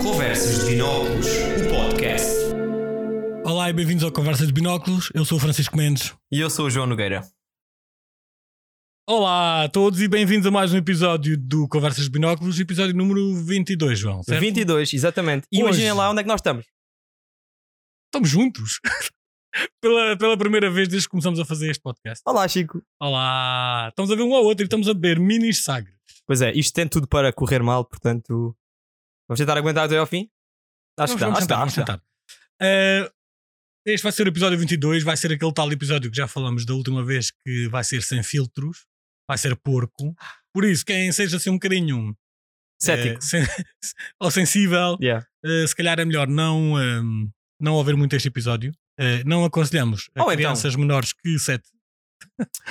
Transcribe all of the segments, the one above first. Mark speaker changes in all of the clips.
Speaker 1: Conversas de Binóculos, o podcast.
Speaker 2: Olá e bem-vindos ao Conversa de Binóculos. Eu sou o Francisco Mendes.
Speaker 3: E eu sou o João Nogueira.
Speaker 2: Olá a todos e bem-vindos a mais um episódio do Conversas de Binóculos, episódio número 22, João. Certo?
Speaker 3: 22, exatamente. E
Speaker 2: Hoje.
Speaker 3: imaginem lá onde é que nós estamos.
Speaker 2: Estamos juntos. pela, pela primeira vez desde que começamos a fazer este podcast.
Speaker 3: Olá, Chico.
Speaker 2: Olá. Estamos a ver um ao outro e estamos a beber minis sagres.
Speaker 3: Pois é, isto tem tudo para correr mal, portanto. Vamos tentar aguentar até ao fim? Acho que dá,
Speaker 2: Vamos
Speaker 3: acho que dá.
Speaker 2: tentar,
Speaker 3: acho que dá.
Speaker 2: vamos tentar. Ah, este vai ser o episódio 22, vai ser aquele tal episódio que já falamos da última vez, que vai ser sem filtros, vai ser porco. Por isso, quem seja assim um bocadinho
Speaker 3: Cético.
Speaker 2: eh, sen- ou sensível,
Speaker 3: Yeah.
Speaker 2: eh, se calhar é melhor não, ehm, não ouvir muito este episódio. Eh, não aconselhamos a
Speaker 3: Ou então-
Speaker 2: crianças menores que 7.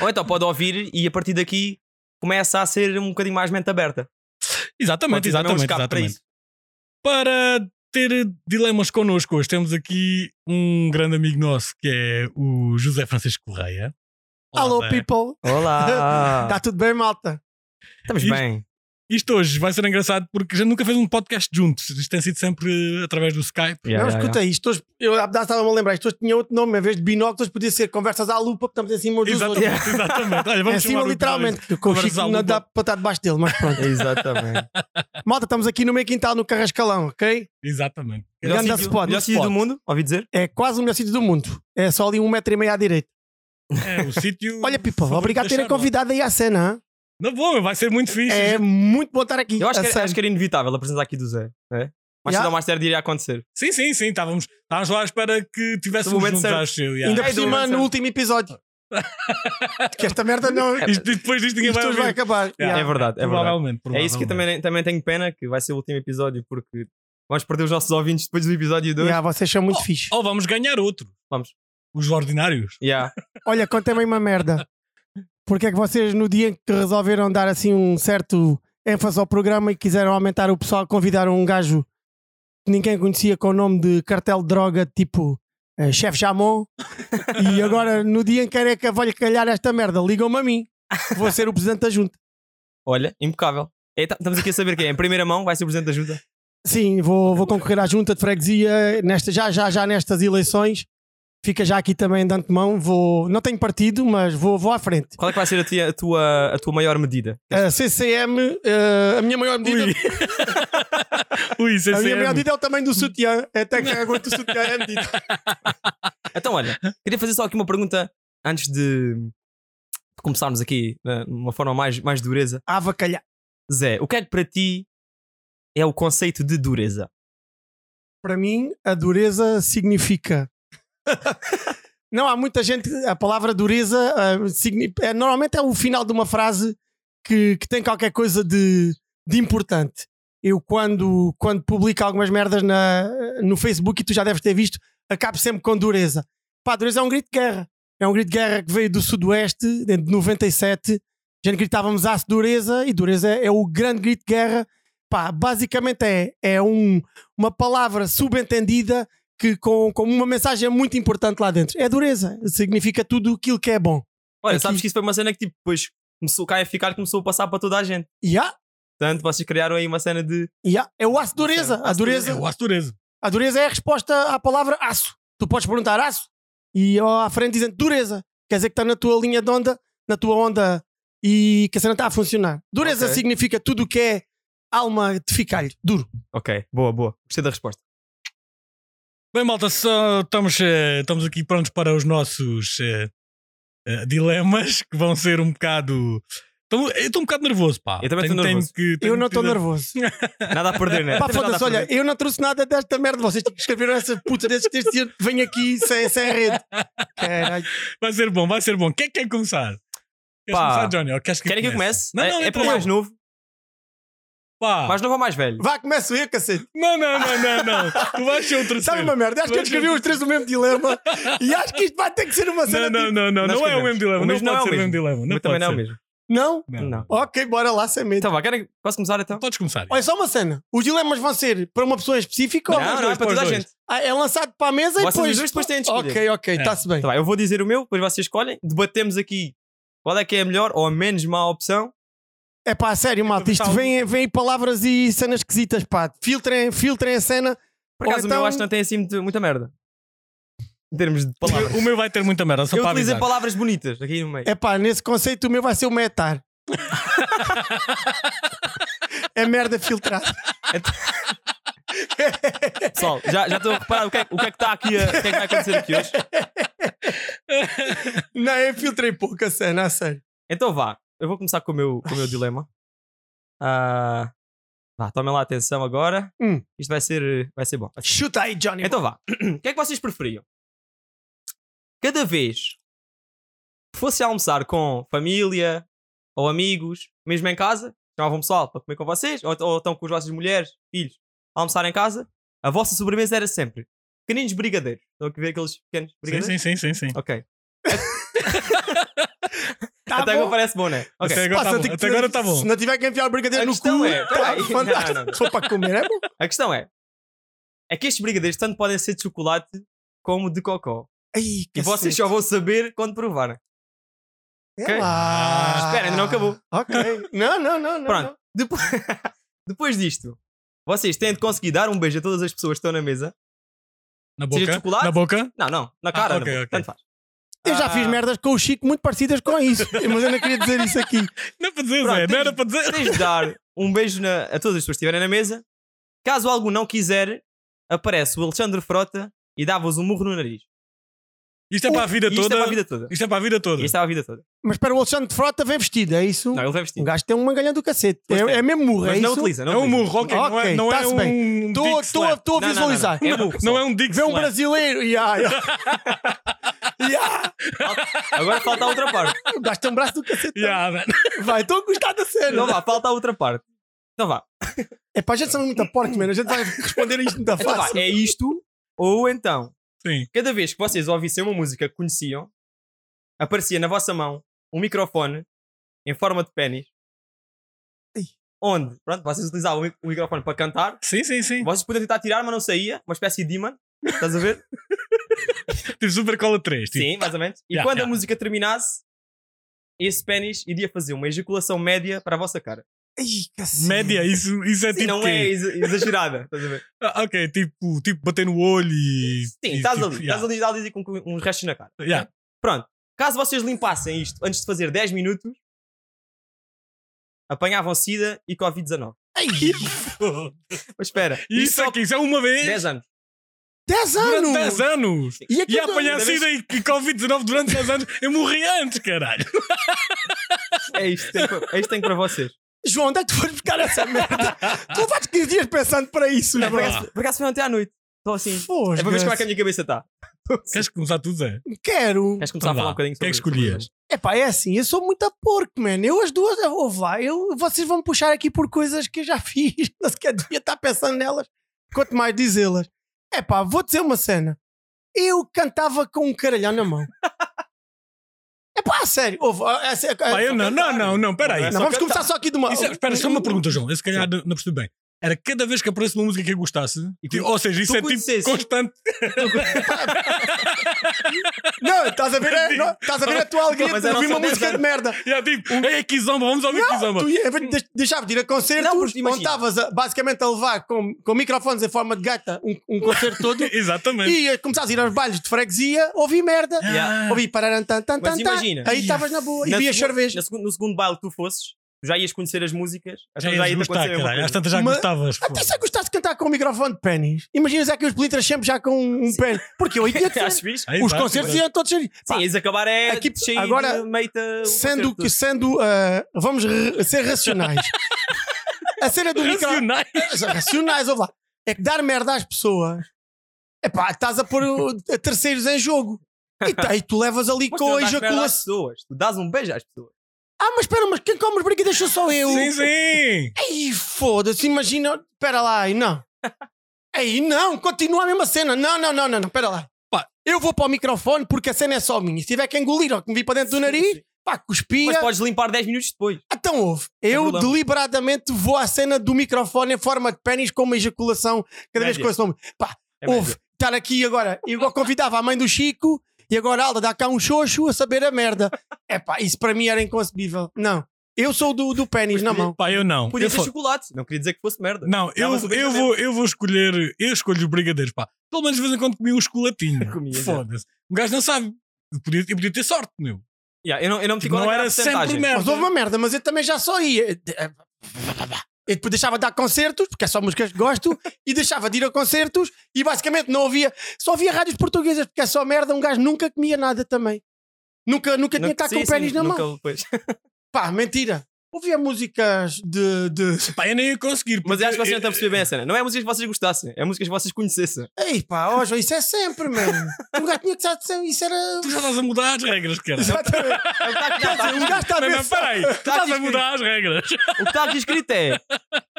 Speaker 3: Ou então pode ouvir e a partir daqui começa a ser um bocadinho mais mente aberta.
Speaker 2: Exatamente,
Speaker 3: Pode ser, não
Speaker 2: exatamente,
Speaker 3: escape para
Speaker 2: exatamente.
Speaker 3: isso.
Speaker 2: para ter dilemas connosco hoje. Temos aqui um grande amigo nosso que é o José Francisco Correia. Olá,
Speaker 4: Alô,
Speaker 2: Zé.
Speaker 4: people!
Speaker 3: Olá!
Speaker 4: Está tudo bem, malta?
Speaker 3: Estamos
Speaker 2: Isto-
Speaker 3: bem.
Speaker 2: Isto hoje vai ser engraçado porque a gente nunca fez um podcast juntos. Isto tem sido sempre eh, através do Skype.
Speaker 4: não, escuta isto. Hoje, eu há bocado estava-me a lembrar, isto hoje tinha outro nome, em vez de binóculos, podia ser conversas à lupa, é assim, que estamos em cima uns dos outros.
Speaker 2: Exatamente, exatamente. Olha,
Speaker 4: É
Speaker 2: vamos
Speaker 4: em
Speaker 2: chamar
Speaker 4: cima,
Speaker 2: o
Speaker 4: literalmente, que o
Speaker 2: Conversas
Speaker 4: Chico
Speaker 2: à
Speaker 4: não
Speaker 2: lupa.
Speaker 4: dá para estar debaixo dele, mas pronto.
Speaker 3: Exatamente.
Speaker 4: malta, estamos aqui no meio quintal, no Carrascalão, ok?
Speaker 2: episódio. Exatamente.
Speaker 3: melhor
Speaker 4: Ganda
Speaker 3: sítio,
Speaker 4: spot,
Speaker 3: melhor sítio
Speaker 4: spot.
Speaker 3: do mundo, ouvi dizer?
Speaker 4: É quase o melhor sítio do mundo. É só ali um metro e meio à direita.
Speaker 2: É o sítio.
Speaker 4: Olha, Pipa,
Speaker 2: favorito
Speaker 4: obrigado
Speaker 2: da
Speaker 4: por terem
Speaker 2: Charlotte.
Speaker 4: convidado aí à cena. hã?
Speaker 2: Não vou, vai ser muito fixe.
Speaker 4: É muito bom estar aqui.
Speaker 3: Eu acho
Speaker 4: a
Speaker 3: que, era,
Speaker 4: sério.
Speaker 3: acho que é era inevitável a presença aqui do Zé. É? Mas
Speaker 4: Yeah.
Speaker 3: cedo ou mais tarde iria acontecer.
Speaker 2: Sim, sim, sim. Estávamos, estávamos lá à espera que
Speaker 3: No
Speaker 2: tivéssemos
Speaker 3: momento
Speaker 2: juntos,
Speaker 3: certo.
Speaker 2: acho eu. yeah.
Speaker 4: Ainda por
Speaker 3: Ai, do
Speaker 4: cima,
Speaker 3: Mansa.
Speaker 4: no último episódio. que esta merda não.
Speaker 2: Isto- depois disto ninguém
Speaker 4: Isto
Speaker 2: vai
Speaker 4: hoje
Speaker 2: ouvir.
Speaker 4: vai acabar.
Speaker 2: Yeah.
Speaker 3: É verdade, é verdade.
Speaker 2: provavelmente,
Speaker 3: É isso que eu também,
Speaker 2: provavelmente.
Speaker 3: também tenho pena, que vai ser o último episódio, porque vamos perder os nossos ouvintes depois do episódio 2.
Speaker 4: Yeah, vocês são
Speaker 2: Oh.
Speaker 4: muito
Speaker 3: é.
Speaker 4: fixe.
Speaker 2: Ou vamos ganhar outro.
Speaker 3: Vamos.
Speaker 2: Os ordinários.
Speaker 3: Yeah.
Speaker 4: Olha, contem-me uma merda. Porque é que vocês, no dia em que resolveram dar assim um certo ênfase ao programa e quiseram aumentar o pessoal, convidaram um gajo que ninguém conhecia com o nome de cartel de droga, tipo eh, Chefe Jamon, e agora no dia em que era que vou-lhe calhar esta merda, ligam-me a mim. Vou ser o presidente da junta.
Speaker 3: Olha, impecável. É, tá- estamos aqui a saber quem é. Em primeira mão vai ser o Presidente da Junta.
Speaker 4: Sim, vou, vou concorrer à junta de freguesia nesta, já, já, já nestas eleições. Fica já aqui também de antemão. Vou, não tenho partido, mas vou, vou à frente.
Speaker 3: Qual é que vai ser a tua, a tua, a tua maior medida?
Speaker 4: A CCM, eh, a minha maior medida
Speaker 2: Ui. Ui,
Speaker 4: A minha
Speaker 2: CCM.
Speaker 4: maior medida é o tamanho do sutiã. Até que aguento o sutiã é medida.
Speaker 3: Então, olha, queria fazer só aqui uma pergunta antes de de começarmos aqui né, de uma forma mais, mais dureza.
Speaker 4: Ava calhar.
Speaker 3: Zé, o que é que para ti é o conceito de dureza?
Speaker 4: Para mim, a dureza significa. Não, há muita gente. A palavra dureza ah, signi- é, normalmente é o final de uma frase que, que tem qualquer coisa de, de importante. Eu, quando, quando publico algumas merdas na, no Facebook, e tu já deves ter visto, acabo sempre com dureza. Pá, dureza é um grito de guerra. É um grito de guerra que veio do Sudoeste, dentro de 97. A gente gritávamos aço dureza e dureza é, é o grande grito de guerra. Pá, basicamente é, é um, uma palavra subentendida que com, com uma mensagem muito importante lá dentro. É dureza, significa tudo aquilo que é bom.
Speaker 3: Olha,
Speaker 4: Aqui-
Speaker 3: sabes que isso foi uma cena que tipo, depois começou, cá a ficar começou a passar para toda a gente.
Speaker 4: E há,
Speaker 3: Portanto, vocês criaram aí uma cena de.
Speaker 4: e há. É o aço dureza. A
Speaker 2: É
Speaker 4: dureza,
Speaker 2: o aço dureza.
Speaker 4: a dureza é a resposta à palavra aço. Tu podes perguntar aço e ó, à frente dizem dureza. Quer dizer que está na tua linha de onda, na tua onda e que a cena está a funcionar. Dureza
Speaker 3: Ok.
Speaker 4: significa tudo o que é alma de ficalho, duro.
Speaker 3: Ok, boa, boa. Gostei da resposta.
Speaker 2: Bem, malta, só estamos, eh, estamos aqui prontos para os nossos eh, eh, dilemas que vão ser um bocado. Então, eu estou um bocado nervoso, pá.
Speaker 3: Eu também
Speaker 2: Tenho-
Speaker 3: estou
Speaker 2: tenho
Speaker 3: nervoso.
Speaker 2: que- tenho
Speaker 4: Eu não
Speaker 2: que
Speaker 4: estou
Speaker 2: dizer-
Speaker 4: nervoso.
Speaker 3: Nada a perder, né?
Speaker 4: Pá,
Speaker 3: Temos nada a
Speaker 4: foda-se, olha,
Speaker 3: perder.
Speaker 4: eu não trouxe nada desta merda. Vocês que escreveram essa puta desses textos e eu venho aqui sem, sem rede. Caralho.
Speaker 2: Vai ser bom, vai ser bom. Quem é que quer começar? Queres
Speaker 3: Pá.
Speaker 2: começar, Johnny? Ou queres que
Speaker 3: Querem que eu comece?
Speaker 2: Não,
Speaker 3: É-
Speaker 2: então Ah. não,
Speaker 3: é,
Speaker 2: entra
Speaker 3: para o
Speaker 2: eu.
Speaker 3: mais novo.
Speaker 2: Pá.
Speaker 3: Mais novo ou mais velho?
Speaker 4: Vá, começo eu, cacete.
Speaker 2: Não, não, não, não, não. tu vais ser o terceiro.
Speaker 4: Sabe uma merda? Acho que eu escrevi os três o mesmo dilema e acho que isto vai ter que ser uma
Speaker 2: Não,
Speaker 4: cena. tipo,
Speaker 2: não, não, não, não,
Speaker 3: Nós
Speaker 2: é o
Speaker 3: escrevemos.
Speaker 2: mesmo dilema.
Speaker 3: O
Speaker 2: Não
Speaker 3: mesmo não é
Speaker 2: pode
Speaker 3: o
Speaker 2: ser o mesmo dilema.
Speaker 3: Mas
Speaker 2: Não
Speaker 3: também
Speaker 2: pode
Speaker 3: não é o
Speaker 2: ser.
Speaker 3: mesmo.
Speaker 4: Não?
Speaker 3: Não.
Speaker 4: Ok, bora lá sem medo.
Speaker 3: Então vá, querem... posso começar então?
Speaker 2: Podes começar.
Speaker 4: Olha só uma cena. Os dilemas vão ser para uma pessoa específica ou
Speaker 3: não,
Speaker 4: vão-
Speaker 3: não, é
Speaker 2: dois,
Speaker 3: para toda a
Speaker 2: para os
Speaker 3: gente.
Speaker 4: Ah, é lançado para a mesa
Speaker 3: Vocês
Speaker 4: e depois.
Speaker 3: os dois depois têm de escolher.
Speaker 4: ok, ok,
Speaker 2: É.
Speaker 4: está-se bem.
Speaker 3: Tá bem, eu vou dizer o meu, depois vocês escolhem. Debatemos aqui qual é que é a melhor ou a menos má opção.
Speaker 4: É pá, sério, malta, isto
Speaker 2: Tá um-
Speaker 4: vem, vem palavras e cenas esquisitas, pá. Filtrem, filtrem a cena.
Speaker 3: Por
Speaker 4: Ou
Speaker 3: acaso o
Speaker 4: então-
Speaker 3: meu acho que não tem assim muito- muita merda. Em termos de palavras.
Speaker 2: O meu vai ter muita merda, só
Speaker 3: eu
Speaker 2: para
Speaker 3: utilizo
Speaker 2: avisar.
Speaker 3: palavras bonitas aqui no meio.
Speaker 4: É pá, nesse conceito o meu vai ser o metar. é merda filtrada.
Speaker 3: Pessoal, já, já estou a reparar o que é, o que é que está aqui, a- o que é que vai acontecer aqui hoje.
Speaker 4: Não, eu filtrei pouca cena, a sério.
Speaker 3: Então vá, eu vou começar com o meu, com o meu dilema. Ah, vá, tomem lá atenção agora.
Speaker 4: Hum.
Speaker 3: Isto vai ser, vai ser bom.
Speaker 4: Chuta aí, Johnny.
Speaker 3: Então vá. O que é que vocês preferiam? Cada vez que fosse almoçar com família ou amigos, mesmo em casa, chamavam pessoal para comer com vocês, ou, ou estão com as vossas mulheres, filhos, a almoçar em casa, a vossa sobremesa era sempre pequeninos brigadeiros. Estão a ver aqueles pequenos
Speaker 2: Sim,
Speaker 3: brigadeiros?
Speaker 2: sim, sim, sim, sim.
Speaker 3: Ok.
Speaker 4: Tá
Speaker 3: Até
Speaker 4: bom.
Speaker 3: agora parece bom, né? Ok.
Speaker 2: Até agora
Speaker 4: Pá, se
Speaker 2: está
Speaker 4: eu
Speaker 2: bom.
Speaker 4: tiver-
Speaker 2: Até agora tá bom.
Speaker 4: Se não tiver que enfiar o brigadeiro
Speaker 3: A
Speaker 4: no
Speaker 3: questão
Speaker 4: cu,
Speaker 3: é-
Speaker 4: tá
Speaker 3: peraí. Não,
Speaker 4: fantástico.
Speaker 3: não, não.
Speaker 4: Só para comer, é bom.
Speaker 3: A questão é: é que estes brigadeiros tanto podem ser de chocolate como de cocó.
Speaker 4: Ai,
Speaker 3: E vocês só vão saber quando provarem. ok? Espera, ainda não acabou.
Speaker 4: É Ok. Não, não, não. não,
Speaker 3: Pronto.
Speaker 4: não.
Speaker 3: Depois, depois disto, vocês têm de conseguir dar um beijo a todas as pessoas que estão na mesa.
Speaker 2: Na
Speaker 3: Seja
Speaker 2: boca?
Speaker 3: chocolate?
Speaker 2: Na boca?
Speaker 3: Não, não, na cara.
Speaker 2: Ah, ok,
Speaker 3: não,
Speaker 2: ok.
Speaker 3: Tanto faz.
Speaker 4: Eu já
Speaker 3: Ah,
Speaker 4: fiz merdas com o Chico muito parecidas com isso. Mas eu não queria dizer isso aqui.
Speaker 2: Não é para dizer,
Speaker 3: Pronto,
Speaker 2: Zé. Não
Speaker 3: tens-
Speaker 2: era para dizer.
Speaker 3: Tens de dar um beijo na- a todas as pessoas que estiverem na mesa. Caso algum não quiser, aparece o Alexandre Frota e dá-vos um murro no nariz.
Speaker 2: Isto é para a vida
Speaker 3: E isto é para a
Speaker 2: toda.
Speaker 3: vida toda.
Speaker 2: Isto é para a vida toda.
Speaker 3: E Isto é para a vida toda.
Speaker 4: Mas espera, o Alexandre de Frota vem vestido, é isso?
Speaker 3: Não, ele vai
Speaker 4: o
Speaker 3: vestir.
Speaker 4: gajo tem um mangalhão do cacete. É,
Speaker 3: Pois tem.
Speaker 4: é mesmo murro, é
Speaker 3: Mas não
Speaker 4: isso?
Speaker 3: utiliza, não
Speaker 2: É um
Speaker 3: utiliza.
Speaker 2: murro, ok. Não é,
Speaker 4: Ok,
Speaker 2: não é
Speaker 4: tá-se bem.
Speaker 2: um.
Speaker 4: Estou-
Speaker 2: dick
Speaker 4: Estou a-
Speaker 2: slap.
Speaker 4: estou
Speaker 3: Não, não, não,
Speaker 4: a
Speaker 3: não.
Speaker 4: visualizar.
Speaker 3: É burro.
Speaker 2: Não
Speaker 3: só.
Speaker 2: é um dick
Speaker 4: Vê um
Speaker 2: slap.
Speaker 4: brasileiro. Ya, ya. Ya.
Speaker 3: Agora falta a outra parte.
Speaker 4: O gajo tem um braço do cacete.
Speaker 2: Yeah, man.
Speaker 4: Vai, estou a gostar da cena.
Speaker 3: Então vá, falta a outra parte. Então vá.
Speaker 4: É pá, a gente somos muita porca, mano. A gente vai responder a isto muito
Speaker 3: Então vá.
Speaker 4: fácil.
Speaker 3: É isto ou então.
Speaker 2: Sim.
Speaker 3: Cada vez que vocês ouvissem uma música que conheciam, aparecia na vossa mão um microfone em forma de pênis.
Speaker 4: Ai.
Speaker 3: Onde, pronto, vocês utilizavam o mi- o microfone para cantar.
Speaker 2: Sim, sim, sim.
Speaker 3: Vocês podiam tentar tirar, mas não saía. Uma espécie de imã. Estás a ver?
Speaker 2: Tipo Super Cola 3. Tipo.
Speaker 3: Sim, mais ou menos. E
Speaker 2: Yeah,
Speaker 3: quando
Speaker 2: yeah.
Speaker 3: a música terminasse, esse pênis iria fazer uma ejaculação média para a vossa cara.
Speaker 4: Ai, cacete.
Speaker 2: Média, isso, isso é
Speaker 3: Sim,
Speaker 2: tipo.
Speaker 3: não
Speaker 2: quê?
Speaker 3: é exa- exagerada. Estás a ver?
Speaker 2: Ah, ok, tipo, tipo bater no olho e.
Speaker 3: Sim,
Speaker 2: e
Speaker 3: estás
Speaker 2: tipo,
Speaker 3: ali.
Speaker 2: yeah,
Speaker 3: Estás ali, estás ali com com uns restos na cara.
Speaker 2: yeah.
Speaker 3: Pronto. Caso vocês limpassem isto antes de fazer 10 minutos, apanhavam SIDA e Covid-19. Mas espera,
Speaker 2: Isso
Speaker 3: só
Speaker 2: aqui, isso é uma vez
Speaker 3: 10 anos.
Speaker 4: 10
Speaker 2: durante
Speaker 4: anos! É
Speaker 2: 10 anos.
Speaker 4: E
Speaker 2: E
Speaker 4: aqui
Speaker 2: a apanhar sida e e Covid-19 durante 10 anos, eu morri antes, caralho.
Speaker 3: É isto, que tenho para- é isto que tenho para vocês.
Speaker 4: João, onde é que tu foste buscar essa merda? tu levaste 15 dias pensando para isso,
Speaker 2: É
Speaker 3: Não, por,
Speaker 4: João.
Speaker 3: acaso, por acaso foi ontem à noite. Estou assim.
Speaker 4: Fosga.
Speaker 3: É para ver como é que a minha cabeça está.
Speaker 2: Queres começar tudo, Zé?
Speaker 4: Quero.
Speaker 3: Queres começar
Speaker 2: Então
Speaker 3: a falar
Speaker 2: vá.
Speaker 3: um bocadinho
Speaker 2: O que é
Speaker 3: sobre
Speaker 2: que
Speaker 3: sobre
Speaker 2: escolhias?
Speaker 3: isso?
Speaker 4: É pá, é assim, eu sou muito a porco, man. Eu as duas, ouve lá, eu, vocês vão me puxar aqui por coisas que eu já fiz, não sequer devia estar pensando nelas, quanto mais dizê-las. É pá, vou dizer uma cena. Eu cantava com um caralhão na mão. É pá, a sério, ouve, a- a- a-
Speaker 2: Pá, eu não, não, não, não, peraí.
Speaker 3: Não é
Speaker 4: é, não,
Speaker 3: só
Speaker 4: vamos
Speaker 3: cantar.
Speaker 4: começar só aqui de uma.
Speaker 2: Isso é- espera, só uma pergunta, João. Eu se calhar não percebi bem. Era cada vez que aparece uma música que eu gostasse,
Speaker 3: E
Speaker 2: tipo,
Speaker 3: tu-
Speaker 2: ou seja, isso é tipo
Speaker 3: conhecesse.
Speaker 2: constante.
Speaker 4: Não, estás a ver, a- não, estás a, ver a tua alegria
Speaker 3: Mas
Speaker 4: de
Speaker 3: era
Speaker 4: ouvir
Speaker 3: só
Speaker 4: uma
Speaker 3: 10
Speaker 4: música de
Speaker 3: anos.
Speaker 4: merda.
Speaker 2: É tipo, ei, aqui zomba, vamos ouvir aqui zomba.
Speaker 4: Um- Tu ia- de- deixava de ir a concertos
Speaker 3: Não, mas
Speaker 4: onde
Speaker 3: imagina.
Speaker 4: estavas a- basicamente a levar com, com microfones em forma de gaita um, um concerto todo
Speaker 2: Exatamente.
Speaker 4: e eh, começaste a ir aos bailes de freguesia, ouvi merda,
Speaker 2: Ah,
Speaker 3: Yeah.
Speaker 4: ouvi pararam tan, tan,
Speaker 3: Mas
Speaker 4: tan, tan.
Speaker 3: imagina.
Speaker 4: aí estavas na boa e
Speaker 3: Na
Speaker 4: via
Speaker 3: segunda-
Speaker 4: cerveja.
Speaker 3: na segunda- No segundo baile que tu fosses, tu já ias conhecer as músicas.
Speaker 2: Já
Speaker 3: então
Speaker 2: ias
Speaker 3: ia-te
Speaker 2: gostar,
Speaker 3: acontecer a mesma
Speaker 2: caralho. Às
Speaker 3: coisa.
Speaker 2: tantas já
Speaker 4: Mas-
Speaker 2: gostavas. pô.
Speaker 4: Até se eu gostasse de cantar com o microfone de pênis. Imaginas é que os blintras sempre já com um pênis. Porque eu ia
Speaker 3: Acho
Speaker 4: dizer,
Speaker 3: fixe?
Speaker 2: Aí tá,
Speaker 4: os
Speaker 2: vai,
Speaker 4: concertos
Speaker 2: vai.
Speaker 4: iam todos cheios. Pá,
Speaker 3: Sim, ias acabar é
Speaker 4: Aqui-
Speaker 3: cheio
Speaker 4: agora,
Speaker 3: de meita.
Speaker 4: sendo que, sendo, ah, vamos re- ser racionais. A cena do microfone.
Speaker 2: Racionais.
Speaker 4: racionais, ouve lá. É que dar merda às pessoas. É pá, estás a pôr o- a terceiros em jogo. E, tá, e tu levas ali
Speaker 3: Mas tu
Speaker 4: com
Speaker 3: não
Speaker 4: a
Speaker 3: dás merda às
Speaker 4: ejaculação.
Speaker 3: pessoas. Tu dás um beijo às pessoas.
Speaker 4: Ah, mas espera, mas quem come os brinquedos sou só eu.
Speaker 2: Sim, sim.
Speaker 4: Ei, foda-se, imagina. Espera lá, aí não. Aí não, continua a mesma cena. Não, não, não, não, não, espera lá. Pá, eu vou para o microfone porque a cena é só minha. Se tiver que engolir ou que me vir para dentro do nariz, Pá,
Speaker 3: Mas
Speaker 4: cuspia.
Speaker 3: podes limpar 10 minutos depois.
Speaker 4: Então houve.
Speaker 3: Sem
Speaker 4: Eu
Speaker 3: problema.
Speaker 4: deliberadamente vou à cena do microfone em forma de pênis com uma ejaculação cada vez
Speaker 3: Média.
Speaker 4: que eu soube. Pá,
Speaker 3: É
Speaker 4: houve.
Speaker 3: média.
Speaker 4: Estar aqui agora. Eu agora convidava a mãe do Chico e agora Alda dá cá um xoxo a saber a merda. É pá, isso para mim era inconcebível. Não. Eu sou do, do pênis na mão.
Speaker 2: Pá, eu não.
Speaker 3: Podia
Speaker 2: Eu
Speaker 3: ser
Speaker 2: fo-
Speaker 3: chocolate. Não queria dizer que fosse merda.
Speaker 2: Não, eu,
Speaker 3: Dava-se o
Speaker 2: eu,
Speaker 3: brigadeiro.
Speaker 2: vou, eu vou escolher. Eu escolho os brigadeiros, pá. Pelo menos de vez em quando comia um chocolatinho.
Speaker 3: Comia, já.
Speaker 2: Foda-se. Um gajo não sabe. Eu podia, eu podia ter sorte, meu.
Speaker 3: Yeah, eu não, eu não me fico
Speaker 2: Tipo, não
Speaker 3: naquela
Speaker 2: era
Speaker 3: percentagem.
Speaker 2: sempre
Speaker 4: Mas houve um-
Speaker 2: merda.
Speaker 4: uma merda, mas eu também já só ia. Eu depois deixava de dar concertos, porque é só músicas que gosto, e deixava de ir a concertos e basicamente não havia. Só havia rádios portuguesas, porque é só merda. Um gajo nunca comia nada também. Nunca, nunca tinha
Speaker 3: Nunca-
Speaker 4: estar com
Speaker 3: sim,
Speaker 4: o pênis
Speaker 3: sim,
Speaker 4: na
Speaker 3: nunca
Speaker 4: mão.
Speaker 3: depois.
Speaker 4: Pá, mentira. Ouvia músicas de. de...
Speaker 2: Pá, eu nem ia conseguir.
Speaker 3: Mas eu acho que vocês
Speaker 2: você
Speaker 3: não estão a perceber bem a cena. Não é músicas que vocês gostassem, é músicas que vocês conhecessem.
Speaker 4: Ei pá, ó, João, isso é sempre, mano. Um gajo tinha que estar. Isso era.
Speaker 2: Tu já estás a mudar as regras, cara.
Speaker 4: Exatamente.
Speaker 3: É o que está aqui-
Speaker 4: Quer dizer, um gajo está a
Speaker 2: Não,
Speaker 4: ver.
Speaker 2: não, peraí. Tu estás a
Speaker 3: escrito.
Speaker 2: mudar as regras.
Speaker 3: O que está aqui escrito é.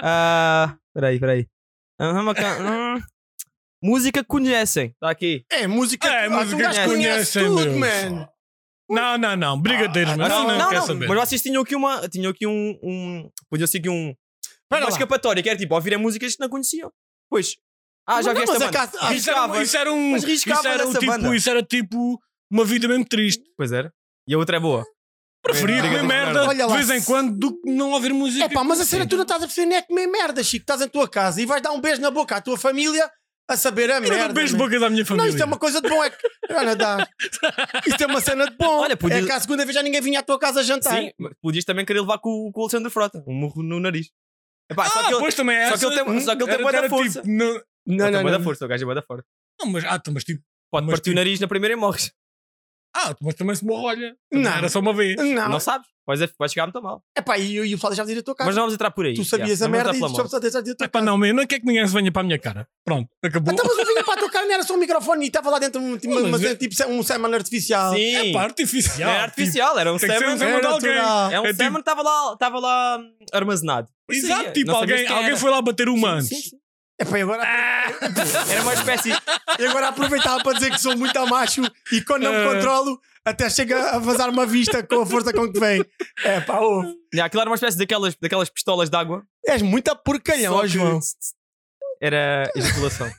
Speaker 3: Ah. peraí, peraí. Ah, vamos cá. Hum. Música que conhecem. Está aqui.
Speaker 4: É, música.
Speaker 2: É,
Speaker 4: Ah,
Speaker 2: música
Speaker 4: um gajo
Speaker 3: que
Speaker 4: conhece
Speaker 2: conhecem,
Speaker 4: tudo,
Speaker 2: meu.
Speaker 4: mano.
Speaker 2: Não, não, não. Brigadeiros,
Speaker 4: Ah,
Speaker 2: mas
Speaker 4: não,
Speaker 2: não, não,
Speaker 4: não,
Speaker 2: quer
Speaker 4: não,
Speaker 2: saber.
Speaker 3: Assim, Mas vocês tinham aqui uma. Tinham aqui um. um Podiam-se aqui um.
Speaker 4: Espera
Speaker 3: uma
Speaker 4: lá.
Speaker 3: escapatória, que era tipo ouvirem músicas que não conheciam. Pois. Ah, já
Speaker 4: Não,
Speaker 3: vi esta
Speaker 4: mas
Speaker 3: banda.
Speaker 4: a casa- ah,
Speaker 2: Isso era,
Speaker 3: Arriscavas.
Speaker 2: isso era um.
Speaker 3: Mas
Speaker 2: Isso
Speaker 3: riscavas
Speaker 2: era, um
Speaker 3: essa
Speaker 2: tipo,
Speaker 3: banda.
Speaker 2: isso era tipo uma vida mesmo triste.
Speaker 3: Pois era. E a outra é boa.
Speaker 2: Preferia comer
Speaker 3: Brigadeiros
Speaker 2: merda
Speaker 4: Olha
Speaker 2: de
Speaker 4: lá.
Speaker 2: vez em quando do que não ouvir música.
Speaker 4: É pá, mas a cena tu não estás a perceber nem é comer merda, Chico. Estás em tua casa e vais dar um beijo na boca à tua família a saber a
Speaker 2: Eu não
Speaker 4: merda.
Speaker 2: dou beijo de
Speaker 4: man.
Speaker 2: boca da minha
Speaker 4: Não,
Speaker 2: família.
Speaker 4: isto é uma coisa de bom. É que... Não, não dá. Isto é uma cena de bom.
Speaker 3: Olha, podia-
Speaker 4: É que à segunda vez já ninguém vinha à tua casa a jantar.
Speaker 3: Sim, mas podias também querer levar com, o- com o Alexandre Frota, um murro no nariz. Epá,
Speaker 2: Ah,
Speaker 3: só que ele,
Speaker 2: pois também é
Speaker 3: só que ele
Speaker 2: essa.
Speaker 3: tem- só que ele tem
Speaker 2: Era-
Speaker 3: bué da
Speaker 2: era
Speaker 3: força.
Speaker 2: tipo, não,
Speaker 4: Não,
Speaker 3: ele
Speaker 4: não,
Speaker 3: tem bué da
Speaker 4: não.
Speaker 3: força, o gajo é bué da força.
Speaker 2: não, mas, ah, então, mas tipo,
Speaker 3: Pode
Speaker 2: Mas
Speaker 3: partir
Speaker 2: tipo-
Speaker 3: o nariz na primeira e morres.
Speaker 2: ah, mas também se morre, olha. Também
Speaker 4: Não.
Speaker 2: Era só uma vez.
Speaker 4: Não,
Speaker 3: Não sabes, pois é, vai chegar muito mal.
Speaker 4: é pá, e, e o Fala já vir à tua casa.
Speaker 3: Mas não vamos entrar por aí.
Speaker 4: tu sabias
Speaker 3: já,
Speaker 4: a
Speaker 3: não vamos
Speaker 4: merda
Speaker 3: entrar
Speaker 4: e só
Speaker 3: pela morte.
Speaker 4: precisas de ir à tua
Speaker 2: Epá,
Speaker 4: casa.
Speaker 2: não, eu não quero que ninguém se venha para a minha cara. Pronto, acabou.
Speaker 4: Então, mas eu vinha para a tua cara, não era só um microfone e estava lá dentro um,
Speaker 2: Mas-
Speaker 4: uma, uma, cena tipo um semen artificial.
Speaker 3: Sim,
Speaker 2: Ah, Pá, artificial. tipo,
Speaker 3: era artificial, era um
Speaker 2: Tem que ser um
Speaker 3: semen.
Speaker 2: semen
Speaker 4: Era
Speaker 2: de alguém.
Speaker 4: natural.
Speaker 3: É um
Speaker 2: É tipo-
Speaker 3: semen que estava lá, estava lá hum, armazenado. Pois
Speaker 2: Exato,
Speaker 3: seria,
Speaker 2: tipo,
Speaker 3: não sabias
Speaker 2: alguém,
Speaker 3: quem
Speaker 2: alguém
Speaker 3: era.
Speaker 2: foi lá bater o
Speaker 3: Sim,
Speaker 2: manto.
Speaker 3: sim, sim.
Speaker 4: É pá, e agora,
Speaker 3: Era uma espécie.
Speaker 4: e agora aproveitava para dizer que sou muito a macho e quando não me
Speaker 2: É.
Speaker 4: controlo, até chega a vazar uma vista com a força com que vem. É pá, ouve.
Speaker 3: Yeah, aquilo era uma espécie daquelas, daquelas pistolas de água.
Speaker 4: És muita porcalhão,
Speaker 3: Só
Speaker 4: ó
Speaker 3: que-
Speaker 4: João.
Speaker 3: Era ejaculação.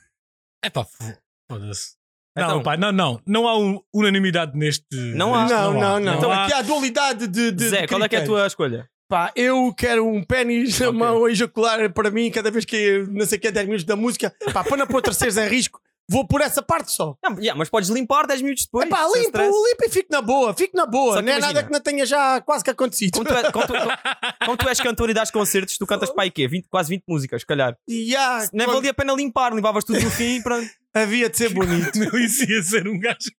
Speaker 2: Epá, fo- foda-se.
Speaker 3: Então-
Speaker 2: Não, pá, não, não. Não há um- unanimidade neste.
Speaker 3: Não há.
Speaker 4: Não, não, não. Então
Speaker 2: há.
Speaker 4: aqui há a dualidade de. de
Speaker 3: Zé,
Speaker 4: de
Speaker 3: qual é que é a
Speaker 4: critérios.
Speaker 3: tua escolha?
Speaker 4: Pá, eu quero um pênis na
Speaker 3: Ok.
Speaker 4: mão a ejacular para mim cada vez que eu, não sei o que é 10 minutos da música. Pá, para não pôr terceiros em risco, vou por essa parte só.
Speaker 3: Não, yeah, mas podes limpar 10 minutos depois.
Speaker 4: É pá,
Speaker 3: sem
Speaker 4: limpo,
Speaker 3: stress.
Speaker 4: limpo e fico na boa, fico na
Speaker 3: Só
Speaker 4: boa.
Speaker 3: que
Speaker 4: Não é
Speaker 3: imagina.
Speaker 4: nada que não tenha já quase que acontecido.
Speaker 3: Como tu, é- como tu- como- como tu és cantor e dás concertos, tu cantas para aí quê? 20, quase 20 músicas, se calhar.
Speaker 4: E há-
Speaker 3: Nem é valia a pena limpar, limpavas tudo no fim e pronto.
Speaker 4: havia de ser bonito.
Speaker 2: Meu, isso ia ser um gajo.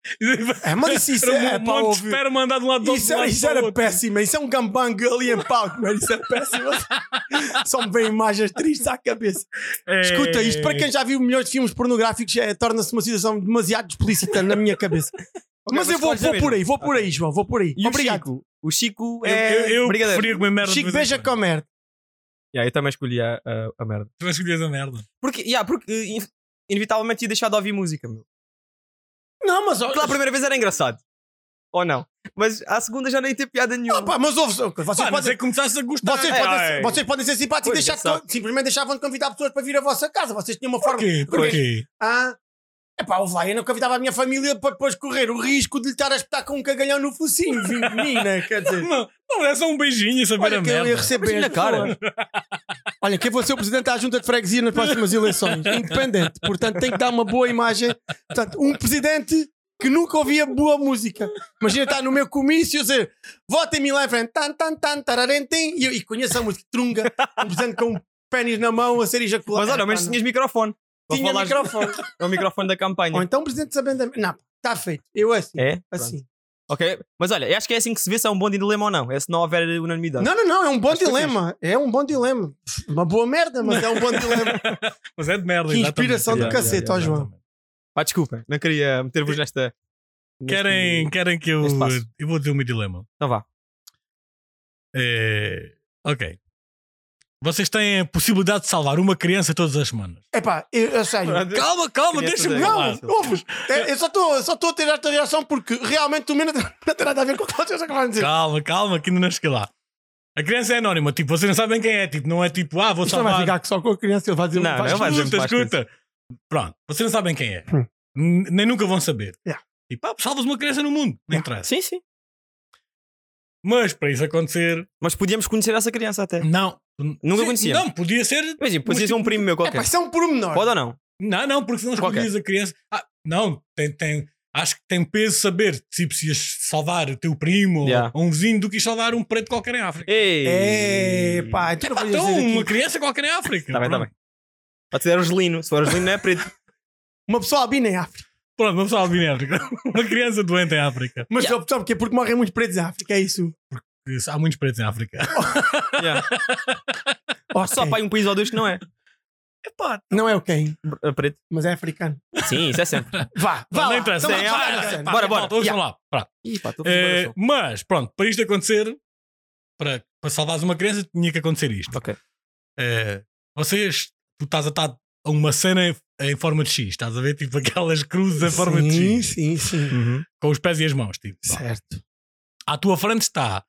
Speaker 4: É, mas isso, isso
Speaker 2: era
Speaker 4: é,
Speaker 2: um
Speaker 4: é pá,
Speaker 2: monte de
Speaker 4: ouve.
Speaker 2: espera mandar de um lado do outro.
Speaker 4: Isso, é-
Speaker 2: lado
Speaker 4: isso
Speaker 2: para o
Speaker 4: era
Speaker 2: outro.
Speaker 4: péssimo, isso é um gambang ali em palco, mano. Isso é péssimo. Só me vêm imagens tristes à cabeça.
Speaker 2: É.
Speaker 4: Escuta, isto para quem já viu milhões de filmes pornográficos é, torna-se uma situação demasiado explícita na minha cabeça. mas, eu
Speaker 3: mas
Speaker 4: vou,
Speaker 3: escolhes
Speaker 4: vou
Speaker 3: a
Speaker 4: por
Speaker 3: mesma.
Speaker 4: aí, vou por aí, João, vou por aí.
Speaker 3: E
Speaker 4: Obrigado.
Speaker 3: o Chico? O Chico
Speaker 2: Eu,
Speaker 3: é.
Speaker 2: eu, eu
Speaker 3: brigadeiro.
Speaker 2: preferia comer merda. de
Speaker 4: Chico,
Speaker 2: vez em
Speaker 4: veja
Speaker 2: quando.
Speaker 4: com a merda.
Speaker 3: Yeah, eu também escolhi a, a- a merda.
Speaker 2: Tu escolhias a merda.
Speaker 3: Porque, yeah, porque eh, in- inevitavelmente ia deixar de ouvir música, meu.
Speaker 4: Não, mas olha.
Speaker 3: Porque lá a primeira vez era engraçado. Ou não? Mas à segunda já nem tem piada nenhuma.
Speaker 4: Ah, pá, mas ouve, vocês,
Speaker 2: Pá, mas é
Speaker 4: podem,
Speaker 2: que começaste a gostar.
Speaker 4: vocês,
Speaker 2: Ai.
Speaker 4: podem, ser- vocês podem ser simpáticos e
Speaker 3: Pois,
Speaker 4: deixar
Speaker 3: é só.
Speaker 4: de- simplesmente deixavam de convidar pessoas para vir à vossa casa. Vocês tinham uma forma.
Speaker 2: Porquê? Porquê?
Speaker 4: Ah, epá, ouve lá, eu não convidava a minha família para depois correr o risco de lhe estar a espetar com um cagalhão no focinho, vindo de mim, né? Quer dizer,
Speaker 2: Não, não, é só um beijinho, saber
Speaker 4: olha
Speaker 2: a
Speaker 4: que eu ia
Speaker 2: merda.
Speaker 4: receber.
Speaker 3: Mas na cara.
Speaker 4: Olha, quem vou ser o presidente da junta de freguesia nas próximas eleições? Independente. Portanto, tem que dar uma boa imagem. Portanto, um presidente que nunca ouvia boa música. Imagina estar no meu comício e dizer votem em mim lá em frente. Tan, tan, tan, tararentim. E, eu- e conheço a música Trunga. Um presidente com um pênis na mão a ser ejaculado.
Speaker 3: Mas olha, mas
Speaker 4: Epá,
Speaker 3: tinhas microfone.
Speaker 4: não.
Speaker 3: Para
Speaker 4: tinha
Speaker 3: falares-
Speaker 4: microfone.
Speaker 3: É o microfone da
Speaker 4: Ou
Speaker 3: campanha.
Speaker 4: então o presidente sabendo. da- Não, está feito. Eu assim.
Speaker 3: É? Pronto.
Speaker 4: Assim.
Speaker 3: Ok, mas olha, eu acho que é assim que se vê se é um bom dilema ou não. É se não houver unanimidade.
Speaker 4: Não, não, não, é um bom
Speaker 3: Acho que
Speaker 4: dilema. É um bom dilema. Uma boa merda, mas é um bom dilema.
Speaker 2: Mas é de merda.
Speaker 4: Que inspiração
Speaker 3: do
Speaker 2: exatamente.
Speaker 4: cacete, ó, João.
Speaker 3: Pá, desculpem, não queria meter-vos nesta. neste-
Speaker 2: É. Querem, querem que eu.
Speaker 3: Neste passo.
Speaker 2: Eu um vou dizer o meu dilema.
Speaker 3: Então vá.
Speaker 2: É, ok. Vocês têm a possibilidade de salvar uma criança todas as semanas.
Speaker 4: Epá, eu, eu sei.
Speaker 2: Calma, calma,
Speaker 3: Crianças
Speaker 2: deixa-me.
Speaker 3: é
Speaker 2: Não,
Speaker 4: Não,
Speaker 3: Claro.
Speaker 4: ouves? É, Eu só estou só estou a ter esta reação porque realmente o meu não tem não tem nada a ver com o que vocês acabaram de dizer.
Speaker 2: Calma, calma, que ainda não cheguei lá. A criança é anónima, tipo, vocês não sabem quem é, tipo, não é tipo, ah, vou
Speaker 4: Isto não vai
Speaker 2: salvar.
Speaker 4: ficar que só com a criança, ele vai dizer
Speaker 2: é
Speaker 3: Não,
Speaker 4: vai
Speaker 3: não vai
Speaker 4: dizer-
Speaker 3: dizer-
Speaker 2: Escuta,
Speaker 3: mais que
Speaker 2: escuta. Pronto, vocês não sabem quem é.
Speaker 4: Hum.
Speaker 2: N- Nem nunca vão saber.
Speaker 4: Yeah.
Speaker 2: Tipo, ah, salvas uma criança no mundo. Não interessa.
Speaker 3: Sim, sim.
Speaker 2: Mas para isso acontecer,
Speaker 3: Mas podíamos conhecer essa criança até.
Speaker 2: não.
Speaker 3: Nunca
Speaker 2: Sim,
Speaker 3: conhecia.
Speaker 2: Não, podia ser.
Speaker 3: Imagina, podia
Speaker 2: Mas
Speaker 3: ser um primo meu qualquer.
Speaker 4: Epá, isso é um pormenor.
Speaker 3: Pode ou não?
Speaker 2: Não, não, porque senão
Speaker 3: Qualquer.
Speaker 2: escolhias a criança. Ah, não, tem, tem, acho que tem peso saber tipo, se ias salvar o teu primo ou-
Speaker 3: Yeah.
Speaker 2: ou um vizinho do que ias salvar um preto qualquer em África.
Speaker 3: Ei!
Speaker 4: É, pá, então não
Speaker 2: Pá,
Speaker 4: vou
Speaker 2: um então,
Speaker 4: dizer
Speaker 2: uma
Speaker 4: aqui.
Speaker 2: criança qualquer em África.
Speaker 3: Tá bem, tá
Speaker 2: Pronto.
Speaker 3: bem. Pode ser argelino. Se for argelino, não é preto.
Speaker 4: Uma pessoa albina é em África.
Speaker 2: Pronto, uma pessoa albina em África. uma criança doente em África.
Speaker 4: Mas só sabe porquê? Porque morrem muitos pretos em África, é isso.
Speaker 2: Isso, Há muitos pretos em África.
Speaker 3: Yeah. Só
Speaker 4: Ok.
Speaker 3: pá, aí um país ou dois que não é.
Speaker 4: Não é o quem,
Speaker 3: É preto.
Speaker 4: mas é africano.
Speaker 3: Sim, isso é sempre.
Speaker 4: Vá, vá.
Speaker 2: não
Speaker 4: lá.
Speaker 2: interessa.
Speaker 4: Então
Speaker 2: É,
Speaker 4: vá,
Speaker 2: é,
Speaker 4: vá,
Speaker 2: é,
Speaker 4: vá.
Speaker 3: Bora, bora.
Speaker 2: Malta, ouçam lá. Pronto.
Speaker 3: Ih, pá, estou
Speaker 2: Eh, mas, pronto, para isto acontecer, para, para salvares uma criança, tinha que acontecer isto.
Speaker 3: Ok.
Speaker 2: Eh, vocês, tu estás a estar a uma cena em, em forma de X, estás a ver? Tipo aquelas cruzes em forma de
Speaker 4: Sim,
Speaker 2: X,
Speaker 4: sim, sim.
Speaker 3: Uhum.
Speaker 2: com os pés e as mãos. Tipo,
Speaker 4: Certo.
Speaker 2: à tua frente está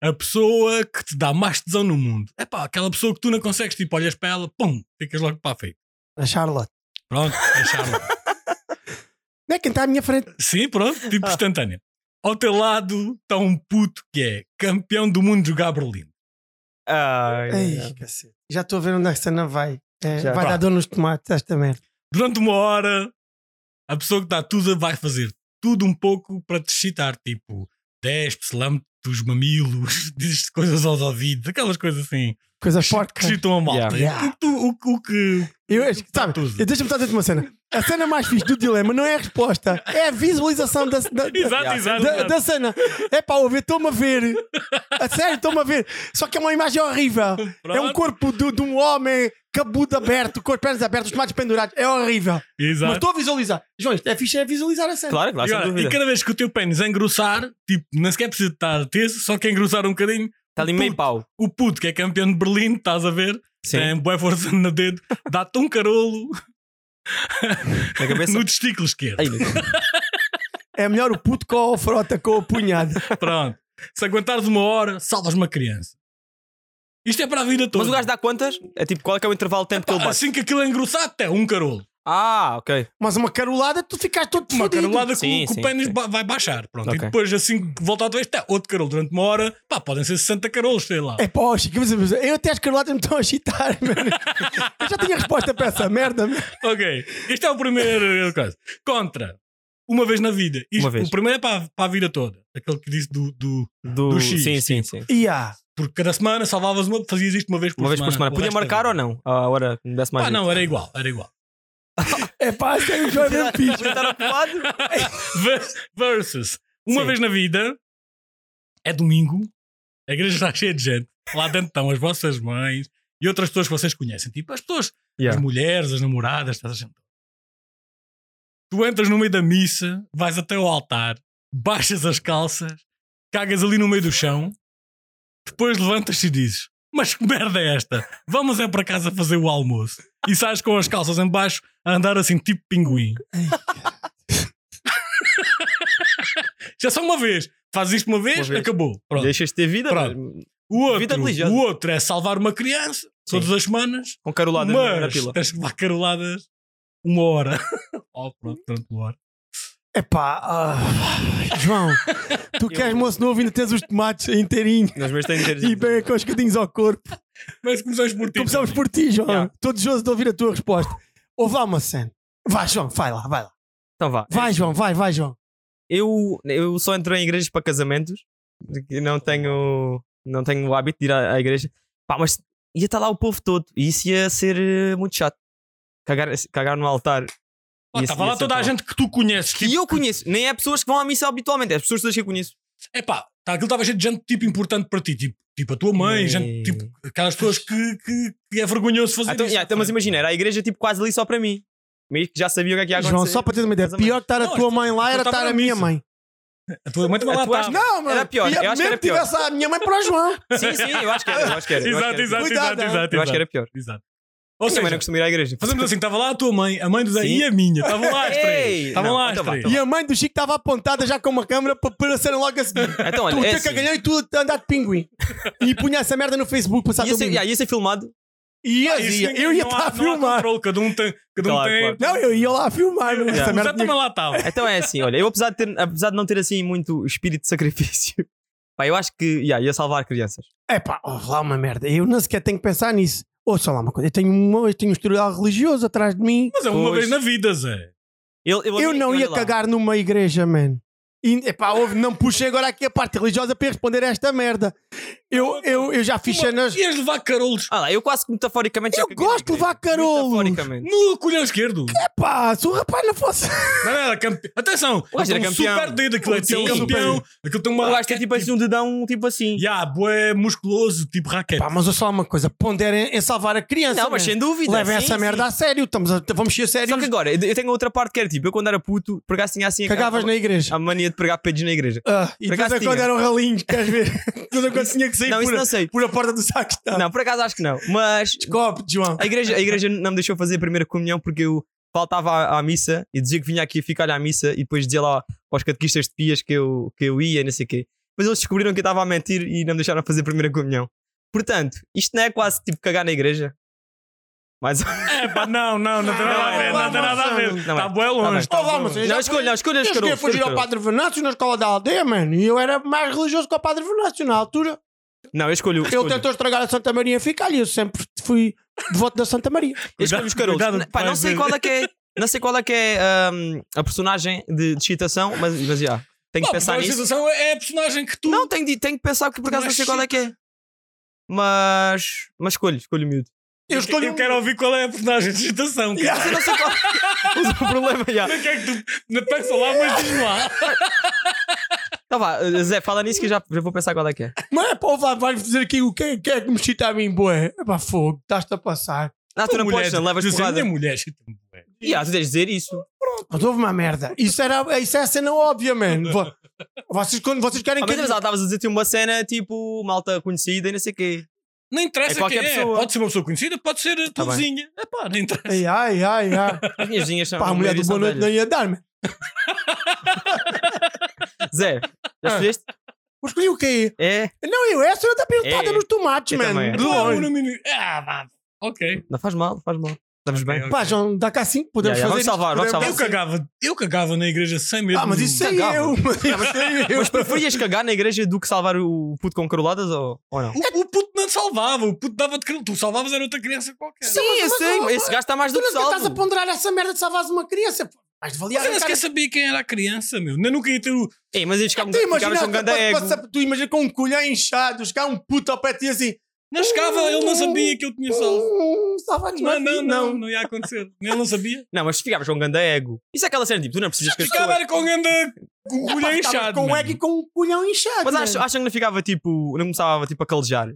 Speaker 2: a pessoa que te dá mais tesão no mundo. É pá, aquela pessoa que tu não consegues, tipo, olhas para ela, pum, ficas logo para a frente.
Speaker 4: A Charlotte.
Speaker 2: Pronto, deixaram.
Speaker 4: Não é quem está à minha frente.
Speaker 2: Sim, pronto, tipo
Speaker 4: Ah.
Speaker 2: instantânea. Ao teu lado está um puto que é campeão do mundo de jogar Berlim. É
Speaker 3: Ai,
Speaker 4: Ei, cacete. Já estou a ver onde a cena vai. É,
Speaker 3: Já.
Speaker 4: vai
Speaker 2: Vá.
Speaker 4: dar dor nos tomates, esta merda.
Speaker 2: Durante uma hora, a pessoa que está tudo vai fazer tudo um pouco para te excitar, tipo, despe-se, lame os mamilos, dizes coisas aos ouvidos, aquelas coisas assim
Speaker 4: Coisa
Speaker 2: que
Speaker 4: porca.
Speaker 2: excitam a malta.
Speaker 4: Yeah.
Speaker 2: O que tu- O, que- o que.
Speaker 4: Eu, acho que-
Speaker 2: Tá
Speaker 4: sabe,
Speaker 2: Tudo.
Speaker 4: deixa-me estar a dizer uma cena. A cena mais fixe do dilema não é a resposta, é a visualização da, da,
Speaker 2: Exato, exato.
Speaker 4: da,
Speaker 2: exato.
Speaker 4: da cena. É pá, ouvir, estou-me a ver. A sério, estou-me a ver. Só que é uma imagem horrível. É um
Speaker 2: Pronto.
Speaker 4: corpo de, de um homem cabudo aberto, com as pernas abertas, os tomates pendurados. É horrível. Mas
Speaker 2: Exato.
Speaker 4: estou a visualizar. João, isto é fixe, é visualizar a cena.
Speaker 3: Claro, claro,
Speaker 2: E,
Speaker 3: Tá sem
Speaker 2: olha, e
Speaker 3: dúvida.
Speaker 2: cada vez que o teu pênis engrossar, tipo, nem sequer precisa de estar teso, só que engrossar um bocadinho,
Speaker 3: Está Tá ali meio pau.
Speaker 2: o puto que é campeão de Berlim, estás a ver?
Speaker 3: Sim,
Speaker 2: tem boa força no dedo, dá-te um carolo
Speaker 3: na cabeça.
Speaker 2: no testículo esquerdo.
Speaker 3: Ei, meu-
Speaker 4: É melhor o puto com a frota, com o punhado.
Speaker 2: Pronto. Se aguentares uma hora, salvas uma criança. Isto é para a vida toda.
Speaker 3: Mas o gajo dá quantas? É tipo, qual é que é o intervalo de tempo que ele bate?
Speaker 2: Assim que aquilo é engrossado, até um carolo.
Speaker 3: Ah, ok.
Speaker 4: Mas uma carolada, tu ficaste todo
Speaker 2: Uma
Speaker 4: fodido.
Speaker 2: carolada que,
Speaker 3: Sim,
Speaker 2: o- que
Speaker 3: sim,
Speaker 2: o pênis
Speaker 3: sim.
Speaker 2: ba- vai baixar. Pronto. E
Speaker 3: Ok.
Speaker 2: depois, assim que volta outra vez, até outro carolo durante uma hora. Pá, podem ser 60 carolos, sei lá.
Speaker 4: É pá, ó, Chico, mas- mas eu até as caroladas me estão a excitar, mano. Eu já tinha resposta para essa merda, mano.
Speaker 2: Ok, este é o primeiro eh, caso. Contra, uma vez na vida. Isto-
Speaker 3: Uma vez.
Speaker 2: O primeiro é para, a- para a vida toda. Aquele que disse do. do-
Speaker 3: Do,
Speaker 2: Do X,
Speaker 3: sim, sim, sim.
Speaker 2: tipo.
Speaker 4: E há.
Speaker 2: porque cada semana salvavas uma, fazias isto uma vez por
Speaker 3: Uma vez
Speaker 2: semana.
Speaker 3: por semana. Podia marcar ou não? A hora que me desse mais.
Speaker 2: Ah, não, era igual, era igual.
Speaker 4: É pá, isso é o João mesmo fixe.
Speaker 3: Podia estar ocupado.
Speaker 2: Ver- Versus, uma
Speaker 3: Sim.
Speaker 2: vez na vida, é domingo, a igreja está cheia de gente. Lá dentro estão as vossas mães e outras pessoas que vocês conhecem. Tipo, as pessoas, as
Speaker 3: Yeah.
Speaker 2: mulheres, as namoradas, estás a gente. Tu entras no meio da missa, vais até ao altar, baixas as calças, cagas ali no meio do chão, depois levantas-te e dizes: Mas que merda é esta? Vamos é para casa fazer o almoço. E sais com as calças em baixo a andar assim, tipo pinguim. Já só uma vez. Fazes isto uma vez,
Speaker 3: Uma vez.
Speaker 2: acabou. Pronto.
Speaker 3: Deixas de ter vida.
Speaker 2: Pronto.
Speaker 3: Pronto.
Speaker 2: O,
Speaker 3: vida
Speaker 2: outro,
Speaker 3: religiosa.
Speaker 2: o outro é salvar uma criança todas as semanas
Speaker 3: Com carolada na- na
Speaker 2: mas
Speaker 3: pila.
Speaker 2: tens que levar caroladas uma hora. oh, pronto, durante uma hora.
Speaker 4: É pá, ah, João, tu que és moço novo ainda tens os tomates inteirinhos
Speaker 3: Nos meus têm de ter.
Speaker 4: e bem com os cadinhos ao corpo.
Speaker 2: Mas começamos por
Speaker 3: Tipo,
Speaker 2: ti.
Speaker 4: Começamos por ti, João.
Speaker 3: Yeah.
Speaker 4: Estou desejoso de ouvir a tua resposta. Houve lá uma cena. Vai, João, vai lá, vai lá.
Speaker 3: Então vá.
Speaker 4: Vai, João, vai, vai, João.
Speaker 3: Eu, eu só entrei em igrejas para casamentos. que Não tenho, não tenho o hábito de ir à, à igreja. Pá, mas ia estar lá o povo todo. E isso ia ser eh, muito chato. Cagar, cagar no altar.
Speaker 2: Pá,
Speaker 3: Ia-
Speaker 2: Estava
Speaker 3: ia
Speaker 2: lá
Speaker 3: ser
Speaker 2: toda a
Speaker 3: tão-
Speaker 2: gente que tu conheces.
Speaker 3: E
Speaker 2: Tipo,
Speaker 3: eu conheço. Nem é pessoas que vão à missa habitualmente. É as pessoas todas que eu conheço.
Speaker 2: epá, tá, aquilo estava cheio de gente tipo importante para ti. Tipo, tipo a tua mãe,
Speaker 3: Ei.
Speaker 2: gente, tipo, aquelas pessoas que, que, que é vergonhoso fazer
Speaker 3: Ah, então,
Speaker 2: isso.
Speaker 3: yeah, então, mas imagina, era a igreja tipo quase ali só para mim. Meio que já sabia o que é que ia acontecer.
Speaker 4: João, só para teres uma ideia,
Speaker 3: Mais ou
Speaker 4: pior que estar
Speaker 2: Não,
Speaker 4: a tua
Speaker 2: isto-
Speaker 4: mãe lá
Speaker 2: isto
Speaker 4: era
Speaker 2: estava
Speaker 4: estar
Speaker 2: na
Speaker 4: a minha
Speaker 2: missa.
Speaker 4: mãe.
Speaker 2: A tua mãe também lá
Speaker 3: A tua-
Speaker 2: tá. estava.
Speaker 4: Não, mano.
Speaker 3: Era pior,
Speaker 4: ia-
Speaker 3: eu acho que
Speaker 4: mesmo
Speaker 3: era pior.
Speaker 4: tivesse a minha mãe para o João.
Speaker 3: Sim, sim, eu acho que era. Eu acho que era, eu acho
Speaker 2: Exato,
Speaker 3: que era.
Speaker 2: exato,
Speaker 4: Cuidado,
Speaker 2: exato,
Speaker 4: hein?
Speaker 2: exato.
Speaker 3: Eu acho que
Speaker 2: exato.
Speaker 3: era pior.
Speaker 2: Exato. Ou
Speaker 3: Minha mãe
Speaker 2: seja,
Speaker 3: não costuma ir à igreja. um tipo,
Speaker 2: fazemos assim: estava lá a tua mãe, a mãe do Zé e a minha. Estavam lá as três.
Speaker 3: Ei,
Speaker 2: Estavam
Speaker 3: não,
Speaker 2: lá as
Speaker 3: então vá,
Speaker 2: três.
Speaker 3: então
Speaker 4: E a mãe do Chico estava apontada já com uma câmera para aparecer logo a seguir.
Speaker 3: Então, olha,
Speaker 4: tu
Speaker 3: é
Speaker 4: é
Speaker 3: assim.
Speaker 4: que ganhar e tu a andar de pinguim. E punha essa merda no Facebook para
Speaker 3: Ia
Speaker 4: o
Speaker 3: ser,
Speaker 4: domingo.
Speaker 3: yeah, ia ser filmado.
Speaker 4: E ia,
Speaker 2: Ah, Isso
Speaker 4: ia,
Speaker 2: ninguém-
Speaker 4: eu ia
Speaker 2: não
Speaker 4: estar
Speaker 2: há-
Speaker 4: a
Speaker 2: não há
Speaker 4: filmar.
Speaker 2: controle, Cada um tem. Cada um
Speaker 3: Claro, claro.
Speaker 2: tem.
Speaker 4: Não, eu ia lá a
Speaker 2: É,
Speaker 4: filmar. mano.
Speaker 3: Yeah.
Speaker 4: Essa
Speaker 2: O Zé
Speaker 4: merda tinha-
Speaker 2: também lá estava.
Speaker 3: Então é assim, olha, eu apesar de, ter, apesar de não ter assim muito espírito de sacrifício, pá, eu acho que yeah, ia salvar crianças.
Speaker 4: É pá, ouve lá uma merda. Eu nem sequer tenho que pensar nisso. Ouça lá uma coisa. Eu tenho, um- eu tenho um historial religioso atrás de mim.
Speaker 2: Mas é uma
Speaker 3: Pois.
Speaker 2: vez na vida, Zé.
Speaker 3: Eu,
Speaker 4: Eu não
Speaker 3: olha
Speaker 4: ia
Speaker 3: lá,
Speaker 4: cagar numa igreja, man. E, epá, ouve, não puxei agora aqui a parte religiosa para responder a esta merda. Eu, eu, eu já fiz cenas.
Speaker 2: Ias levar carolos
Speaker 3: Ah lá, eu quase que metaforicamente já
Speaker 4: Eu
Speaker 3: caguei
Speaker 4: gosto de
Speaker 3: na igreja.
Speaker 4: levar carolos.
Speaker 3: Metaforicamente.
Speaker 2: no colhão esquerdo.
Speaker 4: Epá, se o rapaz não fosse.
Speaker 2: Não, não, era campe... Atenção,
Speaker 3: O gajo
Speaker 2: aquele
Speaker 3: era campeão.
Speaker 2: super dedo, aquilo é tipo
Speaker 3: Sim.
Speaker 2: campeão, aquilo tem uma
Speaker 3: Eu acho que é tipo assim um dedão, tipo assim.
Speaker 2: Ya, bué musculoso, tipo raquete.
Speaker 4: Pá, mas ouça lá uma coisa. Ponderem em salvar a criança.
Speaker 3: Não, mas
Speaker 4: man.
Speaker 3: sem dúvida.
Speaker 4: Levem
Speaker 3: sim,
Speaker 4: essa
Speaker 3: sim.
Speaker 4: merda a sério. Estamos a- vamos ser sérios.
Speaker 3: Só que agora, eu tenho outra parte que era tipo, eu quando era puto, por acaso tinha assim a-
Speaker 4: Cagavas na igreja.
Speaker 3: a mania de pregar pedidos na igreja.
Speaker 4: Ah, e
Speaker 3: Por
Speaker 4: tudo
Speaker 3: acaso
Speaker 4: a quando
Speaker 3: tinha.
Speaker 4: eram ralinhos, queres ver? tudo a quando tinha que sair
Speaker 3: Não, isso
Speaker 4: por, a,
Speaker 3: não sei.
Speaker 4: por a porta do saco. Tá.
Speaker 3: Não, por acaso acho que não. Mas
Speaker 4: Descobre, João.
Speaker 3: a igreja, a igreja não me deixou fazer a primeira comunhão porque eu faltava à, à missa e dizia que vinha aqui ficar à missa e depois dizia lá aos catequistas de pias que eu, que eu ia e não sei o quê. Mas eles descobriram que eu estava a mentir e não me deixaram fazer a primeira comunhão. Portanto, isto não é quase tipo cagar na igreja. Mas
Speaker 2: É, pá, não, não, não tem nada a ver, não tem nada a ver.
Speaker 3: Não,
Speaker 2: Está
Speaker 3: não.
Speaker 2: bué longe.
Speaker 3: Tá
Speaker 2: tá
Speaker 4: bem.
Speaker 2: bué
Speaker 4: Olá, mas
Speaker 2: longe.
Speaker 4: já
Speaker 3: não, escolha, escolha,
Speaker 4: Eu
Speaker 3: escolha.
Speaker 4: queria fugir ao Padre Venâncio na escola da aldeia, mano. E eu era mais religioso que o Padre Venâncio na altura.
Speaker 3: Não, eu escolho.
Speaker 4: Ele
Speaker 3: escolho.
Speaker 4: tentou estragar a Santa Maria e ficar ali. Eu sempre fui devoto da Santa Maria.
Speaker 3: Eu escolho os
Speaker 2: Cuidado,
Speaker 3: carolos.
Speaker 2: cuidado,
Speaker 3: N- pá, não
Speaker 2: vais
Speaker 3: sei
Speaker 2: ver.
Speaker 3: qual é que é, não sei qual é, que é hum, a personagem de, de citação, mas, mas já, tenho que
Speaker 2: Pá,
Speaker 3: pensar
Speaker 2: mas a
Speaker 3: nisso.
Speaker 2: situação é a personagem que tu.
Speaker 3: Não, tenho de, tenho que pensar que por acaso não
Speaker 2: Mas
Speaker 3: sei qual é que é. Mas, mas escolho, escolho o miúdo.
Speaker 4: Eu escolhi
Speaker 3: um-
Speaker 2: Eu quero ouvir qual é a personagem de citação. cara.
Speaker 3: Mas eu não sei qual Mas o problema, já.
Speaker 2: O que é que tu. Não pensa lá, mas diz lá.
Speaker 3: Então vá, Zé, fala nisso que eu já, já vou pensar qual é que é.
Speaker 4: um, Mas, pô, vai, vai dizer aqui o que é que, é que me chita a mim, boé. É pá, fogo, estás-te a passar.
Speaker 3: Ah, tu não podes, não levas
Speaker 2: diz assim,
Speaker 3: porrada.
Speaker 2: Minha mulher, chita-me, bué.
Speaker 3: Já, tu tens de dizer isso.
Speaker 4: Mas houve uma merda. Isso, era, isso é a cena óbvia, mano. Vo- Vocês, quando vocês querem
Speaker 3: Ah,
Speaker 4: que.
Speaker 3: Mas mas, ah, estavas a dizer-te uma cena tipo malta conhecida e não sei o quê.
Speaker 2: Não interessa
Speaker 3: É qualquer
Speaker 2: quem é.
Speaker 3: pessoa.
Speaker 2: Pode ser uma pessoa conhecida, pode ser a tua
Speaker 3: bem.
Speaker 2: vizinha. É pá, não interessa.
Speaker 4: Ai, ai, ai, ai.
Speaker 3: As minhas vizinhas são.
Speaker 4: Pá, a mulher do
Speaker 3: são
Speaker 4: Boa Noite não
Speaker 3: velhas.
Speaker 4: ia dar-me.
Speaker 3: Zé, já
Speaker 2: Ah.
Speaker 3: escolheste?
Speaker 4: Eu escolhi o quê?
Speaker 3: É.
Speaker 4: Não, eu, essa era da pilotada
Speaker 3: É.
Speaker 4: nos tomates,
Speaker 3: Eu também.
Speaker 4: mano. De
Speaker 2: Não,
Speaker 4: longe.
Speaker 2: não me- Ah, vá. Ok.
Speaker 3: Não faz mal, faz mal. Estamos bem.
Speaker 2: Ok,
Speaker 4: Pá,
Speaker 2: ok.
Speaker 4: João, dá cá 5, podemos
Speaker 3: Já, já,
Speaker 4: fazer.
Speaker 3: vamos
Speaker 4: isto,
Speaker 3: salvar, vamos
Speaker 4: podemos-
Speaker 2: Eu
Speaker 3: salvar.
Speaker 2: cagava, eu cagava na igreja sem medo.
Speaker 4: Tá Ah, mas isso sei
Speaker 3: Cagava.
Speaker 4: eu, mas isso sei eu.
Speaker 3: Mas preferias cagar na igreja do que salvar o puto com caroladas ou, ou não?
Speaker 2: O, o puto não te salvava, o puto dava de criança. Tu salvavas era outra criança qualquer.
Speaker 4: Sim, mas- mas- mas-
Speaker 3: esse gajo está mais do
Speaker 4: Tu
Speaker 3: que
Speaker 4: não sequer estás a
Speaker 3: salvo.
Speaker 4: ponderar essa merda de salvares uma criança. pô. Mas de valia
Speaker 2: Você nem sequer sabia quem era a criança, meu. Eu nunca ia ter o.
Speaker 3: Ei, mas isto
Speaker 4: Tu
Speaker 3: ficavas
Speaker 4: Então imagina,
Speaker 3: com um grande
Speaker 4: pa-
Speaker 3: ego.
Speaker 4: passa- tu imagina com um colhão inchado, chegar um puto ao pé de ti assim.
Speaker 2: Não chegava, ele não sabia que eu tinha salvo.
Speaker 4: "Hum, Salvares
Speaker 2: Não,
Speaker 4: uma
Speaker 2: não, não,
Speaker 4: não.
Speaker 2: não ia acontecer. Ele não sabia.
Speaker 3: Não, mas ficavas com um grande ego. Isso é aquela cena, tipo, tu não precisas que as
Speaker 2: Ficava
Speaker 3: pessoas...
Speaker 2: era com anda. com o olho
Speaker 4: Ficavas
Speaker 2: inchado.
Speaker 4: É Com um
Speaker 2: mano.
Speaker 4: ego e com um colhão inchado.
Speaker 3: Mas
Speaker 4: mano.
Speaker 3: acham, acham que não ficava, tipo, não começava, tipo, a calejar?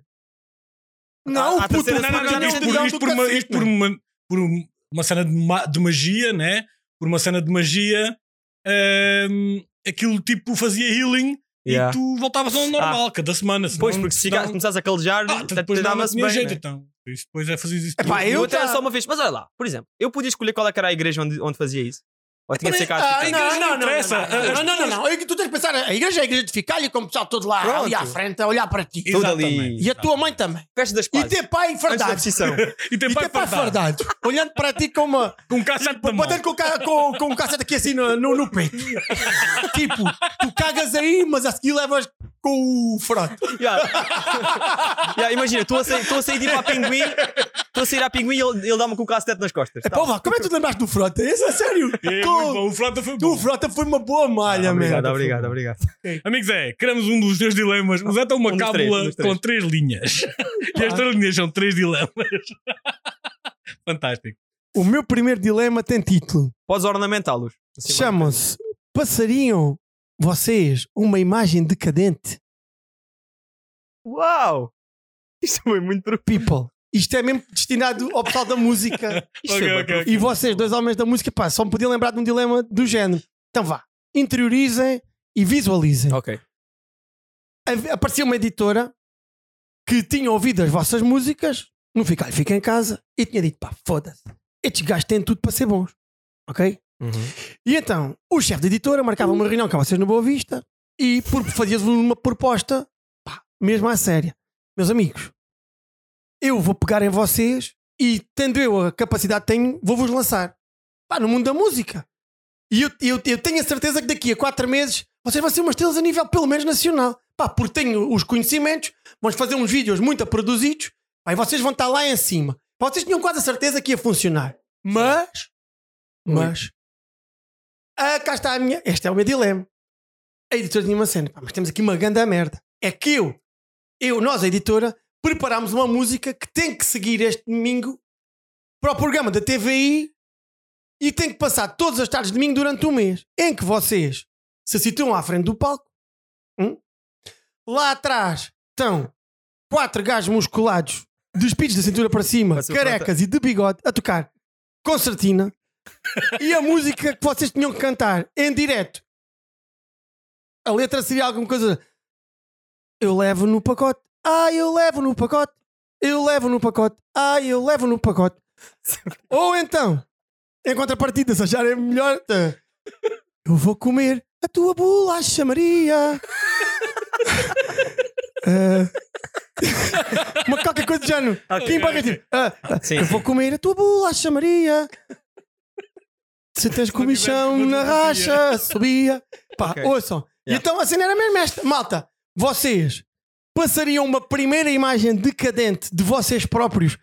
Speaker 4: Não,
Speaker 3: a- a
Speaker 4: o puto
Speaker 3: terceira
Speaker 2: Não, não,
Speaker 3: Já
Speaker 2: não,
Speaker 3: nem
Speaker 2: Tipo, isto
Speaker 3: sei
Speaker 2: por- isto por uma- isto por uma- por um- uma cena de ma- de magia, né? Por uma cena de magia. hum, Aquilo tipo fazia healing e
Speaker 3: Yeah. Ah.
Speaker 2: tu voltavas ao normal, cada semana. senão-
Speaker 3: Pois, porque se
Speaker 2: senão-
Speaker 3: fica- começares a calejar,
Speaker 2: Ah, tu depois
Speaker 3: te
Speaker 2: dava
Speaker 3: dava-se bem.
Speaker 2: tinha jeito,
Speaker 3: né?
Speaker 2: então. Isso depois é fazer isso.
Speaker 4: Epá,
Speaker 2: tudo.
Speaker 4: eu tá-
Speaker 3: Eu até era
Speaker 4: já-
Speaker 3: só uma vez. Mas olha lá, por exemplo, eu podia escolher qual é que era a igreja onde, onde fazia isso. Ou tinha de ser tá? cá
Speaker 4: Ah,
Speaker 3: a
Speaker 2: não,
Speaker 3: ficar.
Speaker 2: igreja não interessa. As
Speaker 4: Não, não, não, não. É que Tu tens de pensar, a igreja é a igreja de ficar e com o pessoal todo lá, ali à
Speaker 3: Pronto.
Speaker 4: frente, a olhar para ti.
Speaker 3: Tudo
Speaker 2: Exatamente.
Speaker 3: ali.
Speaker 4: E a tua mãe também.
Speaker 3: Festa das
Speaker 4: E
Speaker 3: pazes.
Speaker 4: ter pai
Speaker 3: Antes da
Speaker 4: fardado.
Speaker 3: precisão.
Speaker 2: E Um tem
Speaker 4: E
Speaker 2: pai
Speaker 4: ter pai
Speaker 2: fardado.
Speaker 4: fardado. Olhando para ti com uma.
Speaker 2: Com caixa de
Speaker 4: Batendo
Speaker 2: tamanho.
Speaker 4: com, o ca- com, com o cacete aqui assim no, no, no peito. tipo, tu cagas aí, mas a seguir levas com o frote.
Speaker 3: Yeah. Yeah, imagina, estou a sair, estou a sair tipo a pinguim, estou a sair a pinguim e ele, ele dá-me com o cacetete nas costas.
Speaker 4: É pá, vá, como é que tu te lembraste do frota? Isso é sério.
Speaker 2: Tá É,
Speaker 4: Com-
Speaker 2: muito bom. O Frota foi
Speaker 4: o
Speaker 2: bom. Tá,
Speaker 4: frota foi uma boa malha, tá
Speaker 3: Ah,
Speaker 4: man.
Speaker 3: obrigado, obrigado, obrigado.
Speaker 2: Amigo Zé, queremos um dos teus dilemas. O Zé tem uma
Speaker 3: Um dos
Speaker 2: cábula
Speaker 3: três, um dos três.
Speaker 2: com três linhas. e as três linhas são três dilemas. Fantástico.
Speaker 4: O meu primeiro dilema tem título.
Speaker 3: Podes ornamentá-los. Assim,
Speaker 4: Chamam-se Passariam vocês uma imagem decadente?
Speaker 3: mano. Uau! Isto
Speaker 4: é
Speaker 3: foi muito profundo.
Speaker 4: People. Isto é mesmo destinado ao pessoal da música.
Speaker 3: Isto é foi
Speaker 2: Ok,
Speaker 3: bem
Speaker 2: ok,
Speaker 3: profundo.
Speaker 4: E vocês, dois homens da música, pá, só me podiam lembrar de um dilema do género. Então vá, interiorizem e visualizem.
Speaker 3: Ok.
Speaker 4: Hav- Aparecia uma editora que tinha ouvido as vossas músicas, não fica, olha, fica em casa, e tinha dito, pá, foda-se, estes gajos têm tudo para ser bons, ok?
Speaker 3: Uhum.
Speaker 4: E então, o chefe da editora marcava uma reunião com vocês no Boa Vista e por- fazia-vos uma proposta, pá, mesmo à séria. Meus amigos, eu vou pegar em vocês e, tendo eu a capacidade que tenho, vou-vos lançar. Pá, no mundo da música. E eu, eu, eu tenho a certeza que daqui a quatro meses vocês vão ser umas estrelas a nível, pelo menos, nacional. Pá, porque tenho os conhecimentos, vamos fazer uns vídeos muito produzidos, pá, e vocês vão estar lá em cima. Pá, vocês tinham quase a certeza que ia funcionar. Mas... Mas... Ah, cá está a minha. Este é o meu dilema. A editora tinha uma cena. Pá, mas temos aqui uma grande merda. É que eu, eu, nós, a editora, preparámos uma música que tem que seguir este domingo para o programa da TVI e tem que passar todas as tardes de domingo durante um mês. Em que vocês se situam à frente do palco. hum? Lá atrás estão quatro gajos musculados, despidos da cintura para cima,
Speaker 3: Passou a
Speaker 4: carecas e de bigode, a tocar concertina e a música que vocês tinham que cantar em direto, a letra seria alguma coisa. Eu levo no pacote. Ah, eu levo no pacote. Eu levo no pacote. Ah, eu levo no pacote. Ou então, em contrapartida, se acharem melhor, eh, eu vou comer a tua bolacha, Maria. Eh, uma qualquer coisa do género. Quem paga tipo, ah, ah,
Speaker 3: Sim,
Speaker 4: eu
Speaker 3: sim.
Speaker 4: vou comer a tua bolacha, Maria. Se tens comichão
Speaker 2: tivesse
Speaker 4: na
Speaker 2: comido, não podia.
Speaker 4: racha, subia. Pá,
Speaker 3: Ok.
Speaker 4: ouçam. E
Speaker 3: Yeah.
Speaker 4: Então a cena era mesmo esta. Malta, vocês passariam uma primeira imagem decadente de vocês próprios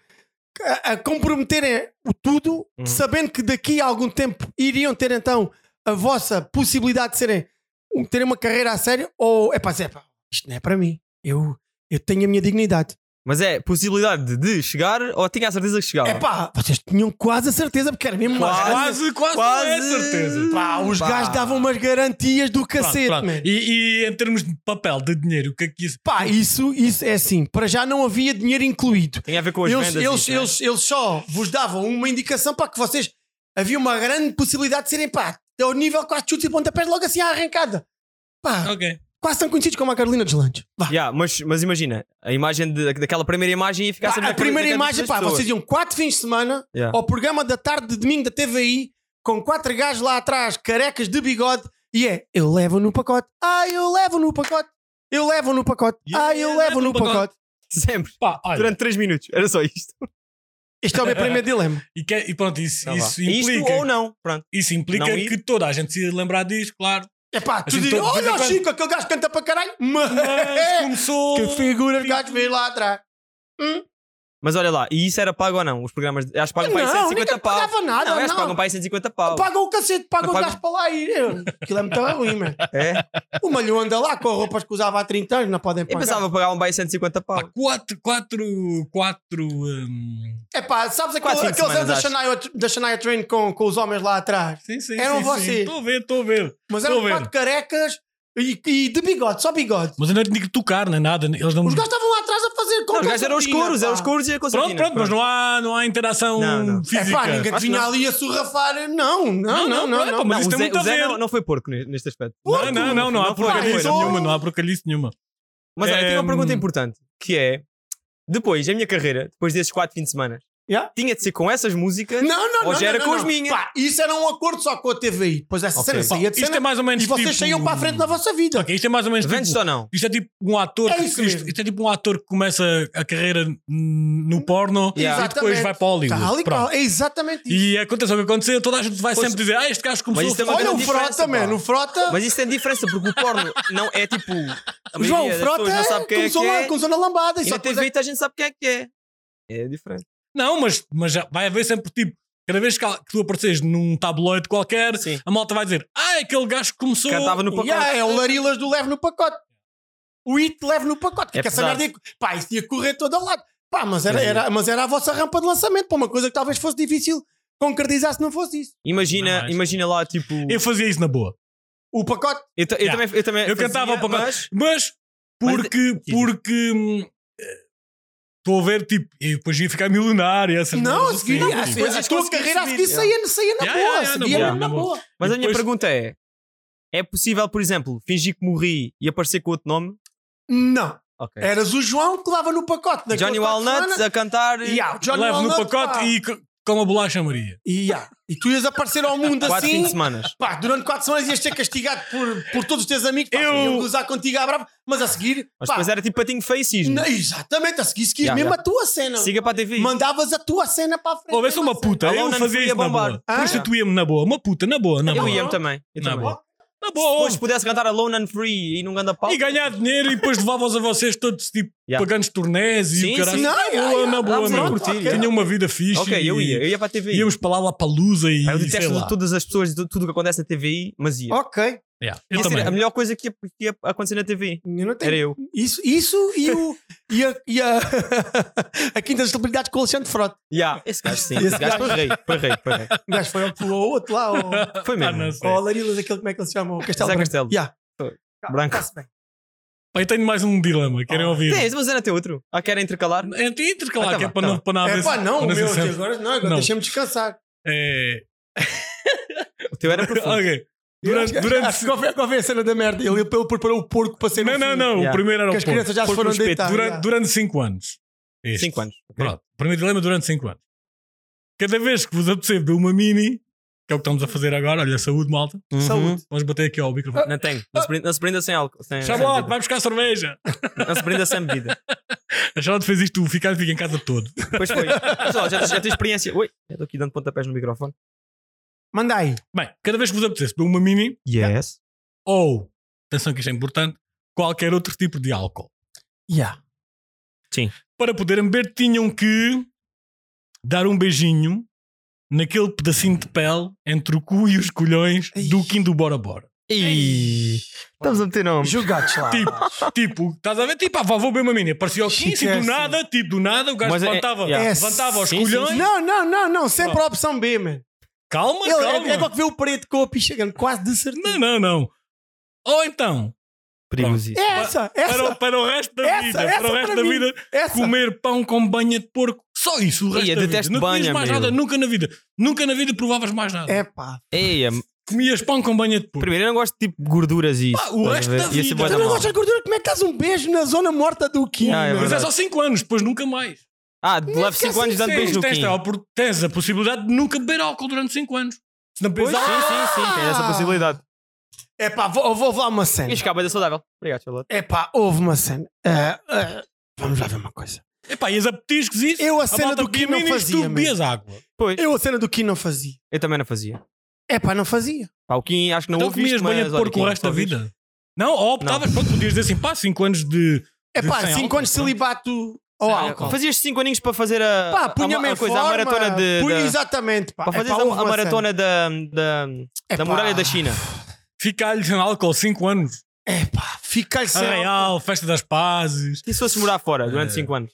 Speaker 4: a, a comprometerem o tudo,
Speaker 3: Uhum.
Speaker 4: sabendo que daqui a algum tempo iriam ter então a vossa possibilidade de serem um- terem uma carreira a sério ou é pá, Zé, pá, isto não é para mim. Eu, eu tenho a minha dignidade.
Speaker 3: Mas é possibilidade de- de chegar ou tinha a certeza que chegava?
Speaker 4: É pá, vocês tinham quase a certeza porque era mesmo uma
Speaker 3: Quase.
Speaker 2: Quase,
Speaker 4: grande-
Speaker 2: quase,
Speaker 3: Quase.
Speaker 2: não é certeza.
Speaker 4: Pá, os gajos davam umas garantias do
Speaker 2: Pronto,
Speaker 4: cacete,
Speaker 2: pronto.
Speaker 4: É man.
Speaker 2: E, e em termos de papel, de dinheiro, o que é que isso.
Speaker 4: Pá, isso, isso é assim. Para já não havia dinheiro incluído.
Speaker 3: Tem a ver com as
Speaker 4: Eles,
Speaker 3: vendas.
Speaker 4: eles,
Speaker 3: isso, né?
Speaker 4: eles, eles só vos davam uma indicação para que vocês. Havia uma grande possibilidade de serem, pá, ao nível quase chutes e pontapés logo assim à arrancada. Pá,
Speaker 2: Ok.
Speaker 4: quase tão conhecidos como a Carolina dos Lanches. Vá.
Speaker 3: Yeah, mas, mas imagina, a imagem de- daquela primeira imagem ia ficar
Speaker 4: Pá,
Speaker 3: sempre
Speaker 4: a
Speaker 3: na cara-
Speaker 4: primeira
Speaker 3: na cara
Speaker 4: imagem,
Speaker 3: das
Speaker 4: pá,
Speaker 3: pessoas.
Speaker 4: vocês iam quatro fins de semana
Speaker 3: Yeah.
Speaker 4: ao programa da tarde de domingo da TVI com quatro gajos lá atrás, carecas de bigode, e é eu levo no pacote, ah, eu levo no pacote, eu levo no pacote, ah, eu levo no pacote.
Speaker 3: Sempre.
Speaker 2: Pá, olha,
Speaker 3: Durante 3 minutos. Era só isto.
Speaker 4: Este é o meu primeiro dilema.
Speaker 2: e, que- é- e pronto, isso,
Speaker 3: Tá
Speaker 2: isso
Speaker 3: vá.
Speaker 2: implica,
Speaker 3: Isto ou não. Pronto.
Speaker 2: isso implica
Speaker 3: Não ir?
Speaker 2: que toda a gente se ia lembrar disso, claro.
Speaker 4: É pá,
Speaker 2: A
Speaker 4: tu
Speaker 2: gente
Speaker 4: dizes,
Speaker 2: todo- de vez
Speaker 4: olha
Speaker 2: em
Speaker 4: o
Speaker 2: quando-
Speaker 4: Chico, aquele gajo que canta para caralho, mas
Speaker 2: Mas começou.
Speaker 4: É! que figura de gajo veio lá atrás.
Speaker 3: Mas olha lá, e isso era pago ou não? Os programas. de- Acho que pagam para aí
Speaker 4: Não,
Speaker 3: 150
Speaker 4: ninguém
Speaker 3: pau.
Speaker 4: pagava nada,
Speaker 3: não,
Speaker 4: não. é,
Speaker 3: eles pagam para aí 150 pau.
Speaker 4: Pagam o cacete, pagam
Speaker 3: Não
Speaker 4: o
Speaker 3: pagam-
Speaker 4: gajo para lá ir. Eu- Aquilo é muito ruim, mano.
Speaker 3: É?
Speaker 4: O malho anda lá com roupas que usava há 30 anos, não podem
Speaker 3: Eu
Speaker 4: pagar.
Speaker 3: pensava que pagavam para aí 150
Speaker 2: Pá,
Speaker 3: pau.
Speaker 2: quatro, quatro, quatro. hum,
Speaker 4: É pá, sabes aquele,
Speaker 3: Quatro, cinco
Speaker 4: aqueles anos da
Speaker 3: semanas,
Speaker 4: Shania, da Shania Train com, com os homens lá atrás?
Speaker 2: Sim, sim,
Speaker 4: Eram
Speaker 2: sim,
Speaker 4: vocês.
Speaker 2: sim. Estou a ver, estou a ver.
Speaker 4: Mas
Speaker 2: Estou
Speaker 4: eram
Speaker 2: a ver.
Speaker 4: quatro carecas e, e de bigode, só bigode.
Speaker 2: Mas eu não tinha que tocar, nem nada. Eles não...
Speaker 4: Os gajos estavam lá atrás a fazer com
Speaker 3: Não, Os gajos eram os
Speaker 4: concertina,
Speaker 3: couros,
Speaker 4: pá.
Speaker 3: eram os couros e a
Speaker 2: Pronto,
Speaker 3: concertina.
Speaker 2: pronto, mas não há, não há interação
Speaker 3: Não, não.
Speaker 4: É
Speaker 2: física.
Speaker 4: pá, ninguém
Speaker 3: Acho
Speaker 4: te vinha
Speaker 3: não.
Speaker 4: ali a surrafar. Não, não, não, não. não,
Speaker 2: pronto, Mas
Speaker 3: Não, é,
Speaker 2: isto
Speaker 3: o
Speaker 2: tem
Speaker 3: Zé-
Speaker 2: muito a
Speaker 3: o Zé
Speaker 2: ver.
Speaker 3: não- não foi porco ne- neste aspecto.
Speaker 2: Não, não, não, não há
Speaker 3: Não foi, não
Speaker 2: porcalhice
Speaker 4: foi.
Speaker 2: nenhuma, não há porcalhice nenhuma.
Speaker 3: Mas olha, eu tenho uma
Speaker 2: Em-
Speaker 3: pergunta importante, que é, depois, a minha carreira, depois desses 4 fins de semana,
Speaker 4: Yeah.
Speaker 3: tinha de ser com essas músicas?
Speaker 4: Não, não,
Speaker 3: Ou
Speaker 4: não.
Speaker 3: já era
Speaker 4: não,
Speaker 3: com
Speaker 4: não.
Speaker 3: as minhas.
Speaker 4: Pá, isso era um acordo só com a TVI. Depois essa
Speaker 3: Ok.
Speaker 2: Pá,
Speaker 4: cena saía de
Speaker 2: isto
Speaker 4: cena
Speaker 2: é mais ou menos
Speaker 4: e vocês
Speaker 2: tipo...
Speaker 4: saíam para a frente na vossa vida.
Speaker 2: Ok, isto é mais ou menos
Speaker 3: Vendes
Speaker 2: tipo...
Speaker 3: ou não?
Speaker 2: Isto é tipo um ator,
Speaker 4: É
Speaker 2: que-
Speaker 4: isso
Speaker 2: isto,
Speaker 4: mesmo.
Speaker 2: isto é tipo um ator que começa a carreira hum, no porno
Speaker 3: Yeah.
Speaker 2: e depois
Speaker 4: Exatamente.
Speaker 2: vai para Hollywood.
Speaker 4: Tal e
Speaker 2: Pronto.
Speaker 4: qual, É exatamente isso.
Speaker 2: E acontece o que aconteceu, toda a gente vai
Speaker 3: Pois-
Speaker 2: sempre dizer: Ah, este gajo começou
Speaker 3: Mas
Speaker 2: a
Speaker 3: isto é
Speaker 2: fazer.
Speaker 3: uma
Speaker 4: Olha o
Speaker 3: grande diferença,
Speaker 4: Frota,
Speaker 3: pá.
Speaker 4: mano. O Frota.
Speaker 3: Mas isso tem diferença, porque o porno não é tipo... a
Speaker 4: o João, o
Speaker 3: maioria das
Speaker 4: Frota
Speaker 3: pessoas não sabe quem é
Speaker 4: começou
Speaker 3: que
Speaker 4: lá,
Speaker 3: é,
Speaker 4: começou na lambada. E
Speaker 3: e
Speaker 4: só
Speaker 3: na
Speaker 4: depois
Speaker 3: TV
Speaker 4: é
Speaker 3: a gente sabe quem é que é. É diferente.
Speaker 2: Não, mas, mas já vai haver sempre tipo: cada vez que há- que tu apareces num tabloide qualquer,
Speaker 3: Sim.
Speaker 2: a malta vai dizer: Ah, é aquele gajo que começou.
Speaker 3: Cantava no pacote.
Speaker 4: Yeah, é o Larilas do Leve no Pacote. O It leve no pacote.
Speaker 3: É
Speaker 4: Porque essa
Speaker 3: pesado.
Speaker 4: merda ia, pá, isso ia correr todo ao lado. Pá, mas era,
Speaker 3: Pois é.
Speaker 4: era- mas era a vossa rampa de lançamento para uma coisa que talvez fosse difícil concretizar se não fosse isso.
Speaker 2: Não é
Speaker 3: Imagina,
Speaker 2: mais.
Speaker 3: imagina lá, tipo...
Speaker 2: Eu fazia isso na boa.
Speaker 4: O pacote.
Speaker 3: Eu, ta- eu
Speaker 2: Yeah.
Speaker 3: também, eu também
Speaker 2: Eu cantava
Speaker 3: fazia,
Speaker 2: o pacote.
Speaker 3: mas-
Speaker 2: Mas,
Speaker 3: Mas- é,
Speaker 2: porque. porque. hum, eh, Estou a ver, tipo, e depois ia ficar milionário. essas
Speaker 4: Não, a
Speaker 2: merdas
Speaker 4: seguir,
Speaker 2: assim,
Speaker 4: a,
Speaker 2: tipo.
Speaker 4: seguir- a
Speaker 3: Depois
Speaker 4: tua
Speaker 3: conseguias
Speaker 4: carreira a
Speaker 3: subir.
Speaker 4: seguir saía, saía na
Speaker 2: Yeah,
Speaker 4: boa.
Speaker 2: yeah, yeah,
Speaker 4: seguia
Speaker 2: na boa,
Speaker 4: mesmo na
Speaker 2: na boa.
Speaker 4: boa.
Speaker 3: Mas
Speaker 2: E
Speaker 3: a minha
Speaker 2: depois-
Speaker 3: pergunta é: É possível, por exemplo, fingir que morri e aparecer com outro nome?
Speaker 4: Não.
Speaker 3: Ok.
Speaker 2: É,
Speaker 4: Eras o João que levava no pacote. naquele
Speaker 3: É. Johnny
Speaker 4: pacote de
Speaker 3: Walnut
Speaker 4: semana.
Speaker 3: a cantar.
Speaker 4: E há, o Johnny
Speaker 2: Levo no
Speaker 4: Walnut,
Speaker 2: pacote
Speaker 4: pá.
Speaker 2: e co- como a bolacha Maria.
Speaker 4: E, há. e tu ias aparecer ao mundo
Speaker 3: Quatro
Speaker 4: assim.
Speaker 3: fins de semanas.
Speaker 4: Pá, durante 4 semanas ias ser castigado por, por todos os teus amigos. Pá,
Speaker 2: Eu-
Speaker 4: iam gozar contigo à brava. Mas a seguir.
Speaker 3: Mas
Speaker 4: pá,
Speaker 3: depois era tipo patinho feio e cisne.
Speaker 4: não, exatamente, a seguir seguias
Speaker 3: Yeah,
Speaker 4: mesmo
Speaker 3: yeah.
Speaker 4: a tua cena.
Speaker 3: Siga para a TV.
Speaker 4: Mandavas a tua cena para a frente.
Speaker 2: Ou oh, eu sou uma puta,
Speaker 3: Alone
Speaker 2: eu
Speaker 3: and
Speaker 2: fazia
Speaker 3: free
Speaker 2: isso
Speaker 3: a
Speaker 2: na
Speaker 3: bombar.
Speaker 2: boa.
Speaker 4: Ah.
Speaker 2: Prostituía-me na boa, uma puta, na boa, na
Speaker 3: eu
Speaker 2: boa.
Speaker 3: ia-me também. Eu
Speaker 2: Na
Speaker 3: também.
Speaker 2: boa. Na boa,
Speaker 3: Depois
Speaker 2: ouve.
Speaker 3: pudesse cantar Alone and Free e não ganda pau.
Speaker 2: E ganhar dinheiro e depois levava-os a vocês todos tipo
Speaker 3: Yeah.
Speaker 2: pagando turnés e
Speaker 3: Sim,
Speaker 2: o caralho.
Speaker 3: sim.
Speaker 4: Não,
Speaker 2: na
Speaker 4: yeah,
Speaker 2: boa,
Speaker 4: yeah.
Speaker 2: na boa,
Speaker 3: Vamos
Speaker 2: meu.
Speaker 3: a curtir,
Speaker 2: Tinha
Speaker 3: yeah.
Speaker 2: uma vida fixe.
Speaker 3: Ok, eu ia. Eu ia para a TV.
Speaker 2: Íamos para lá, lá para a Lusa e.
Speaker 3: Pá, Eu
Speaker 2: sei
Speaker 3: detesto
Speaker 2: lá.
Speaker 3: todas as pessoas, de tudo o que acontece na TVI, mas ia.
Speaker 4: Ok.
Speaker 2: Yeah,
Speaker 3: Ia
Speaker 2: Eu
Speaker 3: ser
Speaker 2: também.
Speaker 3: a melhor coisa que ia, que ia acontecer na TVI.
Speaker 4: Eu não tenho
Speaker 3: Era eu.
Speaker 4: Isso, isso e, o, e, a, e a, a Quinta das Celebridades com o Alexandre Frota.
Speaker 3: Ya, Esse gajo sim.
Speaker 4: Esse
Speaker 3: Esse gajo foi rei. Foi rei, foi rei.
Speaker 4: O gajo foi ao pulou ao outro lá, ao, ao
Speaker 3: Foi
Speaker 2: Ah, não
Speaker 3: mesmo.
Speaker 2: sei.
Speaker 4: Larilas, aquele como é que ele se chama? O Castelo
Speaker 3: Zé
Speaker 4: Branco.
Speaker 3: Castelo.
Speaker 4: Yeah.
Speaker 3: Branco.
Speaker 4: Tá-se bem.
Speaker 2: Pá, eu tenho mais um dilema, querem ouvir?
Speaker 3: Ah. Tens, mas era até outro. Ah, querem intercalar?
Speaker 2: Entre, entre,
Speaker 3: Ah,
Speaker 2: claro,
Speaker 3: tá
Speaker 2: que é
Speaker 3: bem,
Speaker 2: para
Speaker 3: tá
Speaker 2: não
Speaker 3: bem.
Speaker 2: para não haver-
Speaker 4: É pá, não,
Speaker 2: para
Speaker 4: meu,
Speaker 2: ser sempre-
Speaker 4: agora não, agora
Speaker 2: Não.
Speaker 4: deixa-me descansar.
Speaker 2: É,
Speaker 3: O teu
Speaker 4: É
Speaker 3: era profundo.
Speaker 2: ok. Durante, durante,
Speaker 4: Qual foi, qual foi a cena da merda? Ele, ele preparou o porco para ser
Speaker 2: não,
Speaker 4: um
Speaker 2: não,
Speaker 4: filho.
Speaker 2: não.
Speaker 3: Yeah.
Speaker 2: O primeiro era o
Speaker 4: Que as
Speaker 2: porco.
Speaker 4: crianças já se
Speaker 3: Porco
Speaker 4: foram
Speaker 3: no espeto.
Speaker 4: deitar.
Speaker 2: Durante,
Speaker 4: yeah.
Speaker 2: durante 5 anos. Este.
Speaker 3: 5 anos.
Speaker 2: Pronto. Primeiro dilema durante 5 anos. Cada vez que vos apetecer beber uma mini, que é o que estamos a fazer agora, olha, saúde, malta.
Speaker 3: Uhum.
Speaker 4: Saúde.
Speaker 2: Vamos bater aqui ao microfone.
Speaker 3: Não tenho. Não se brinda, não se brinda sem álcool. Sem, sem
Speaker 2: Charlotte,
Speaker 3: bebida.
Speaker 2: vai buscar cerveja.
Speaker 3: Não se brinda sem bebida.
Speaker 2: A Charlotte fez isto, ficar fica em casa todo.
Speaker 3: Pois foi. Mas, ó, já, tens- já tens experiência. Ui, já estou aqui dando pontapés no microfone.
Speaker 4: Manda aí.
Speaker 2: Bem, cada vez que vos apetecesse beber uma mini,
Speaker 3: Yes.
Speaker 2: ou, atenção que isto é importante, qualquer outro tipo de álcool.
Speaker 4: Yeah.
Speaker 2: para poderem beber, tinham que dar um beijinho naquele pedacinho de pele entre o cu e os colhões
Speaker 4: Ai.
Speaker 2: do Kim do Bora Bora.
Speaker 3: E... Estamos a meter nome.
Speaker 4: Julgados lá.
Speaker 2: Tipo, tipo, estás a ver? Tipo, ah, vá, vou beber uma mina. Parecia o Kim,
Speaker 4: Esquece.
Speaker 2: tipo, do nada, tipo, do nada, o gajo
Speaker 3: Mas é-
Speaker 2: levantava,
Speaker 3: yeah.
Speaker 4: É,
Speaker 2: levantava os
Speaker 3: sim, sim,
Speaker 2: colhões.
Speaker 3: sim.
Speaker 4: Não, não, não, não. Sempre
Speaker 2: Não.
Speaker 4: a opção B, man.
Speaker 2: Calma,
Speaker 4: Ele
Speaker 2: calma.
Speaker 4: é, é igual que vê o preto com a picha grande, quase de
Speaker 2: Não,
Speaker 4: certeza.
Speaker 2: não, não. Ou então,
Speaker 4: É essa, essa.
Speaker 2: para, o- para o resto da
Speaker 4: Essa,
Speaker 2: vida,
Speaker 4: essa
Speaker 2: para o resto
Speaker 4: para
Speaker 2: da
Speaker 4: mim.
Speaker 2: vida,
Speaker 4: essa.
Speaker 2: um comer pão com banha de porco. Só isso, o resto
Speaker 3: Ia,
Speaker 2: da vida.
Speaker 3: detesto
Speaker 2: Não comias
Speaker 3: banha,
Speaker 2: mais
Speaker 3: meu.
Speaker 2: nada, nunca na vida. Nunca na vida provavas mais nada.
Speaker 4: É pá.
Speaker 3: Eia,
Speaker 2: Comias pão com banha de porco.
Speaker 3: primeiro eu não gosto de tipo gorduras e isso.
Speaker 2: Pá, o
Speaker 3: Estás a
Speaker 2: resto
Speaker 3: ver?
Speaker 2: da
Speaker 3: Ia ser
Speaker 2: vida.
Speaker 3: bué
Speaker 4: Tu
Speaker 3: da
Speaker 4: não
Speaker 3: mal.
Speaker 4: gostas de gordura? Como é que dás um beijo na zona morta do Kim?
Speaker 3: Ah, é
Speaker 4: meu?
Speaker 2: Mas é
Speaker 3: verdade.
Speaker 2: só 5 anos, depois nunca mais.
Speaker 3: Ah, levo 5 anos dando beijo
Speaker 2: Tens,
Speaker 3: no
Speaker 2: tens,
Speaker 3: Kim.
Speaker 2: a opor- tens a possibilidade de nunca beber álcool durante 5 anos. Se não
Speaker 3: Pois,
Speaker 2: bebes
Speaker 3: sim,
Speaker 2: álcool,
Speaker 3: sim, sim, tem essa possibilidade.
Speaker 4: É pá, vou, vou lá uma cena.
Speaker 3: Isto acaba de saudável. Obrigado, Charlotte.
Speaker 4: É pá, houve uma cena. Ah, ah, vamos lá ver uma coisa.
Speaker 2: epá, ias a petiscos isso. Ah,
Speaker 4: Eu a cena
Speaker 2: malta
Speaker 4: do Kim
Speaker 2: bebia
Speaker 4: não
Speaker 2: minis,
Speaker 4: fazia.
Speaker 2: Tu
Speaker 4: meu.
Speaker 2: bebias água.
Speaker 3: Pois, eu,
Speaker 4: Eu a cena do Kim não fazia.
Speaker 3: também não fazia.
Speaker 4: É pá, não fazia.
Speaker 3: Pá, o Kim acho que não
Speaker 2: Então
Speaker 3: ouvi
Speaker 2: comias
Speaker 3: isto,
Speaker 2: banha
Speaker 3: mas
Speaker 2: de
Speaker 3: olha,
Speaker 2: porco o
Speaker 3: Kim,
Speaker 2: resto da
Speaker 3: talvez.
Speaker 2: vida. Não, ou optavas, pronto, podias dizer assim, pá, 5 anos de.
Speaker 4: É pá,
Speaker 2: Sem álcool,
Speaker 4: 5 anos de
Speaker 3: então.
Speaker 2: pronto.
Speaker 4: celibato ao álcool.
Speaker 3: Fazias 5 aninhos para fazer a,
Speaker 4: Pá,
Speaker 3: a-
Speaker 4: punha-me
Speaker 3: a,
Speaker 4: em
Speaker 3: a coisa,
Speaker 4: forma.
Speaker 3: a maratona de...
Speaker 4: punha-
Speaker 3: da-
Speaker 4: Exatamente, pá.
Speaker 3: Para
Speaker 4: É
Speaker 3: fazeres
Speaker 4: pá,
Speaker 3: a-
Speaker 4: houve
Speaker 3: a,
Speaker 4: uma
Speaker 3: maratona da, da,
Speaker 4: cena. É
Speaker 3: da
Speaker 4: pá,
Speaker 3: muralha da China.
Speaker 2: Ficar-lhe sem álcool 5 anos.
Speaker 4: É pá, fica-lhe sem álcool.
Speaker 2: Arraial, festa das pazes.
Speaker 3: E se fosse morar fora durante 5 anos?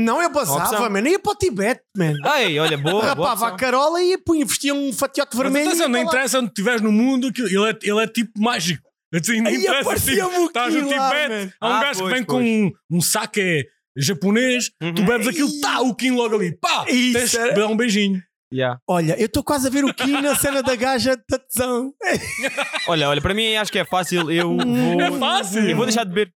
Speaker 4: Não, eu basava,
Speaker 3: opção.
Speaker 4: man. Eu ia para o Tibete, man.
Speaker 3: Ei, olha, boa, boa
Speaker 4: Rapava
Speaker 3: opção.
Speaker 4: a carola e punha, vestia um fatiote
Speaker 2: Mas
Speaker 4: vermelho.
Speaker 2: atenção,
Speaker 4: e
Speaker 2: não
Speaker 4: ia para lá.
Speaker 2: interessa onde estiveres no mundo, aquilo- ele é, ele é tipo mágico. Eu disse, não
Speaker 4: Aí
Speaker 2: interessa,
Speaker 4: aparecia
Speaker 2: tipo,
Speaker 4: o
Speaker 3: Tá
Speaker 2: estás no
Speaker 4: Kim lá,
Speaker 2: Tibete, há um
Speaker 3: man. Ah,
Speaker 2: gajo que
Speaker 3: pois,
Speaker 2: vem com
Speaker 3: pois.
Speaker 2: um, um saque japonês, tu
Speaker 3: Uhum.
Speaker 2: bebes aquilo, tá, o Kim logo ali, pá,
Speaker 4: Isso,
Speaker 2: tens que
Speaker 4: era-
Speaker 2: dar um beijinho.
Speaker 3: Yeah.
Speaker 4: Olha, eu estou quase a ver o Kim na cena da gaja de tatesão.
Speaker 3: Olha, olha, para mim acho que é fácil. Eu
Speaker 2: É
Speaker 3: vou,
Speaker 2: fácil.
Speaker 3: eu vou deixar de beber.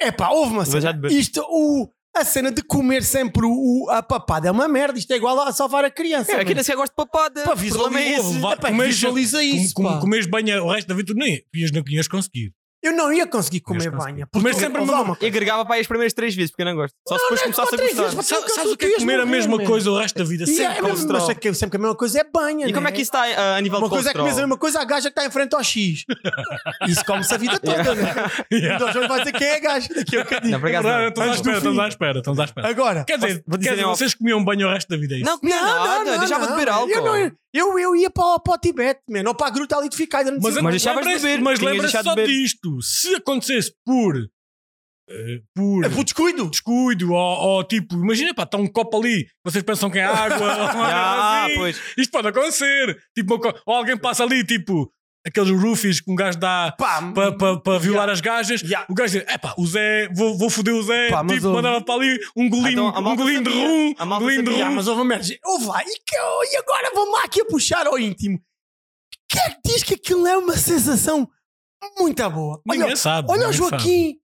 Speaker 4: É pá, houve uma
Speaker 3: Vou já
Speaker 4: cena.
Speaker 3: de beber.
Speaker 4: Isto, o, a cena de comer sempre o, o- a papada é uma merda. Isto é igual a salvar a criança.
Speaker 3: É,
Speaker 4: mano.
Speaker 3: aqui nem sequer gosto de papada.
Speaker 4: Pá,
Speaker 3: O problema é
Speaker 4: visualiza,
Speaker 3: esse.
Speaker 2: Vá,
Speaker 4: é pá,
Speaker 2: comer-
Speaker 4: visualiza isso.
Speaker 2: Com,
Speaker 4: pá.
Speaker 2: com, comes banha o resto da vida, tu nem ias, não ias conseguir.
Speaker 4: Eu não ia conseguir comer
Speaker 2: Ias conseguir.
Speaker 4: banha.
Speaker 2: Comer sempre
Speaker 4: houve
Speaker 2: a
Speaker 4: lá
Speaker 2: mesma-
Speaker 4: uma
Speaker 3: Eu
Speaker 4: coisa.
Speaker 3: gregava para aí as primeiras 3 vezes, porque eu não gosto. Só se depois começasse a
Speaker 4: três
Speaker 3: gostar.
Speaker 4: vezes,
Speaker 2: Sabes,
Speaker 4: tu-
Speaker 2: sabes o
Speaker 4: tu
Speaker 2: que é
Speaker 4: ias
Speaker 2: comer a
Speaker 4: morrer,
Speaker 2: mesma
Speaker 4: man.
Speaker 2: coisa o resto da vida?
Speaker 4: E é,
Speaker 2: Sempre
Speaker 4: é mesmo, mas
Speaker 2: colesterol.
Speaker 4: é que sempre a mesma coisa é banha.
Speaker 3: E como é
Speaker 4: né?
Speaker 3: que isso está ah, a nível
Speaker 4: Uma
Speaker 3: de
Speaker 4: coisa é comer a
Speaker 3: colesterol?
Speaker 4: mesma coisa à gaja que está em frente ao X. Isso come-se a vida toda, né?
Speaker 2: Yeah.
Speaker 4: Então a gente vai dizer quem é a gaja daqui a bocadinho.
Speaker 3: Não, por acaso
Speaker 2: Verdade,
Speaker 3: não.
Speaker 2: Estamos à
Speaker 4: Antes do
Speaker 2: espera, estamos
Speaker 4: fim.
Speaker 2: à espera, estamos à espera.
Speaker 4: Agora.
Speaker 2: Quer dizer,
Speaker 3: vou dizer
Speaker 2: quer dizer
Speaker 3: em off.
Speaker 2: vocês comiam banho o resto da vida, é isso?
Speaker 3: Não, comia nada, deixava de beber
Speaker 4: não.
Speaker 3: álcool.
Speaker 4: Eu, não ia- eu, eu ia para, o- para o Tibete, man, ou para a gruta ali de ficar.
Speaker 2: Mas,
Speaker 3: Mas deixavas de
Speaker 2: lembra-se-
Speaker 3: beber,
Speaker 2: Mas
Speaker 3: tinhas
Speaker 2: lembra-se
Speaker 3: deixado
Speaker 2: só
Speaker 3: de beber.
Speaker 2: disto. Se acontecesse por. eh, por.
Speaker 4: É por descuido.
Speaker 2: descuido, ou, ou tipo, imagina, pá, está um copo ali, vocês pensam que é água, ou uma merda
Speaker 3: Ah,
Speaker 2: assim.
Speaker 3: pois.
Speaker 2: isto pode acontecer. Tipo, uma co- ou alguém passa ali, tipo, aqueles roofies que um gajo dá
Speaker 4: Pá,
Speaker 2: para violar as gajas,
Speaker 4: Yeah.
Speaker 2: o gajo diz, é pá, o Zé, vou, vou foder o Zé,
Speaker 4: Pá, mas
Speaker 2: tipo,
Speaker 4: ouve.
Speaker 2: mandava para ali um golinho,
Speaker 3: Então, a
Speaker 2: um
Speaker 3: malta
Speaker 2: golinho de
Speaker 3: sabia.
Speaker 2: rum,
Speaker 3: A
Speaker 2: um
Speaker 3: malta
Speaker 2: golinho de
Speaker 3: sabia.
Speaker 4: Já,
Speaker 2: rum.
Speaker 4: mas houve uma merda. Ouve lá, e, que- e agora vou-me lá aqui a puxar ao íntimo. Quem é que diz que aquilo é uma sensação muito boa?
Speaker 2: Ninguém
Speaker 4: Olha,
Speaker 2: sabe.
Speaker 3: Tá
Speaker 4: olha o
Speaker 2: ninguém sabe.
Speaker 4: Joaquim.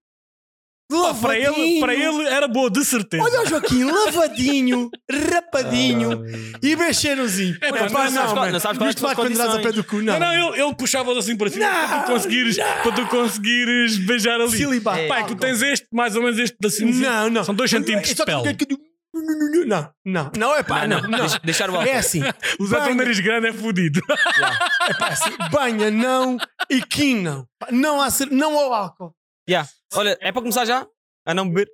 Speaker 2: Pá, para, ele,
Speaker 4: lavadinho.
Speaker 2: para ele era boa, de certeza.
Speaker 4: Olha o Joaquim, lavadinho, rapadinho
Speaker 3: Ah,
Speaker 4: e bem cheirosinho.
Speaker 2: É,
Speaker 4: Epá,
Speaker 2: mas não
Speaker 3: sabes qual- não sabes qual é
Speaker 4: isto
Speaker 3: que são
Speaker 4: vai
Speaker 3: as
Speaker 4: quando dás a pé
Speaker 3: condições.
Speaker 4: do cu,
Speaker 2: não,
Speaker 4: não.
Speaker 2: não, ele, ele puxava assim para cima
Speaker 4: Não,
Speaker 2: para, tu conseguires, para tu conseguires beijar ali.
Speaker 4: Cilibar.
Speaker 3: É, assim,
Speaker 2: Pai, tu tens este, mais ou menos este da cima.
Speaker 4: Não, é não.
Speaker 2: São dois
Speaker 3: é
Speaker 2: centímetros de pele.
Speaker 4: Não, não, não é
Speaker 3: Ah,
Speaker 4: pá, não, não.
Speaker 3: Deix- Deixar o álcool.
Speaker 4: É assim,
Speaker 2: Usar um
Speaker 4: Bem-
Speaker 2: nariz grande é fodido.
Speaker 4: banha não e quim não. Pá, Não, há, cer- não ao álcool.
Speaker 3: Yeah. Olha, é para começar já? A não beber?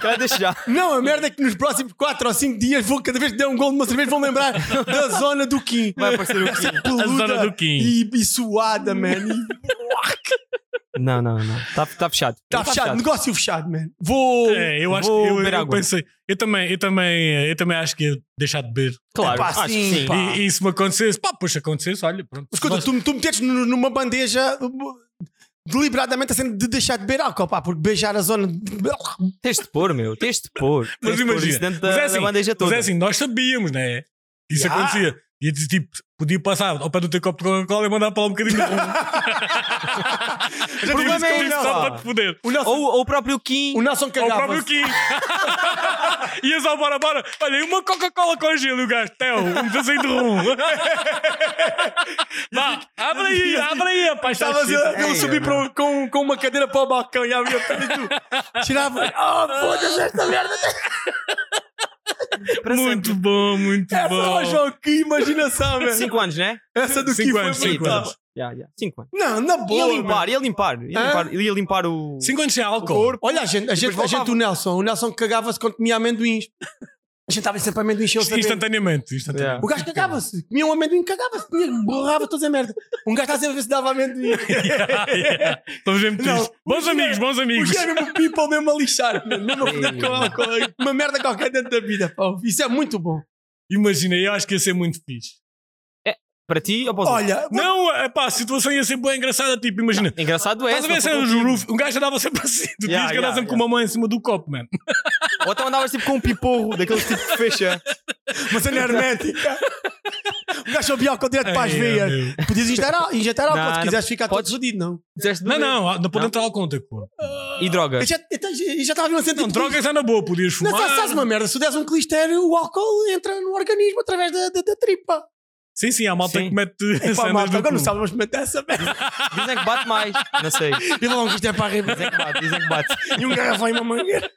Speaker 3: Cara, deixa já.
Speaker 4: Não, a merda é que nos próximos 4 ou 5 dias vão cada vez que der um gol de uma cerveja vão lembrar da zona do quim.
Speaker 3: Vai aparecer o quê?
Speaker 4: Peluda
Speaker 2: zona do quim.
Speaker 4: E, e suada, man. E
Speaker 3: Não, não, não. Está tá fechado. Tá
Speaker 4: Está fechado, negócio fechado, man. Vou.
Speaker 2: É, eu acho
Speaker 3: vou
Speaker 2: que eu,
Speaker 3: beber
Speaker 2: eu
Speaker 3: água.
Speaker 2: pensei, eu também, eu também, eu também acho que ia deixar de beber.
Speaker 3: Claro,
Speaker 4: Epá,
Speaker 3: acho
Speaker 4: sim,
Speaker 3: que sim.
Speaker 4: pá.
Speaker 2: E, e se me acontecesse, pá, pois se acontecesse, olha, pronto.
Speaker 4: Mas escuta,
Speaker 2: Nós-
Speaker 4: tu, tu metes nu- numa bandeja uh, deliberadamente a cena de deixar de beber álcool, pá, porque beijar a zona. de-
Speaker 3: Tens de pôr, meu. Tens de pôr. Tens
Speaker 2: mas
Speaker 3: de pôr
Speaker 2: imagina,
Speaker 3: isso dentro
Speaker 2: mas
Speaker 3: da,
Speaker 2: é assim,
Speaker 3: da bandeja toda.
Speaker 2: mas é assim, nós sabíamos, né? Que isso
Speaker 4: Já.
Speaker 2: acontecia. E tipo, podia passar ao pé do teu copo de Coca-Cola e mandar para lá um bocadinho de rum.
Speaker 4: O problema é o
Speaker 2: só
Speaker 4: Nelson.
Speaker 2: para te foder.
Speaker 4: O Nelson,
Speaker 3: Ou, ou o próprio Kim.
Speaker 4: o Nelson
Speaker 2: Ao
Speaker 4: cagava.
Speaker 2: próprio Kim. Ias ao bora, bora. Olha, e uma Coca-Cola com gelo, e o gajo. Teo, um pedacinho de rum. Vá, abre aí, abre aí, rapaz. tá está
Speaker 4: Estavas
Speaker 2: chique.
Speaker 4: a- ele
Speaker 3: Ei,
Speaker 4: subir para o- com, com uma cadeira para o balcão e abria a perna e tu tirava. Oh, foda-se esta merda!
Speaker 3: é Para
Speaker 2: Muito
Speaker 3: sempre.
Speaker 2: bom, muito
Speaker 4: Essa,
Speaker 2: bom.
Speaker 4: oh, João, que imaginação, velho!
Speaker 3: Cinco anos, né?
Speaker 4: Essa do que
Speaker 2: Cinco
Speaker 4: foi
Speaker 2: anos, cinco
Speaker 4: brutal.
Speaker 2: anos.
Speaker 3: Já, já. Cinco anos.
Speaker 4: Não, na
Speaker 3: Ia
Speaker 4: boa. mano.
Speaker 3: limpar, ia limpar. Ia
Speaker 4: Hã?
Speaker 3: limpar, ia limpar o.
Speaker 2: 5 anos sem álcool.
Speaker 4: Olha, a gente, a gente, a
Speaker 3: voltava.
Speaker 4: gente o Nelson, o Nelson cagava-se quando comia amendoins. A gente estava sempre amendoins cheios de amendoim.
Speaker 2: Instantaneamente. instantaneamente.
Speaker 3: Yeah.
Speaker 4: O gajo cagava-se, comia um amendoim, cagava-se, comia, borrava todas a merda. Um gajo está sempre a ver se dava amendoim.
Speaker 2: Yeah, yeah. Estamos mesmo
Speaker 4: Não,
Speaker 2: tristes. Bons
Speaker 4: os
Speaker 2: amigos, bons amigos.
Speaker 4: Os gajos é mesmo people mesmo a lixar, mano. mesmo a foder
Speaker 3: Ei.
Speaker 4: com álcool, uma merda qualquer dentro da vida. pá. Isso é muito bom.
Speaker 2: Imagina, eu acho que ia ser muito fixe.
Speaker 3: Para ti ou para os outros?
Speaker 4: Olha,
Speaker 2: Não, é pá, a situação ia ser bem engraçada. Tipo, imagina.
Speaker 3: Engraçado é.
Speaker 2: Estás a ver
Speaker 3: se não
Speaker 2: se
Speaker 3: for
Speaker 2: os
Speaker 3: contigo.
Speaker 2: roof? Um gajo andava sempre assim. Tu
Speaker 3: Yeah,
Speaker 2: yeah,
Speaker 3: yeah,
Speaker 2: sempre com uma mão em cima do copo, mano.
Speaker 3: Ou então andavas tipo com um piporro, daqueles tipo que fecha.
Speaker 4: uma cena hermética. O gajo ouvia álcool direto para as
Speaker 2: Ai,
Speaker 4: veias.
Speaker 2: meu.
Speaker 4: Podias injetar, á- injetar álcool
Speaker 3: Não,
Speaker 4: se
Speaker 3: não-
Speaker 4: quiseres ficar
Speaker 3: podes-
Speaker 4: todo fodido, não.
Speaker 3: Fizeste
Speaker 2: Não,
Speaker 3: bebê.
Speaker 2: não, não pode
Speaker 3: Não.
Speaker 2: entrar ao conta, pô.
Speaker 3: E droga.
Speaker 4: Eu já, eu já- eu já estava a ver uma cena
Speaker 2: Não,
Speaker 4: tipo-
Speaker 2: drogas é na boa, podias
Speaker 4: Não,
Speaker 2: fumar.
Speaker 4: sabes, sabes uma merda, se tu des um clister, o álcool entra no organismo através da, da, da tripa.
Speaker 2: Sim, sim, há malta
Speaker 3: Sim.
Speaker 2: que mete
Speaker 4: Pá,
Speaker 2: cenas
Speaker 4: malta,
Speaker 2: do
Speaker 4: agora não
Speaker 2: cu.
Speaker 4: sabes, vamos meter essa merda.
Speaker 3: Dizem que bate mais. Não sei.
Speaker 4: E lá um clister para arriba.
Speaker 3: Dizem que bate, dizem que bate.
Speaker 4: e um garrafão e uma mangueira.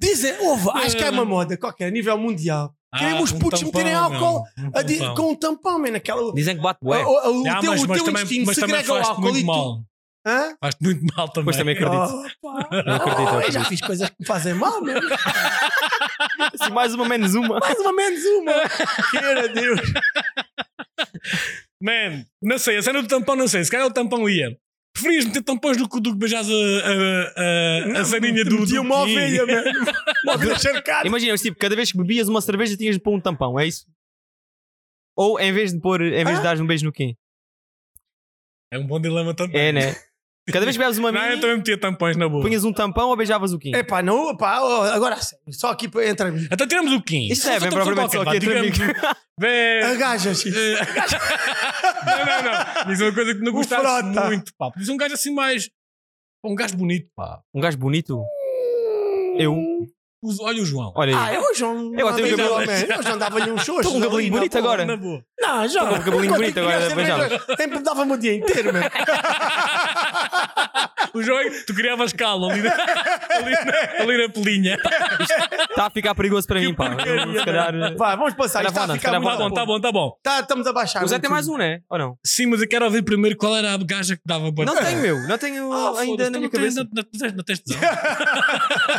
Speaker 4: Dizem, houve, acho que é uma moda qualquer, a nível mundial.
Speaker 2: Ah,
Speaker 4: Querem os
Speaker 2: um
Speaker 4: putos
Speaker 2: tampão,
Speaker 4: meterem álcool
Speaker 2: não, um
Speaker 4: a di-
Speaker 2: tampão.
Speaker 4: com um tampão, man, aquela.
Speaker 3: Dizem que bate
Speaker 4: O,
Speaker 3: bué.
Speaker 4: o, o
Speaker 2: Ah,
Speaker 4: teu,
Speaker 2: mas,
Speaker 4: o
Speaker 2: mas
Speaker 4: teu
Speaker 2: também,
Speaker 4: instinto
Speaker 2: mas também
Speaker 4: segrega o
Speaker 2: faz-te
Speaker 4: álcool e
Speaker 2: muito
Speaker 4: tu-
Speaker 2: mal.
Speaker 4: Hã?
Speaker 2: Faz-te muito mal também.
Speaker 3: Pois também acredito.
Speaker 4: Oh, pá.
Speaker 3: acredito,
Speaker 4: Oh, eu já fiz coisas que me fazem mal, meu.
Speaker 3: Se assim, mais uma, menos uma.
Speaker 4: mais ou menos uma. Queira Deus.
Speaker 2: Man, não sei, a cena do tampão não sei. Se calhar o tampão ia. Preferias meter tampões no cu do que beijares a, a, a, a saninha do.
Speaker 4: Metia
Speaker 2: do
Speaker 4: uma
Speaker 2: Kim.
Speaker 4: ovelha, mano. Uma ovelha cercada.
Speaker 3: Imagina, tipo, cada vez que bebias uma cerveja tinhas de pôr um tampão, é isso? Ou em vez de pôr, em vez de dares um beijo no quê?
Speaker 2: É um bom dilema também.
Speaker 3: É, né? Cada vez que
Speaker 4: É,
Speaker 3: bebes uma
Speaker 2: Não, eu
Speaker 3: mini,
Speaker 2: também metia tampões na boa.
Speaker 3: punhas um tampão ou beijavas o quê?
Speaker 4: Epá, não, pá, ó, agora a sério, só aqui para- entre amigos.
Speaker 2: Até Então tiramos o 15.
Speaker 3: Isto é bem propriamente só que entre amigos.
Speaker 4: Agajas.
Speaker 2: Não, não, não. Isso é uma coisa que não
Speaker 4: O
Speaker 2: gostaste
Speaker 4: frota.
Speaker 2: muito, pá. Diz um gajo assim mais. pá, Um gajo bonito, pá.
Speaker 3: Um gajo bonito? Eu?
Speaker 2: Os- Olha o João.
Speaker 3: Olha
Speaker 4: Ah,
Speaker 3: aí.
Speaker 4: é o João.
Speaker 3: Eu até o
Speaker 4: Ah, bem,
Speaker 3: cabelo-
Speaker 4: não, man. Eu João dava-lhe um xoxo.
Speaker 3: Estou com um cabelinho
Speaker 4: ali,
Speaker 3: bonito
Speaker 4: não,
Speaker 3: agora.
Speaker 2: Na boa.
Speaker 4: Não, João.
Speaker 3: Estou com um cabelinho
Speaker 4: Quando
Speaker 3: bonito
Speaker 4: eu
Speaker 3: agora,
Speaker 4: queria saber, Sempre me dava-me o dia inteiro, mano.
Speaker 2: O João, é que tu criavas calo ali na, ali na, ali na pelinha.
Speaker 3: Tá Está a ficar perigoso para mim, pá. Eu, Se calhar.
Speaker 4: né?
Speaker 3: eh,
Speaker 4: Pá, vamos passar.
Speaker 3: Era
Speaker 4: Isto está
Speaker 3: bom,
Speaker 4: a
Speaker 3: era
Speaker 4: ficar
Speaker 2: Tá
Speaker 4: muito
Speaker 2: bom, tá bom, tá bom.
Speaker 4: Tá, estamos a baixar.
Speaker 3: O Zé
Speaker 4: muito.
Speaker 3: tem mais um, né? Ou não?
Speaker 2: Sim, mas eu quero ouvir primeiro qual era a gaja que dava boa.
Speaker 3: Não
Speaker 4: É.
Speaker 3: tenho, meu. Não tenho
Speaker 4: Ah,
Speaker 3: ainda na
Speaker 4: foda-se,
Speaker 2: não,
Speaker 3: minha
Speaker 2: tens-
Speaker 3: cabeça.
Speaker 2: não, não, tens- não tens tesão.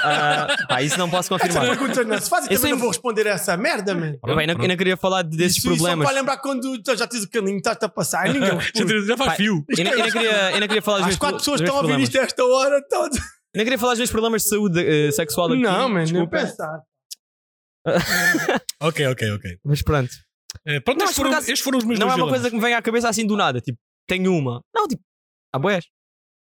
Speaker 3: Ah, pá, isso não posso confirmar.
Speaker 4: Perguntas não se fazem,
Speaker 3: Esse
Speaker 4: também
Speaker 3: é-
Speaker 4: não vou responder a essa merda, mano.
Speaker 3: Eu, bem, não, eu não queria falar desses
Speaker 4: Isso- é um isso
Speaker 3: problemas.
Speaker 4: Só para lembrar quando tu já tens o caminho, estás-te a passar. Ninguém
Speaker 2: Já
Speaker 4: responde.
Speaker 2: te- Já faz
Speaker 3: Pá,
Speaker 2: fio.
Speaker 3: Eu não, eu não queria, eu não queria falar dos
Speaker 4: As
Speaker 3: meus
Speaker 4: quatro
Speaker 3: pro-
Speaker 4: pessoas
Speaker 3: dos
Speaker 4: estão a
Speaker 3: meus
Speaker 4: ouvir
Speaker 3: problemas.
Speaker 4: isto a esta hora. todas.
Speaker 3: Eu não queria falar dos meus problemas de saúde eh, sexual aqui.
Speaker 4: Não, mano, nem
Speaker 3: desculpa.
Speaker 4: pensar.
Speaker 2: Ok, ok, ok.
Speaker 3: Mas pronto.
Speaker 2: Eh,
Speaker 4: Então,
Speaker 2: Pronto,
Speaker 3: Não,
Speaker 2: estes
Speaker 3: mas por
Speaker 2: foram-
Speaker 3: acaso-
Speaker 2: estes foram os meus
Speaker 3: não é
Speaker 2: dois
Speaker 3: uma
Speaker 2: dilemas.
Speaker 3: coisa que me venha à cabeça assim do nada. Tipo, tenho uma. Não, tipo, há boés.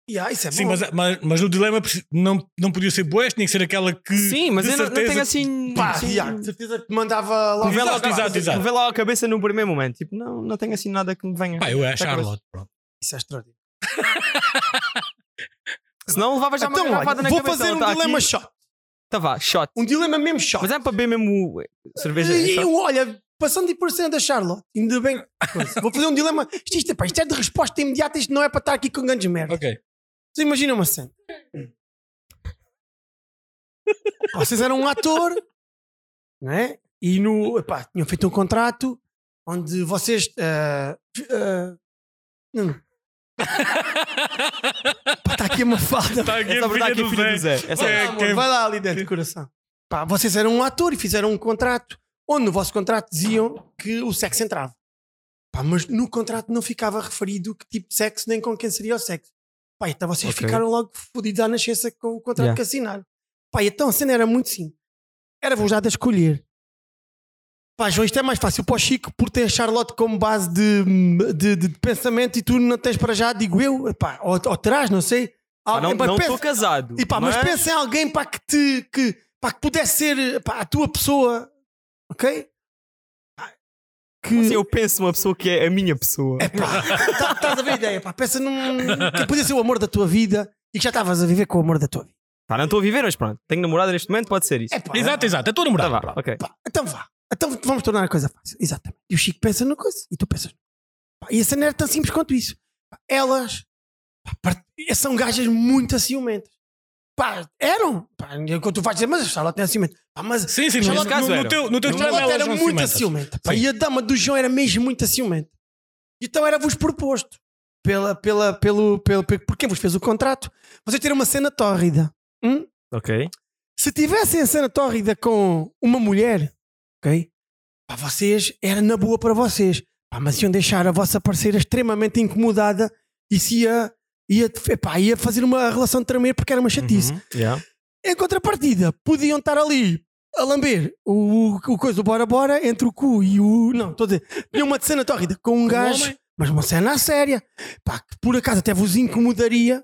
Speaker 4: Yeah, isso é
Speaker 2: Sim,
Speaker 4: bom.
Speaker 2: mas, mas, mas o dilema preci- não, não podia ser boas, tinha que ser aquela que.
Speaker 3: Sim, mas
Speaker 2: de
Speaker 3: eu não, não
Speaker 2: certeza-
Speaker 3: tenho assim.
Speaker 4: Pá,
Speaker 3: assim,
Speaker 4: yeah, de certeza que te mandava
Speaker 2: Exato,
Speaker 4: logo.
Speaker 3: Novela,
Speaker 2: exato, exato, exato.
Speaker 3: novela à cabeça no primeiro momento. Tipo, não, não tenho assim nada que me venha.
Speaker 2: Pá, eu é a Charlotte. Pronto.
Speaker 4: Isso é extraordinário.
Speaker 3: Senão levava já uma
Speaker 4: Então,
Speaker 3: garrafada
Speaker 4: olha,
Speaker 3: na
Speaker 4: vou
Speaker 3: cabeça.
Speaker 4: fazer um
Speaker 3: Tá aqui.
Speaker 4: dilema shot.
Speaker 3: Tá vá, shot.
Speaker 4: Um dilema mesmo shot.
Speaker 3: Mas é para beber mesmo eh, cerveja.
Speaker 4: E
Speaker 3: shot.
Speaker 4: eu, olha, passando de por cima da Charlotte, ainda bem. que coisa. Vou fazer um dilema. Isto, isto, pá, isto é de resposta imediata, isto não é para estar aqui com grandes merda.
Speaker 2: Ok.
Speaker 4: Vocês imaginam uma cena. Vocês eram um ator, né? E no, epá, tinham feito um contrato onde vocês. ah, ah, não. Está aqui uma falda.
Speaker 2: Está aqui
Speaker 3: Essa
Speaker 2: a
Speaker 3: verdade
Speaker 2: filha
Speaker 3: aqui é
Speaker 2: do
Speaker 3: filha do
Speaker 2: Zé.
Speaker 3: Zé. Essa
Speaker 2: É,
Speaker 4: Vai lá, amor,
Speaker 2: quem-
Speaker 4: vai lá ali dentro do coração. Pá, vocês eram um ator e fizeram um contrato onde no vosso contrato diziam que o sexo entrava. Pá, mas no contrato não ficava referido que tipo de sexo nem com quem seria o sexo. Pá, então vocês
Speaker 3: Ok.
Speaker 4: ficaram logo fodidos à nascença com o contrato
Speaker 3: Yeah.
Speaker 4: que assinaram. Pá, então a cena era muito simples. Era vos dado a escolher. Pá, João, isto é mais fácil para o Chico por ter a Charlotte como base de, de- de- de pensamento e tu não tens para já, digo eu, pá, ou, ou terás, não sei.
Speaker 3: Pá, não
Speaker 4: Alguém- mas
Speaker 3: não
Speaker 4: pensa-
Speaker 3: estou casado. é?
Speaker 4: e pá, mas, pensa em alguém pá, que, te, que, pá, que pudesse ser pá, a tua pessoa, ok? Pá, Que,
Speaker 3: Assim, eu penso numa pessoa que é a minha pessoa.
Speaker 4: é pá, tá- estás a ver a ideia, pá, pensa num. que podia ser o amor da tua vida e que já estavas a viver com o amor da tua vida.
Speaker 3: Pá, Tá, não estou a viver, mas pronto. Tenho namorada neste momento, pode ser isso.
Speaker 4: É pá,
Speaker 2: Exato, exato. É a tua
Speaker 3: Tá
Speaker 2: namorada.
Speaker 3: vá,
Speaker 2: pronto.
Speaker 3: ok.
Speaker 4: pá, então vá, então vamos tornar a coisa fácil, exatamente. E o Chico pensa numa coisa e tu pensas. Pá, e a cena era tão simples quanto isso. Pá, elas pá, part- são gajas muito ciumentas. Pá, eram. Pá, enquanto tu vais dizer, mas a Charlotte não é ciumenta. Pá, mas
Speaker 2: Sim, sim,
Speaker 4: Charlotte
Speaker 2: mas
Speaker 3: Caso
Speaker 2: no,
Speaker 3: era.
Speaker 2: no teu, no teu
Speaker 4: A
Speaker 2: dilema
Speaker 4: Charlotte
Speaker 2: é elas
Speaker 4: Então era
Speaker 2: são
Speaker 4: muito
Speaker 2: ciumentas.
Speaker 4: ciumenta. pá,
Speaker 2: Sim.
Speaker 4: E a dama do João era mesmo muito ciumenta. Então era-vos proposto. Pela, pela, pelo, pelo, pelo, por quem vos fez o contrato? Vocês terem uma cena tórrida. Hum?
Speaker 3: Ok.
Speaker 4: Se tivessem a cena tórrida com uma mulher, ok? Pá, vocês, era na boa para vocês. Pá, mas iam deixar a vossa parceira extremamente incomodada e se ia, ia, epá, ia fazer uma relação de tremer porque era uma chatice.
Speaker 3: Uhum, yeah.
Speaker 4: Em contrapartida, podiam estar ali a lamber o, o coisa do Bora Bora entre o cu e o. Não, estou a dizer. Tinha uma cena tórrida com um gajo,
Speaker 2: homem?
Speaker 4: mas uma cena séria. Pá, que por acaso até vos incomodaria.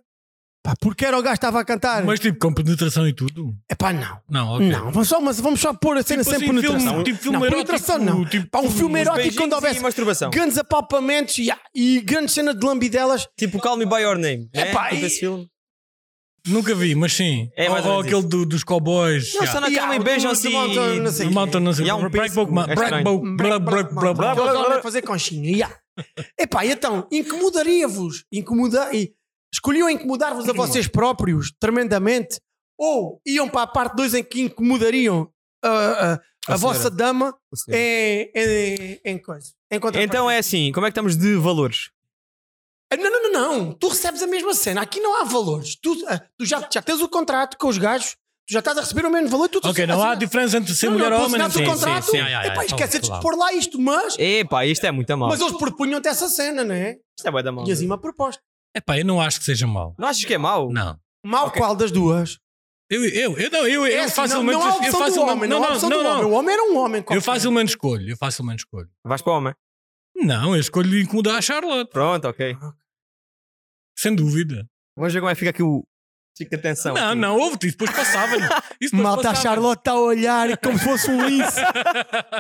Speaker 4: Pá, porque era o gajo que estava a cantar.
Speaker 2: Mas tipo, com penetração e tudo?
Speaker 4: É pá, não.
Speaker 2: Não, ok.
Speaker 4: Não, vamos só, mas vamos só pôr a cena
Speaker 2: Tipo
Speaker 4: sempre
Speaker 2: assim,
Speaker 4: no
Speaker 2: filme-
Speaker 4: tração.
Speaker 2: tipo filme
Speaker 4: não,
Speaker 2: erótico,
Speaker 4: penetração não.
Speaker 2: tipo-
Speaker 4: Pá, um filme
Speaker 2: uns
Speaker 4: erótico
Speaker 3: Beijinhos
Speaker 4: quando
Speaker 3: E
Speaker 4: houvesse
Speaker 3: masturbação.
Speaker 4: grandes apalpamentos e, ah, e grandes cenas de lambidelas.
Speaker 3: Tipo, Call Me By Your Name. É,
Speaker 4: Epá, e-
Speaker 3: esse filme.
Speaker 2: Nunca vi, mas sim.
Speaker 3: É mais
Speaker 2: ou
Speaker 3: ou
Speaker 2: ou
Speaker 3: menos
Speaker 2: aquele do- dos cowboys.
Speaker 3: Não, só na
Speaker 4: E ah,
Speaker 3: cama
Speaker 4: há
Speaker 3: e
Speaker 4: o-
Speaker 3: beijam-se.
Speaker 2: assim,
Speaker 4: do Mountain, não sei
Speaker 2: Do
Speaker 4: o quê.
Speaker 2: Mountain, não sei.
Speaker 3: E há um
Speaker 2: Breakbook,
Speaker 3: pêssego.
Speaker 2: ma-
Speaker 3: É
Speaker 2: breakbook, blá, blá, blá, blá, blá.
Speaker 4: Aqueles homens a fazer conchinha. Yeah. Epá, então, incomodaria-vos. Incomoda... e Escolhiam incomodar-vos a vocês próprios tremendamente ou iam para a parte 2 em que incomodariam ah, ah, a,
Speaker 3: A
Speaker 4: vossa
Speaker 3: senhora.
Speaker 4: dama em, em, em coisa. Em contrapartida.
Speaker 3: Então é assim, como é que estamos de valores?
Speaker 4: Ah, Não, não, não, não. Tu recebes a mesma cena. Aqui não há valores. Tu, ah, tu já, já tens o contrato com os gajos. Tu já estás a receber o mesmo valor. Tu, tu
Speaker 2: Ok, não há diferença entre ser
Speaker 4: Não, não,
Speaker 2: mulher ou
Speaker 4: tu
Speaker 2: homem.
Speaker 4: assinaste o
Speaker 2: Sim,
Speaker 4: contrato.
Speaker 2: sim, sim. Ah, ah, ah,
Speaker 4: Epá,
Speaker 2: então,
Speaker 4: esqueceste de
Speaker 2: claro.
Speaker 4: pôr lá isto, mas...
Speaker 3: Epá, isto é muito mal.
Speaker 4: Mas eles propunham-te essa cena, não é?
Speaker 3: Isto é bué da mal.
Speaker 4: Tinhas aí uma proposta.
Speaker 2: Epá, eu não acho que seja mau.
Speaker 3: Não achas que é mau?
Speaker 2: Não.
Speaker 4: Mal qual das duas?
Speaker 2: Eu, eu, eu, não, eu,
Speaker 4: É
Speaker 2: eu
Speaker 4: assim,
Speaker 2: facilmente.
Speaker 4: não, não há
Speaker 2: eu
Speaker 4: opção do
Speaker 2: facilmente
Speaker 4: homem,
Speaker 2: não,
Speaker 4: não, há
Speaker 2: não,
Speaker 4: opção
Speaker 2: não,
Speaker 4: do homem.
Speaker 2: não.
Speaker 4: O homem era um homem.
Speaker 2: Eu
Speaker 4: qualquer.
Speaker 2: facilmente escolho, eu facilmente escolho.
Speaker 3: Vais para o homem.
Speaker 2: Não, eu escolho incomodar a Charlotte,
Speaker 3: Pronto, ok.
Speaker 2: sem dúvida.
Speaker 3: Vamos ver como é que fica aqui o. Fica atenção.
Speaker 2: Não,
Speaker 3: aqui.
Speaker 2: não, ouve-te, isso depois passava-lhe. Isso depois
Speaker 4: Malta, a
Speaker 2: passava-lhe.
Speaker 4: Charlotte está a olhar como se fosse um lince.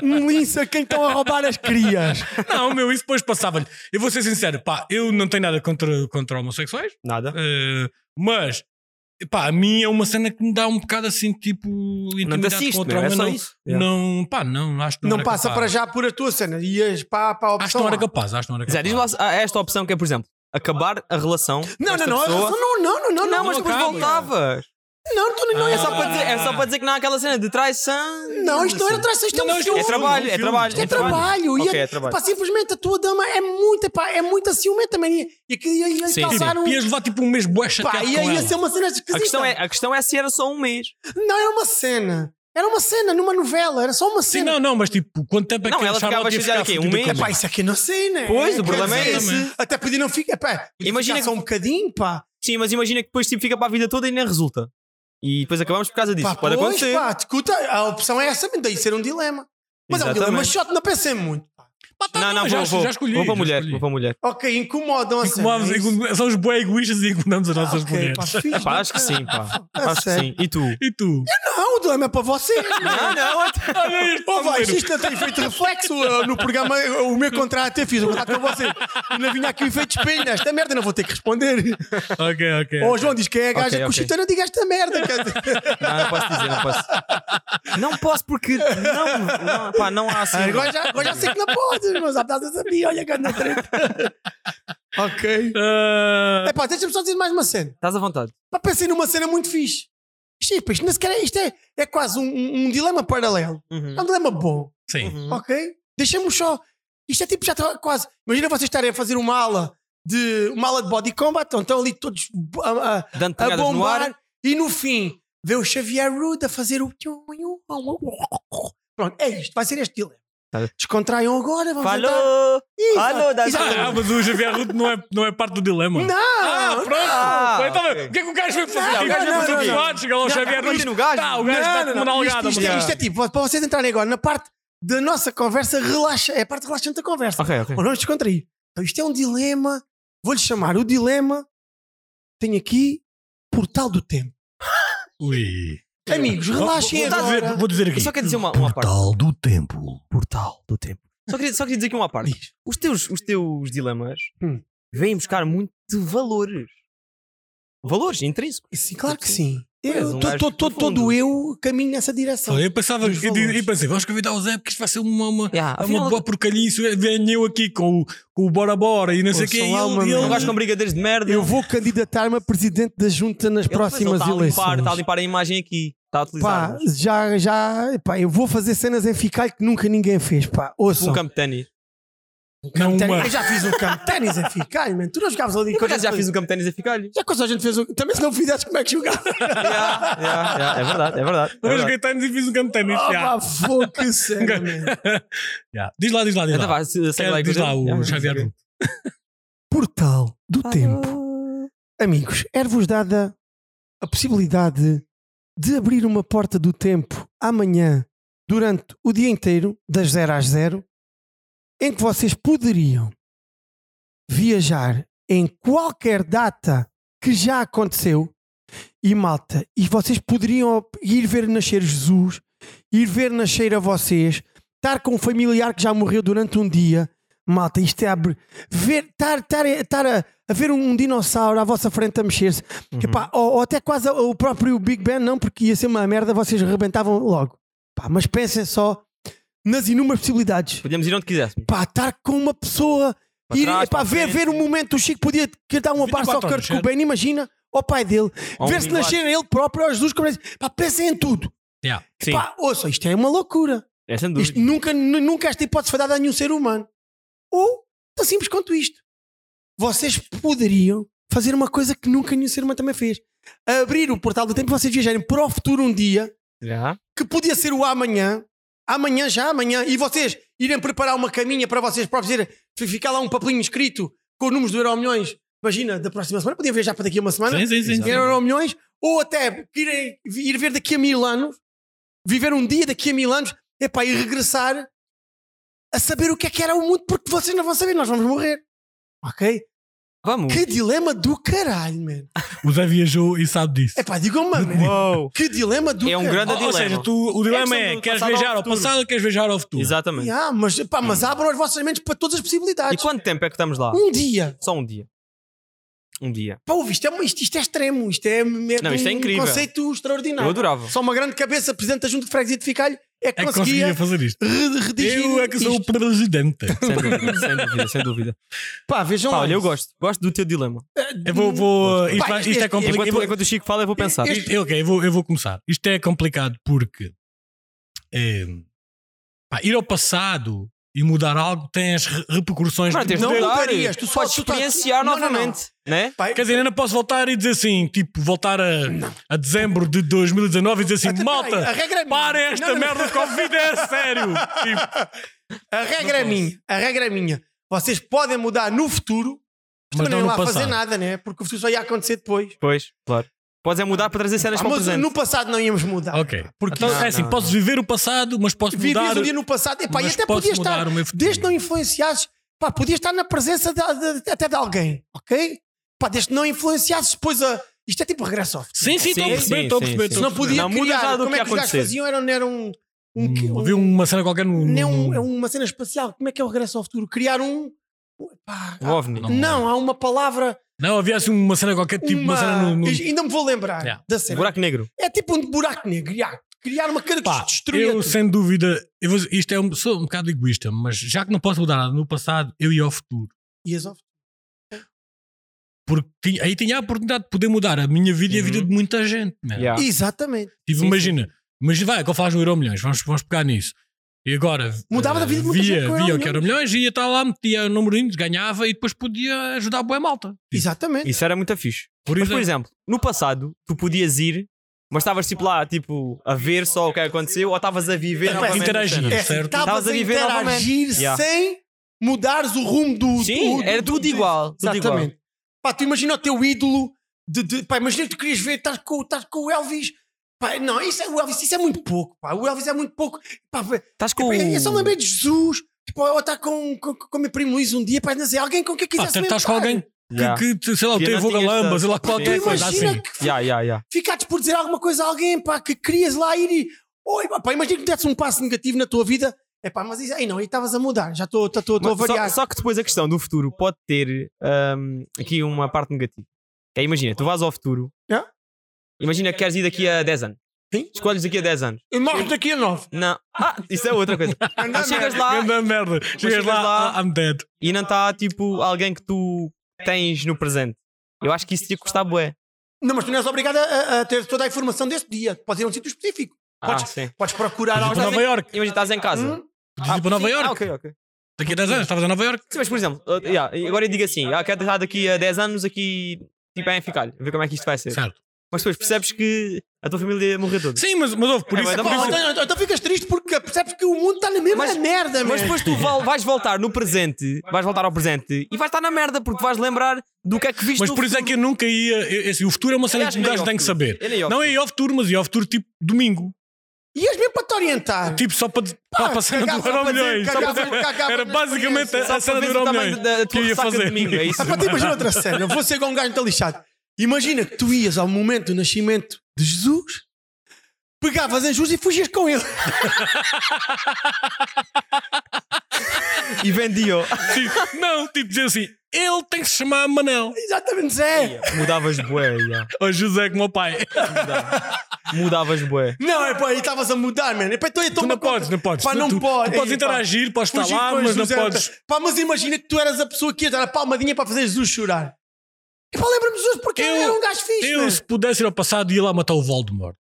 Speaker 4: Um lince a quem estão a roubar as crias.
Speaker 2: Não, meu, isso depois passava-lhe. Eu vou ser sincero, pá, eu não tenho nada contra, contra homossexuais,
Speaker 3: Nada.
Speaker 2: eh, mas, pá, a mim é uma cena que me dá um bocado assim, tipo,
Speaker 3: Não te
Speaker 2: intimidade
Speaker 3: assiste,
Speaker 2: com outro
Speaker 3: meu, é
Speaker 2: homem.
Speaker 3: só
Speaker 2: Não,
Speaker 3: isso.
Speaker 2: não, pá, não, acho que não
Speaker 4: Não
Speaker 2: era
Speaker 4: passa para
Speaker 2: capaz.
Speaker 4: já por a tua cena. Ias para, para a
Speaker 2: Acho que
Speaker 4: opção
Speaker 2: não era
Speaker 4: A.
Speaker 2: capaz, acho que não era
Speaker 3: Zé,
Speaker 2: capaz.
Speaker 3: diz lá a- esta opção que é, por exemplo, acabar a relação.
Speaker 4: Não, não, não, não, não, não, não, não,
Speaker 3: Não, mas
Speaker 2: não
Speaker 3: depois
Speaker 2: acaba.
Speaker 3: voltavas.
Speaker 4: não, tu não,
Speaker 2: Ah.
Speaker 3: É
Speaker 4: é
Speaker 3: só para dizer, é só para dizer que não há aquela cena de traição.
Speaker 4: não, isto não era traição, isto é
Speaker 2: Não, não,
Speaker 4: um
Speaker 2: isto
Speaker 4: filme.
Speaker 3: É trabalho,
Speaker 2: Não,
Speaker 3: é
Speaker 2: filme.
Speaker 3: trabalho.
Speaker 4: Isto é trabalho. E
Speaker 3: Ok,
Speaker 4: a-
Speaker 3: é trabalho.
Speaker 4: pá, simplesmente a tua dama é muito, pá, é muito ciumenta, man. E e que ia, ia
Speaker 3: Sim.
Speaker 4: causar um.
Speaker 2: Tipo, ias levar tipo um mês bué
Speaker 4: Pá,
Speaker 2: chateado
Speaker 4: ia,
Speaker 2: com
Speaker 4: ia
Speaker 2: ela.
Speaker 4: ser um uma cena
Speaker 3: A
Speaker 4: esquisita.
Speaker 3: questão, é, a questão é se era só um mês.
Speaker 4: Não, era uma cena. Era uma cena numa novela, era só uma
Speaker 2: Sim,
Speaker 4: cena.
Speaker 2: não, não, mas tipo, quanto tempo é
Speaker 3: Não,
Speaker 2: que
Speaker 3: ela
Speaker 2: a Charlotte
Speaker 3: ficava
Speaker 2: ia ficar
Speaker 3: chateada aqui, um
Speaker 2: fodida
Speaker 3: mês?
Speaker 2: com
Speaker 4: É
Speaker 2: ele?
Speaker 4: pá, isso aqui não sei, né?
Speaker 3: Pois, o
Speaker 4: Quer
Speaker 3: problema é
Speaker 4: dizer,
Speaker 2: esse.
Speaker 4: Até podia não ficar. Epá,
Speaker 3: Imagina
Speaker 4: Imagina
Speaker 3: que-
Speaker 4: só um bocadinho, pá.
Speaker 3: Sim, mas imagina que depois tipo, fica para a vida toda e nem resulta. E depois acabamos por causa disso.
Speaker 4: pá
Speaker 3: Pode
Speaker 4: pois,
Speaker 3: acontecer.
Speaker 4: pá, escuta, a opção é essa, mas daí ser um dilema. Mas é um dilema
Speaker 3: Exatamente.
Speaker 4: shot, não pensei muito. pá.
Speaker 2: Pá, tá
Speaker 3: não,
Speaker 2: bom,
Speaker 3: não,
Speaker 2: já,
Speaker 3: vou, vou,
Speaker 2: já escolhi.
Speaker 3: vou para
Speaker 2: já
Speaker 3: mulher.
Speaker 2: escolhi.
Speaker 3: Vou para mulher.
Speaker 4: Ok, incomodam a
Speaker 2: Incomodamos,
Speaker 4: cena, é isso?
Speaker 2: incom- somos bué egoístas e incomodamos as
Speaker 4: Ah,
Speaker 2: nossas
Speaker 4: ok, pá,
Speaker 2: mulheres.
Speaker 4: fixe,
Speaker 3: Pá, acho que sim, pá.
Speaker 4: A
Speaker 3: Acho que
Speaker 4: É sério?
Speaker 3: sim. E tu?
Speaker 2: E tu?
Speaker 4: Não, o drama é para vocês.
Speaker 3: Não, não.
Speaker 2: Olha este
Speaker 4: Oh, vai,
Speaker 2: tabuleiro.
Speaker 4: isto não tem feito reflexo uh, no programa. uh, O meu contrato até fiz. O contrato para vocês. Ainda vinha aqui o efeito espelho. né? Esta merda não vou ter que responder.
Speaker 2: Ok, ok.
Speaker 4: Ou o João diz que é a gaja
Speaker 3: Ok,
Speaker 4: que o
Speaker 3: ok.
Speaker 4: Chitão não diga esta merda. quer dizer.
Speaker 3: Não, não posso dizer, não posso. Não posso porque. Não, não, pá, não há assim.
Speaker 4: Agora já, agora já sei que não podes, mas há pedaços a mim. Olha, grande treta. ok.
Speaker 2: Ah,
Speaker 4: Epá, deixa-me só dizer mais uma cena.
Speaker 3: Estás à vontade.
Speaker 4: Pá, pensei numa cena muito fixe. Chipa, isto, nem sequer é, isto é, é quase um, um- um dilema paralelo.
Speaker 3: Uhum.
Speaker 4: É um dilema bom.
Speaker 2: sim.
Speaker 3: Hum.
Speaker 4: Ok? Deixamos só. Isto é tipo já tra- quase. Imagina vocês estarem a fazer uma ala de uma ala de body combat, ou então ali todos bo- a, a-
Speaker 3: Dando
Speaker 4: a
Speaker 3: pegadas no ar.
Speaker 4: bombar e no fim vê o Xavier Rude a fazer o. Pronto, é isto, vai ser este dilema.
Speaker 3: Tá.
Speaker 4: Descontraiam agora, vamos tentar-
Speaker 3: Falou!
Speaker 4: Exato,
Speaker 3: Alô, das-
Speaker 4: exatamente.
Speaker 2: Ah, mas o Xavier Ruto não é, não é parte do dilema.
Speaker 4: Não!
Speaker 2: Ah, pronto!
Speaker 3: Ah,
Speaker 2: então,
Speaker 3: ok.
Speaker 2: o que é que o gajo veio fazer?
Speaker 4: Não,
Speaker 2: o gajo
Speaker 4: não,
Speaker 2: veio fazer
Speaker 4: não,
Speaker 2: um
Speaker 4: não.
Speaker 2: debate, chega lá o
Speaker 4: Não,
Speaker 2: Xavier
Speaker 3: não,
Speaker 2: Ruto.
Speaker 3: não, gajo.
Speaker 2: Tá, o gajo
Speaker 4: Não,
Speaker 2: está
Speaker 4: não,
Speaker 2: como
Speaker 4: não,
Speaker 2: uma
Speaker 4: isto,
Speaker 2: nalgada.
Speaker 4: isto, é-
Speaker 2: mano.
Speaker 4: isto é tipo, para vocês entrarem agora na parte da nossa conversa, relaxa, é a parte relaxante da conversa.
Speaker 3: Ok, ok.
Speaker 4: Ou vamos descontrair. Então, isto é um dilema. Vou-lhe chamar o dilema. Tenho aqui Portal do Tempo. é-
Speaker 2: Ui.
Speaker 3: É.
Speaker 4: Amigos, relaxem
Speaker 2: Vou- vou- vou dizer-
Speaker 4: agora.
Speaker 2: Vou dizer
Speaker 3: Eu
Speaker 2: aqui.
Speaker 3: só quero dizer uma, uma parte.
Speaker 1: do tempo.
Speaker 3: Portal do tempo. Só queria, só queria dizer aqui uma parte.
Speaker 4: Diz.
Speaker 3: Os teus, os teus dilemas
Speaker 4: Hum.
Speaker 3: vêm buscar muito de valores. Valores intrínsecos.
Speaker 4: Sim, claro que sim. Eu,
Speaker 3: és um
Speaker 4: to-
Speaker 3: gajo
Speaker 4: to- to-
Speaker 3: profundo.
Speaker 4: todo eu caminho nessa direção.
Speaker 2: Eu pensava
Speaker 4: Dos
Speaker 2: que,
Speaker 4: valores.
Speaker 2: e pensei, vamos convidar o Zé porque isto vai ser uma,
Speaker 4: É,
Speaker 2: uma,
Speaker 3: Yeah,
Speaker 2: É uma
Speaker 3: afinal-
Speaker 2: boa porcalhice. Venho eu aqui com o, com o Bora Bora e não sei o
Speaker 4: Pô,
Speaker 2: quê. E
Speaker 4: são lá uma
Speaker 2: ele,
Speaker 4: merda.
Speaker 3: Não
Speaker 4: Eu-
Speaker 3: gajo com
Speaker 2: ele,
Speaker 3: brigadeiros de merda.
Speaker 4: Eu vou candidatar-me a presidente da junta nas
Speaker 3: Ele- tá pois, ele
Speaker 4: próximas
Speaker 3: está a limpar- um
Speaker 4: eleições.
Speaker 3: Está a limpar a imagem aqui. Está a utilizar Um
Speaker 4: Pá, já, já, pá, eu vou fazer cenas em Ficalho que nunca ninguém fez, pá. Ouçam.
Speaker 3: um campo de ténis.
Speaker 2: não uma.
Speaker 4: Eu já fiz um campo de ténis em Ficalho, mano. Tu não jogavas ali.
Speaker 3: Eu por
Speaker 4: quando
Speaker 3: acaso já
Speaker 4: eu-
Speaker 3: fiz um campo de ténis a ficalho.
Speaker 4: Já quando a gente fez um... Também se não fizesse, como é que jogava?
Speaker 3: Yeah, yeah, yeah, É verdade, é verdade. é
Speaker 2: Uma vez
Speaker 3: verdade.
Speaker 2: joguei ténis e fiz um campo de ténis.
Speaker 4: Ah,
Speaker 2: já.
Speaker 4: pá, fogo, que cena, man.
Speaker 2: Já. Diz lá, diz lá, diz
Speaker 3: Então
Speaker 2: lá.
Speaker 3: vá, se- segue
Speaker 2: é Quero-
Speaker 3: aí com
Speaker 2: diz lá
Speaker 3: dedo.
Speaker 2: o
Speaker 3: Yeah.
Speaker 2: Xavier Ruto.
Speaker 4: Portal do Tempo. Amigos, era-vos dada a possibilidade de abrir uma porta do tempo amanhã, durante o dia inteiro, das 0 às 0, em que vocês poderiam viajar em qualquer data que já aconteceu e malta, e vocês poderiam ir ver nascer Jesus, ir ver nascer a vocês, estar com um familiar que já morreu durante um dia, malta, isto é abre, ver, estar, estar, estar a, a ver um dinossauro à vossa frente a mexer-se, Epá, ou, ou até quase o próprio Big Ben, não, porque ia ser uma merda, vocês rebentavam logo. Pá, mas pensem só nas inúmeras possibilidades.
Speaker 3: Podíamos ir onde quiséssemos.
Speaker 4: Pá, estar com uma pessoa,
Speaker 3: Para
Speaker 4: ir,
Speaker 3: trás,
Speaker 4: epá,
Speaker 3: para
Speaker 4: ver,
Speaker 3: frente.
Speaker 4: ver o momento, o Chico podia cantar uma parte ao
Speaker 2: 24
Speaker 4: Kurt
Speaker 2: horas,
Speaker 4: Cobain, imagina, ao pai dele,
Speaker 3: Ou um
Speaker 4: ver-se
Speaker 3: Bin
Speaker 4: nascer ele próprio, ao Jesus, como é que- pá, pensem em tudo.
Speaker 2: Já.
Speaker 3: Sim,
Speaker 4: Pá, ouça, isto é uma loucura.
Speaker 3: é sem dúvida.
Speaker 4: Isto nunca, nu- nunca esta hipótese foi dada a nenhum ser humano. Ou, tão simples quanto isto, vocês poderiam fazer uma coisa que nunca nenhum ser humano também fez. Abrir o portal do tempo e vocês viajarem para o futuro um dia,
Speaker 3: Já.
Speaker 4: que podia ser o amanhã, amanhã já, amanhã, e vocês irem preparar uma caminha para vocês próprios, irem- f- ficar lá um papelinho escrito com os números do Euro Milhões, imagina, da próxima semana, podiam viajar para daqui a uma semana,
Speaker 2: Sim, sim, sim. sim.
Speaker 4: ganhar euro milhões, ou até irem, ir ver daqui a mil anos, viver um dia daqui a mil anos, epá, e regressar a saber o que é que era o mundo, porque vocês não vão saber, nós vamos morrer. Ok?
Speaker 3: Vamos.
Speaker 4: Que dilema do caralho, man.
Speaker 2: O Zé viajou e sabe disso. Ah,
Speaker 4: Epá, digam-me, man.
Speaker 3: Uou.
Speaker 4: Que dilema do
Speaker 3: É um
Speaker 4: caralho.
Speaker 3: grande
Speaker 2: Ou, ou seja,
Speaker 3: dilema.
Speaker 2: tu, o
Speaker 3: É
Speaker 2: dilema
Speaker 3: a questão
Speaker 2: é:
Speaker 3: do
Speaker 2: queres
Speaker 3: passado ao
Speaker 2: viajar ao
Speaker 3: futuro.
Speaker 2: passado ou queres viajar ao futuro?
Speaker 3: Exatamente.
Speaker 4: Ah, mas, epá,
Speaker 2: Hum.
Speaker 4: mas abram as vossas mentes para todas as
Speaker 3: E
Speaker 4: possibilidades.
Speaker 3: quanto tempo é que estamos lá?
Speaker 4: Um dia.
Speaker 3: Só um dia. Um dia.
Speaker 4: Pá, ouve, isto é, uma- isto, isto é extremo. Isto é, mesmo
Speaker 3: Não, isto é
Speaker 4: um
Speaker 3: incrível.
Speaker 4: conceito extraordinário.
Speaker 3: Eu adorava.
Speaker 4: Só uma grande cabeça, presidente da Junta de Freguesia de Ficalho, é que
Speaker 2: É que
Speaker 4: conseguia
Speaker 2: conseguia fazer isto.
Speaker 4: re- redigir
Speaker 2: Eu é que sou o
Speaker 4: isto.
Speaker 2: presidente.
Speaker 3: Sem dúvida, sem dúvida, sem dúvida.
Speaker 4: Pá, vejam
Speaker 3: Pá,
Speaker 4: lá.
Speaker 3: olha, eu
Speaker 4: é isso.
Speaker 3: gosto. Gosto do teu dilema.
Speaker 2: Eu vou. vou isto,
Speaker 4: Pá,
Speaker 2: vai- isto é
Speaker 4: este-
Speaker 2: complicado.
Speaker 3: Enquanto,
Speaker 2: Eu vou-
Speaker 3: enquanto o Chico fala, eu vou pensar.
Speaker 2: isto- eu- ok, eu vou, eu vou começar. Isto é complicado porque eh, pá, ir ao passado e mudar algo tem as re- repercussões.
Speaker 3: Mano, tens de
Speaker 4: Não
Speaker 3: mudar.
Speaker 4: mudarias, tu só-
Speaker 3: Podes
Speaker 4: tu tá-
Speaker 3: experienciar
Speaker 4: Não, não, não.
Speaker 3: novamente. Né?
Speaker 4: Pá,
Speaker 2: Quer dizer, ainda posso voltar e dizer assim, tipo, voltar a, a dezembro de 2019 e dizer assim,
Speaker 4: Até- peraí, a
Speaker 2: malta,
Speaker 4: regra é minha.
Speaker 2: para esta
Speaker 4: Não, não, não.
Speaker 2: merda de Covid, é sério. Tipo,
Speaker 4: a regra é minha. A regra é minha. Vocês podem mudar no futuro, mas
Speaker 2: mas
Speaker 4: também
Speaker 2: não
Speaker 4: não
Speaker 2: no
Speaker 4: lá fazer
Speaker 2: passado.
Speaker 4: nada, né? Porque o futuro só ia acontecer depois.
Speaker 3: Pois, claro. Podes é mudar para trazer cenas
Speaker 4: Ah,
Speaker 3: para o
Speaker 4: mas
Speaker 3: presente.
Speaker 4: no passado não íamos mudar.
Speaker 2: Ok.
Speaker 4: Porque
Speaker 2: então,
Speaker 4: isso-
Speaker 2: é assim,
Speaker 3: não,
Speaker 2: posso viver o passado, mas posso
Speaker 4: Vivias
Speaker 2: mudar.
Speaker 4: um dia no passado, epá, e
Speaker 2: mas
Speaker 4: até
Speaker 2: posso
Speaker 4: podias
Speaker 2: mudar
Speaker 4: estar,
Speaker 2: o meu futuro.
Speaker 4: desde que não influenciasses, pá, podias estar na presença de- de- até de alguém, ok? Pá, desde que não influenciasses, depois a. Isto é tipo regresso ao futuro.
Speaker 2: Sim, sim, estou a
Speaker 3: Sim,
Speaker 2: perceber,
Speaker 3: sim,
Speaker 2: estou a
Speaker 3: sim,
Speaker 2: perceber.
Speaker 3: sim.
Speaker 2: estou
Speaker 4: Se
Speaker 2: a
Speaker 4: não
Speaker 2: perceber.
Speaker 4: podia
Speaker 3: Não muda
Speaker 4: criar,
Speaker 3: nada do
Speaker 4: como é
Speaker 3: que
Speaker 4: que os gajos
Speaker 3: acontecer.
Speaker 4: faziam? Era, era um. um,
Speaker 2: Hum,
Speaker 4: um,
Speaker 2: Havia uma cena qualquer no.
Speaker 4: não é um-
Speaker 2: no-
Speaker 4: é uma cena espacial. Como é que é o regresso ao futuro? Criar um. Pá,
Speaker 3: Um OVNI.
Speaker 4: há- não, há uma palavra.
Speaker 2: Não, havia assim uma cena qualquer, tipo uma,
Speaker 4: uma-
Speaker 2: cena no. no...
Speaker 4: Ainda me vou lembrar
Speaker 2: Yeah.
Speaker 4: da cena.
Speaker 3: Buraco negro.
Speaker 4: É tipo um buraco negro. yeah. Criar uma cara que
Speaker 2: Pá,
Speaker 4: se destruía.
Speaker 2: eu
Speaker 4: tudo.
Speaker 2: sem dúvida, eu vou- isto é um, sou um bocado egoísta, mas já que não posso mudar nada no passado, eu ia ao futuro.
Speaker 4: Ias
Speaker 2: Ah.
Speaker 4: ao-
Speaker 2: Porque tinha- aí tinha a oportunidade de poder mudar a minha vida e a vida
Speaker 3: Uhum.
Speaker 2: de muita gente. Man.
Speaker 3: Yeah.
Speaker 4: Exatamente.
Speaker 2: Tipo,
Speaker 3: Sim,
Speaker 2: imagina, mas vai, que eu faço no Euro Milhões, vamos, vamos pegar nisso. E agora
Speaker 4: Mudava
Speaker 2: eh,
Speaker 4: da vida de muita gente
Speaker 2: via,
Speaker 4: com o
Speaker 2: via o
Speaker 4: Euro
Speaker 2: que era milhões e ia estar lá, metia o número ganhava e depois podia ajudar a boa malta. Tipo,
Speaker 4: Exatamente.
Speaker 3: Isso era muito fixe.
Speaker 2: Por
Speaker 3: Mas,
Speaker 4: é-
Speaker 2: exemplo,
Speaker 3: por exemplo, no passado, tu podias ir, mas estavas tipo lá, tipo, a ver só o que aconteceu, ou estavas a viver
Speaker 2: É,
Speaker 3: novamente a
Speaker 2: interagir.
Speaker 3: cena.
Speaker 2: É.
Speaker 4: assim,
Speaker 2: certo.
Speaker 4: Estavas
Speaker 3: Estavas
Speaker 4: a
Speaker 3: a viver
Speaker 4: interagir
Speaker 3: novamente. Yeah.
Speaker 4: sem mudares o rumo do.
Speaker 3: Sim,
Speaker 4: do-
Speaker 3: era
Speaker 4: do-
Speaker 3: tudo
Speaker 4: do-
Speaker 3: igual. tudo igual.
Speaker 4: Exatamente. Pá, tu imagina o teu ídolo. De, de, pá, imagina que tu querias ver, estás com, estás com o Elvis. Pá, não, isso é, o Elvis, isso é muito pouco. Pá. O Elvis é muito pouco. Pá, pá,
Speaker 3: Estás com
Speaker 4: tipo, eu, eu só me
Speaker 3: o...
Speaker 4: lembrei de Jesus. Tipo, ou estar com, com, com o meu primo Luís um dia, pá, não sei, alguém com quem
Speaker 2: pá,
Speaker 4: quisesse
Speaker 2: estás com
Speaker 4: lembrar.
Speaker 2: alguém que,
Speaker 3: Yeah. tá.
Speaker 2: que, sei lá,
Speaker 3: Que eu
Speaker 2: teve
Speaker 3: não
Speaker 2: o
Speaker 3: tinha
Speaker 2: galamba,
Speaker 3: essa-
Speaker 2: sei lá,
Speaker 3: Sim,
Speaker 4: Tu
Speaker 2: qualquer coisa
Speaker 4: imagina
Speaker 2: assim.
Speaker 4: que
Speaker 3: Yeah, yeah, yeah.
Speaker 4: ficares por dizer alguma coisa a alguém, pá, que querias lá ir e. Oi, pá, imagina que desse um passo negativo na tua vida. É pá, mas isso, ei, não, aí estavas a mudar, já estou estou- estou a
Speaker 3: Mas só,
Speaker 4: variar.
Speaker 3: só que depois a questão do futuro pode ter hum, aqui uma parte negativa. Que é, imagina, tu vais ao futuro.
Speaker 4: É?
Speaker 3: Imagina que queres ir daqui a 10 anos.
Speaker 4: Sim.
Speaker 3: Escolhes daqui a 10 anos.
Speaker 4: E morres daqui a nove.
Speaker 3: Não. Ah, isso é outra coisa. Mas chegas lá
Speaker 2: Grande merda. Chegas
Speaker 3: chegas
Speaker 2: lá,
Speaker 3: lá-
Speaker 2: ah, I'm dead.
Speaker 3: e não está tipo alguém que tu tens no presente. Eu acho que isso te ia custar bué.
Speaker 4: Não, mas tu não és obrigado a- a, a ter toda a informação desse dia. Podes ir a um sítio específico. Podes,
Speaker 3: Ah, sim.
Speaker 4: podes procurar
Speaker 2: Podes ir para
Speaker 4: algo.
Speaker 2: Tipo, Nova Iorque.
Speaker 3: Imagina, estás em casa.
Speaker 4: Hum?
Speaker 2: Podes ir para Nova
Speaker 3: sim.
Speaker 2: Iorque.
Speaker 3: Ah, ok, ok.
Speaker 2: Daqui a 10 anos estavas a Nova Iorque.
Speaker 3: Sim, mas por exemplo, uh, yeah, agora eu digo assim: ah, quero estar daqui a 10 anos aqui tipo, em ficar, ver como é que isto vai ser.
Speaker 2: Certo.
Speaker 3: Mas depois percebes que a tua família morreu toda.
Speaker 2: Sim, mas, mas houve por
Speaker 3: É,
Speaker 2: isso.
Speaker 3: mas
Speaker 2: por
Speaker 3: dá
Speaker 4: Pá,
Speaker 3: para-
Speaker 2: isso-
Speaker 4: então, então ficas triste porque percebes que o mundo está na mesma
Speaker 3: Mas-
Speaker 4: merda,
Speaker 3: Mas
Speaker 4: mas,
Speaker 3: depois tu val- vais voltar no presente, vais voltar ao presente e vais estar na merda porque vais lembrar do que é que viste
Speaker 2: Mas
Speaker 3: no
Speaker 2: por isso é que eu nunca ia. eu- assim, o futuro é uma cena
Speaker 3: Aliás,
Speaker 2: que um
Speaker 3: nem
Speaker 2: gajo
Speaker 3: ao
Speaker 2: tem que
Speaker 3: futuro.
Speaker 2: saber.
Speaker 3: Eu nem ao
Speaker 2: Não é ir ao futuro, mas ir ao futuro tipo domingo.
Speaker 4: Ias mesmo para te orientar.
Speaker 2: Tipo só para, para passar
Speaker 4: cagava
Speaker 2: do Euro
Speaker 4: para dizer-
Speaker 2: Milhões.
Speaker 4: cagava-
Speaker 2: Só para dizer-
Speaker 4: cagava
Speaker 2: Era
Speaker 4: na
Speaker 2: basicamente
Speaker 4: experiência.
Speaker 2: a, a
Speaker 3: Só
Speaker 2: cena
Speaker 3: para
Speaker 2: do
Speaker 3: ver
Speaker 2: Euro
Speaker 3: o tamanho
Speaker 2: Milhões
Speaker 3: da- da
Speaker 2: que
Speaker 3: tua
Speaker 2: eu ia
Speaker 3: ressaca de
Speaker 2: fazer.
Speaker 3: domingo, é isso?
Speaker 4: Ah, pá, tu imagina outra cena. Vou ser igual um gajo muito lixado. Imagina que tu ias ao momento do nascimento de Jesus, pegavas em Jesus e fugias com ele.
Speaker 3: e vendiam.
Speaker 2: Tipo, não, tipo dizer assim, ele tem que se chamar Manel.
Speaker 4: Exatamente, Zé.
Speaker 3: Mudavas bué, yeah.
Speaker 2: Ou José como o pai.
Speaker 3: mudavas bué.
Speaker 4: Não, é pá, e estavas a mudar, mano. É pá, então, então
Speaker 2: Tu não
Speaker 4: pá,
Speaker 2: podes, não podes.
Speaker 4: Pá, não
Speaker 2: tu, tu
Speaker 4: pode.
Speaker 2: podes
Speaker 4: Ei, pá,
Speaker 2: interagir, podes estar
Speaker 4: fugir
Speaker 2: Tá lá,
Speaker 4: com
Speaker 2: mas não
Speaker 4: Jesus era-
Speaker 2: podes.
Speaker 4: Pá, mas imagina que tu eras a pessoa que ia dar a palmadinha para fazer Jesus chorar. E pá, lembra-me de Jesus porque
Speaker 2: Eu-
Speaker 4: ele era um gajo fixe,
Speaker 2: Eu,
Speaker 4: mano.
Speaker 2: se pudesse ir ao passado, ia lá matar o Voldemort.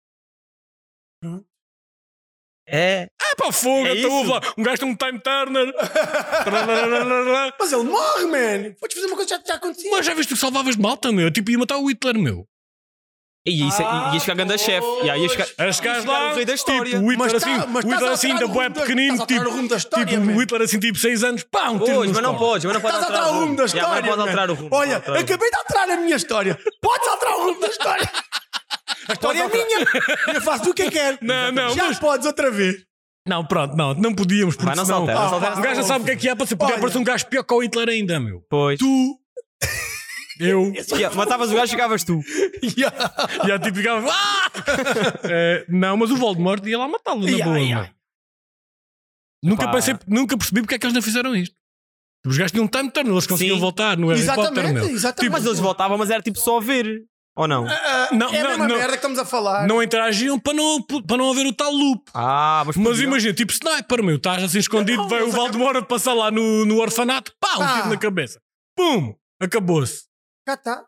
Speaker 3: É.
Speaker 2: É para fogo,
Speaker 3: É
Speaker 2: então
Speaker 3: isso?
Speaker 2: houve lá. Um gajo tem um time turner. Tararararara.
Speaker 4: Mas ele morre, man. Vou-te fazer uma coisa que já, já acontecia.
Speaker 2: mas já viste que salvavas de malta, meu? Tipo, ia matar o Hitler, meu.
Speaker 3: E isso, ah, ias ficar grande chefe. Yeah, ias ficar...
Speaker 2: As gajas lá,
Speaker 3: o rei da história.
Speaker 2: tipo, o Hitler
Speaker 4: Mas
Speaker 2: assim,
Speaker 4: tá- mas
Speaker 2: o Hitler
Speaker 4: estás a
Speaker 2: assim,
Speaker 4: alterar
Speaker 2: ainda
Speaker 4: o
Speaker 2: bué
Speaker 4: rumo da-
Speaker 2: pequenino,
Speaker 4: estás a alterar
Speaker 2: tipo,
Speaker 4: o rumo da história,
Speaker 2: tipo, o
Speaker 4: man.
Speaker 2: Hitler assim, tipo, 6 anos, pá, um
Speaker 3: Pois,
Speaker 2: tiro no
Speaker 3: mas não
Speaker 2: estômago.
Speaker 3: podes, mas não podes
Speaker 4: Estás a alterar o rumo da
Speaker 3: Yeah, mas
Speaker 4: história.
Speaker 3: não podes
Speaker 4: man.
Speaker 3: alterar o rumo.
Speaker 4: Olha,
Speaker 3: não podes alterar o rumo.
Speaker 4: acabei de alterar a minha história. Podes alterar o rumo da história. A história é minha. Eu faço o que eu quero.
Speaker 2: Não, não,
Speaker 4: Já
Speaker 2: mas-
Speaker 4: podes outra vez.
Speaker 2: Não, pronto, não, não podíamos, porque
Speaker 3: Vai, não se
Speaker 2: senão,
Speaker 3: altera, não se
Speaker 4: Ah,
Speaker 3: altera.
Speaker 2: um gajo não sabe o que é que é para ser, podia
Speaker 4: Olha.
Speaker 2: aparecer um gajo pior que o Hitler ainda, meu.
Speaker 3: Pois.
Speaker 2: Tu, eu,
Speaker 3: Yeah, matavas o gajo, chegavas tu.
Speaker 2: e a tipo ficava, "Ah!" Eh, Não, mas o Voldemort ia lá matá-lo, na
Speaker 4: Ya,
Speaker 2: boa,
Speaker 4: ya.
Speaker 2: meu. Nunca,
Speaker 3: Pá.
Speaker 2: pensei, nunca percebi porque é que eles não fizeram isto. Os gajos tinham um time turn, eles conseguiam
Speaker 3: Sim.
Speaker 2: voltar no Harry Potter,
Speaker 4: Exatamente,
Speaker 2: meu. Tipo, Ah,
Speaker 4: exatamente.
Speaker 3: Mas eles voltavam, mas era tipo só ver. Ou não?
Speaker 4: Ah,
Speaker 2: Não,
Speaker 4: é a
Speaker 2: não,
Speaker 4: mesma
Speaker 2: não.
Speaker 4: merda que estamos a falar.
Speaker 2: Não interagiam para não, para não haver o tal loop.
Speaker 3: Ah, mas.
Speaker 2: Mas
Speaker 3: podia.
Speaker 2: imagina, tipo sniper, meu, estás assim escondido,
Speaker 4: Não,
Speaker 2: vai o
Speaker 4: mas é
Speaker 2: Valdemar a passar lá no, no orfanato, pá, um
Speaker 4: Pá.
Speaker 2: tiro na cabeça. Pum! Acabou-se.
Speaker 4: Cá está.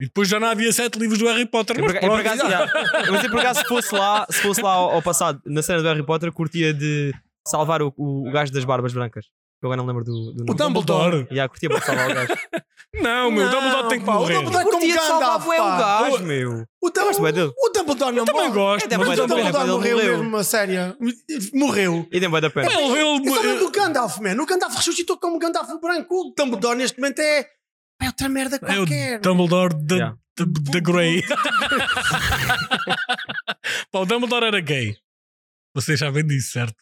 Speaker 2: E depois já não havia sete livros do Harry Potter,
Speaker 3: Eu
Speaker 2: mas
Speaker 3: É por, eu por
Speaker 2: pronto,
Speaker 3: acaso,
Speaker 2: já.
Speaker 3: yeah. Mas eu por acaso, se fosse lá, se fosse lá ao, ao passado, na cena do Harry Potter, curtia de salvar o, o, o gajo das barbas brancas. Eu agora não lembro do, do nome.
Speaker 4: O Dumbledore.
Speaker 3: Yeah, curtia para salvar o gajo.
Speaker 2: Não, meu, o Dumbledore tem que
Speaker 4: pá, o
Speaker 2: morrer.
Speaker 4: Dumbledore- é
Speaker 3: curtia de salvar
Speaker 4: Gandalf,
Speaker 3: bué o
Speaker 4: pá.
Speaker 3: gajo, meu.
Speaker 4: O
Speaker 3: Gosto bué
Speaker 4: Dumbledore,
Speaker 3: dele.
Speaker 4: o Dumbledore não
Speaker 2: Também
Speaker 4: morre.
Speaker 2: gosto,
Speaker 3: É,
Speaker 2: mas então
Speaker 4: Mas
Speaker 2: o
Speaker 4: o
Speaker 3: Mas também-
Speaker 2: Dumbledore...
Speaker 4: Dumbledore
Speaker 3: ele
Speaker 4: morreu
Speaker 3: morreu.
Speaker 4: mesmo, a sério. Morreu.
Speaker 3: E tem bué da pena.
Speaker 2: Ele, é ele-
Speaker 4: é. Eu só lembro do Gandalf, man. O Gandalf ressuscitou como Gandalf branco. O Dumbledore neste momento é... É outra merda
Speaker 2: É
Speaker 4: qualquer.
Speaker 2: o Dumbledore da
Speaker 3: Yeah.
Speaker 2: de, de Grey. Pá, o Dumbledore era gay. Vocês sabem disso, certo?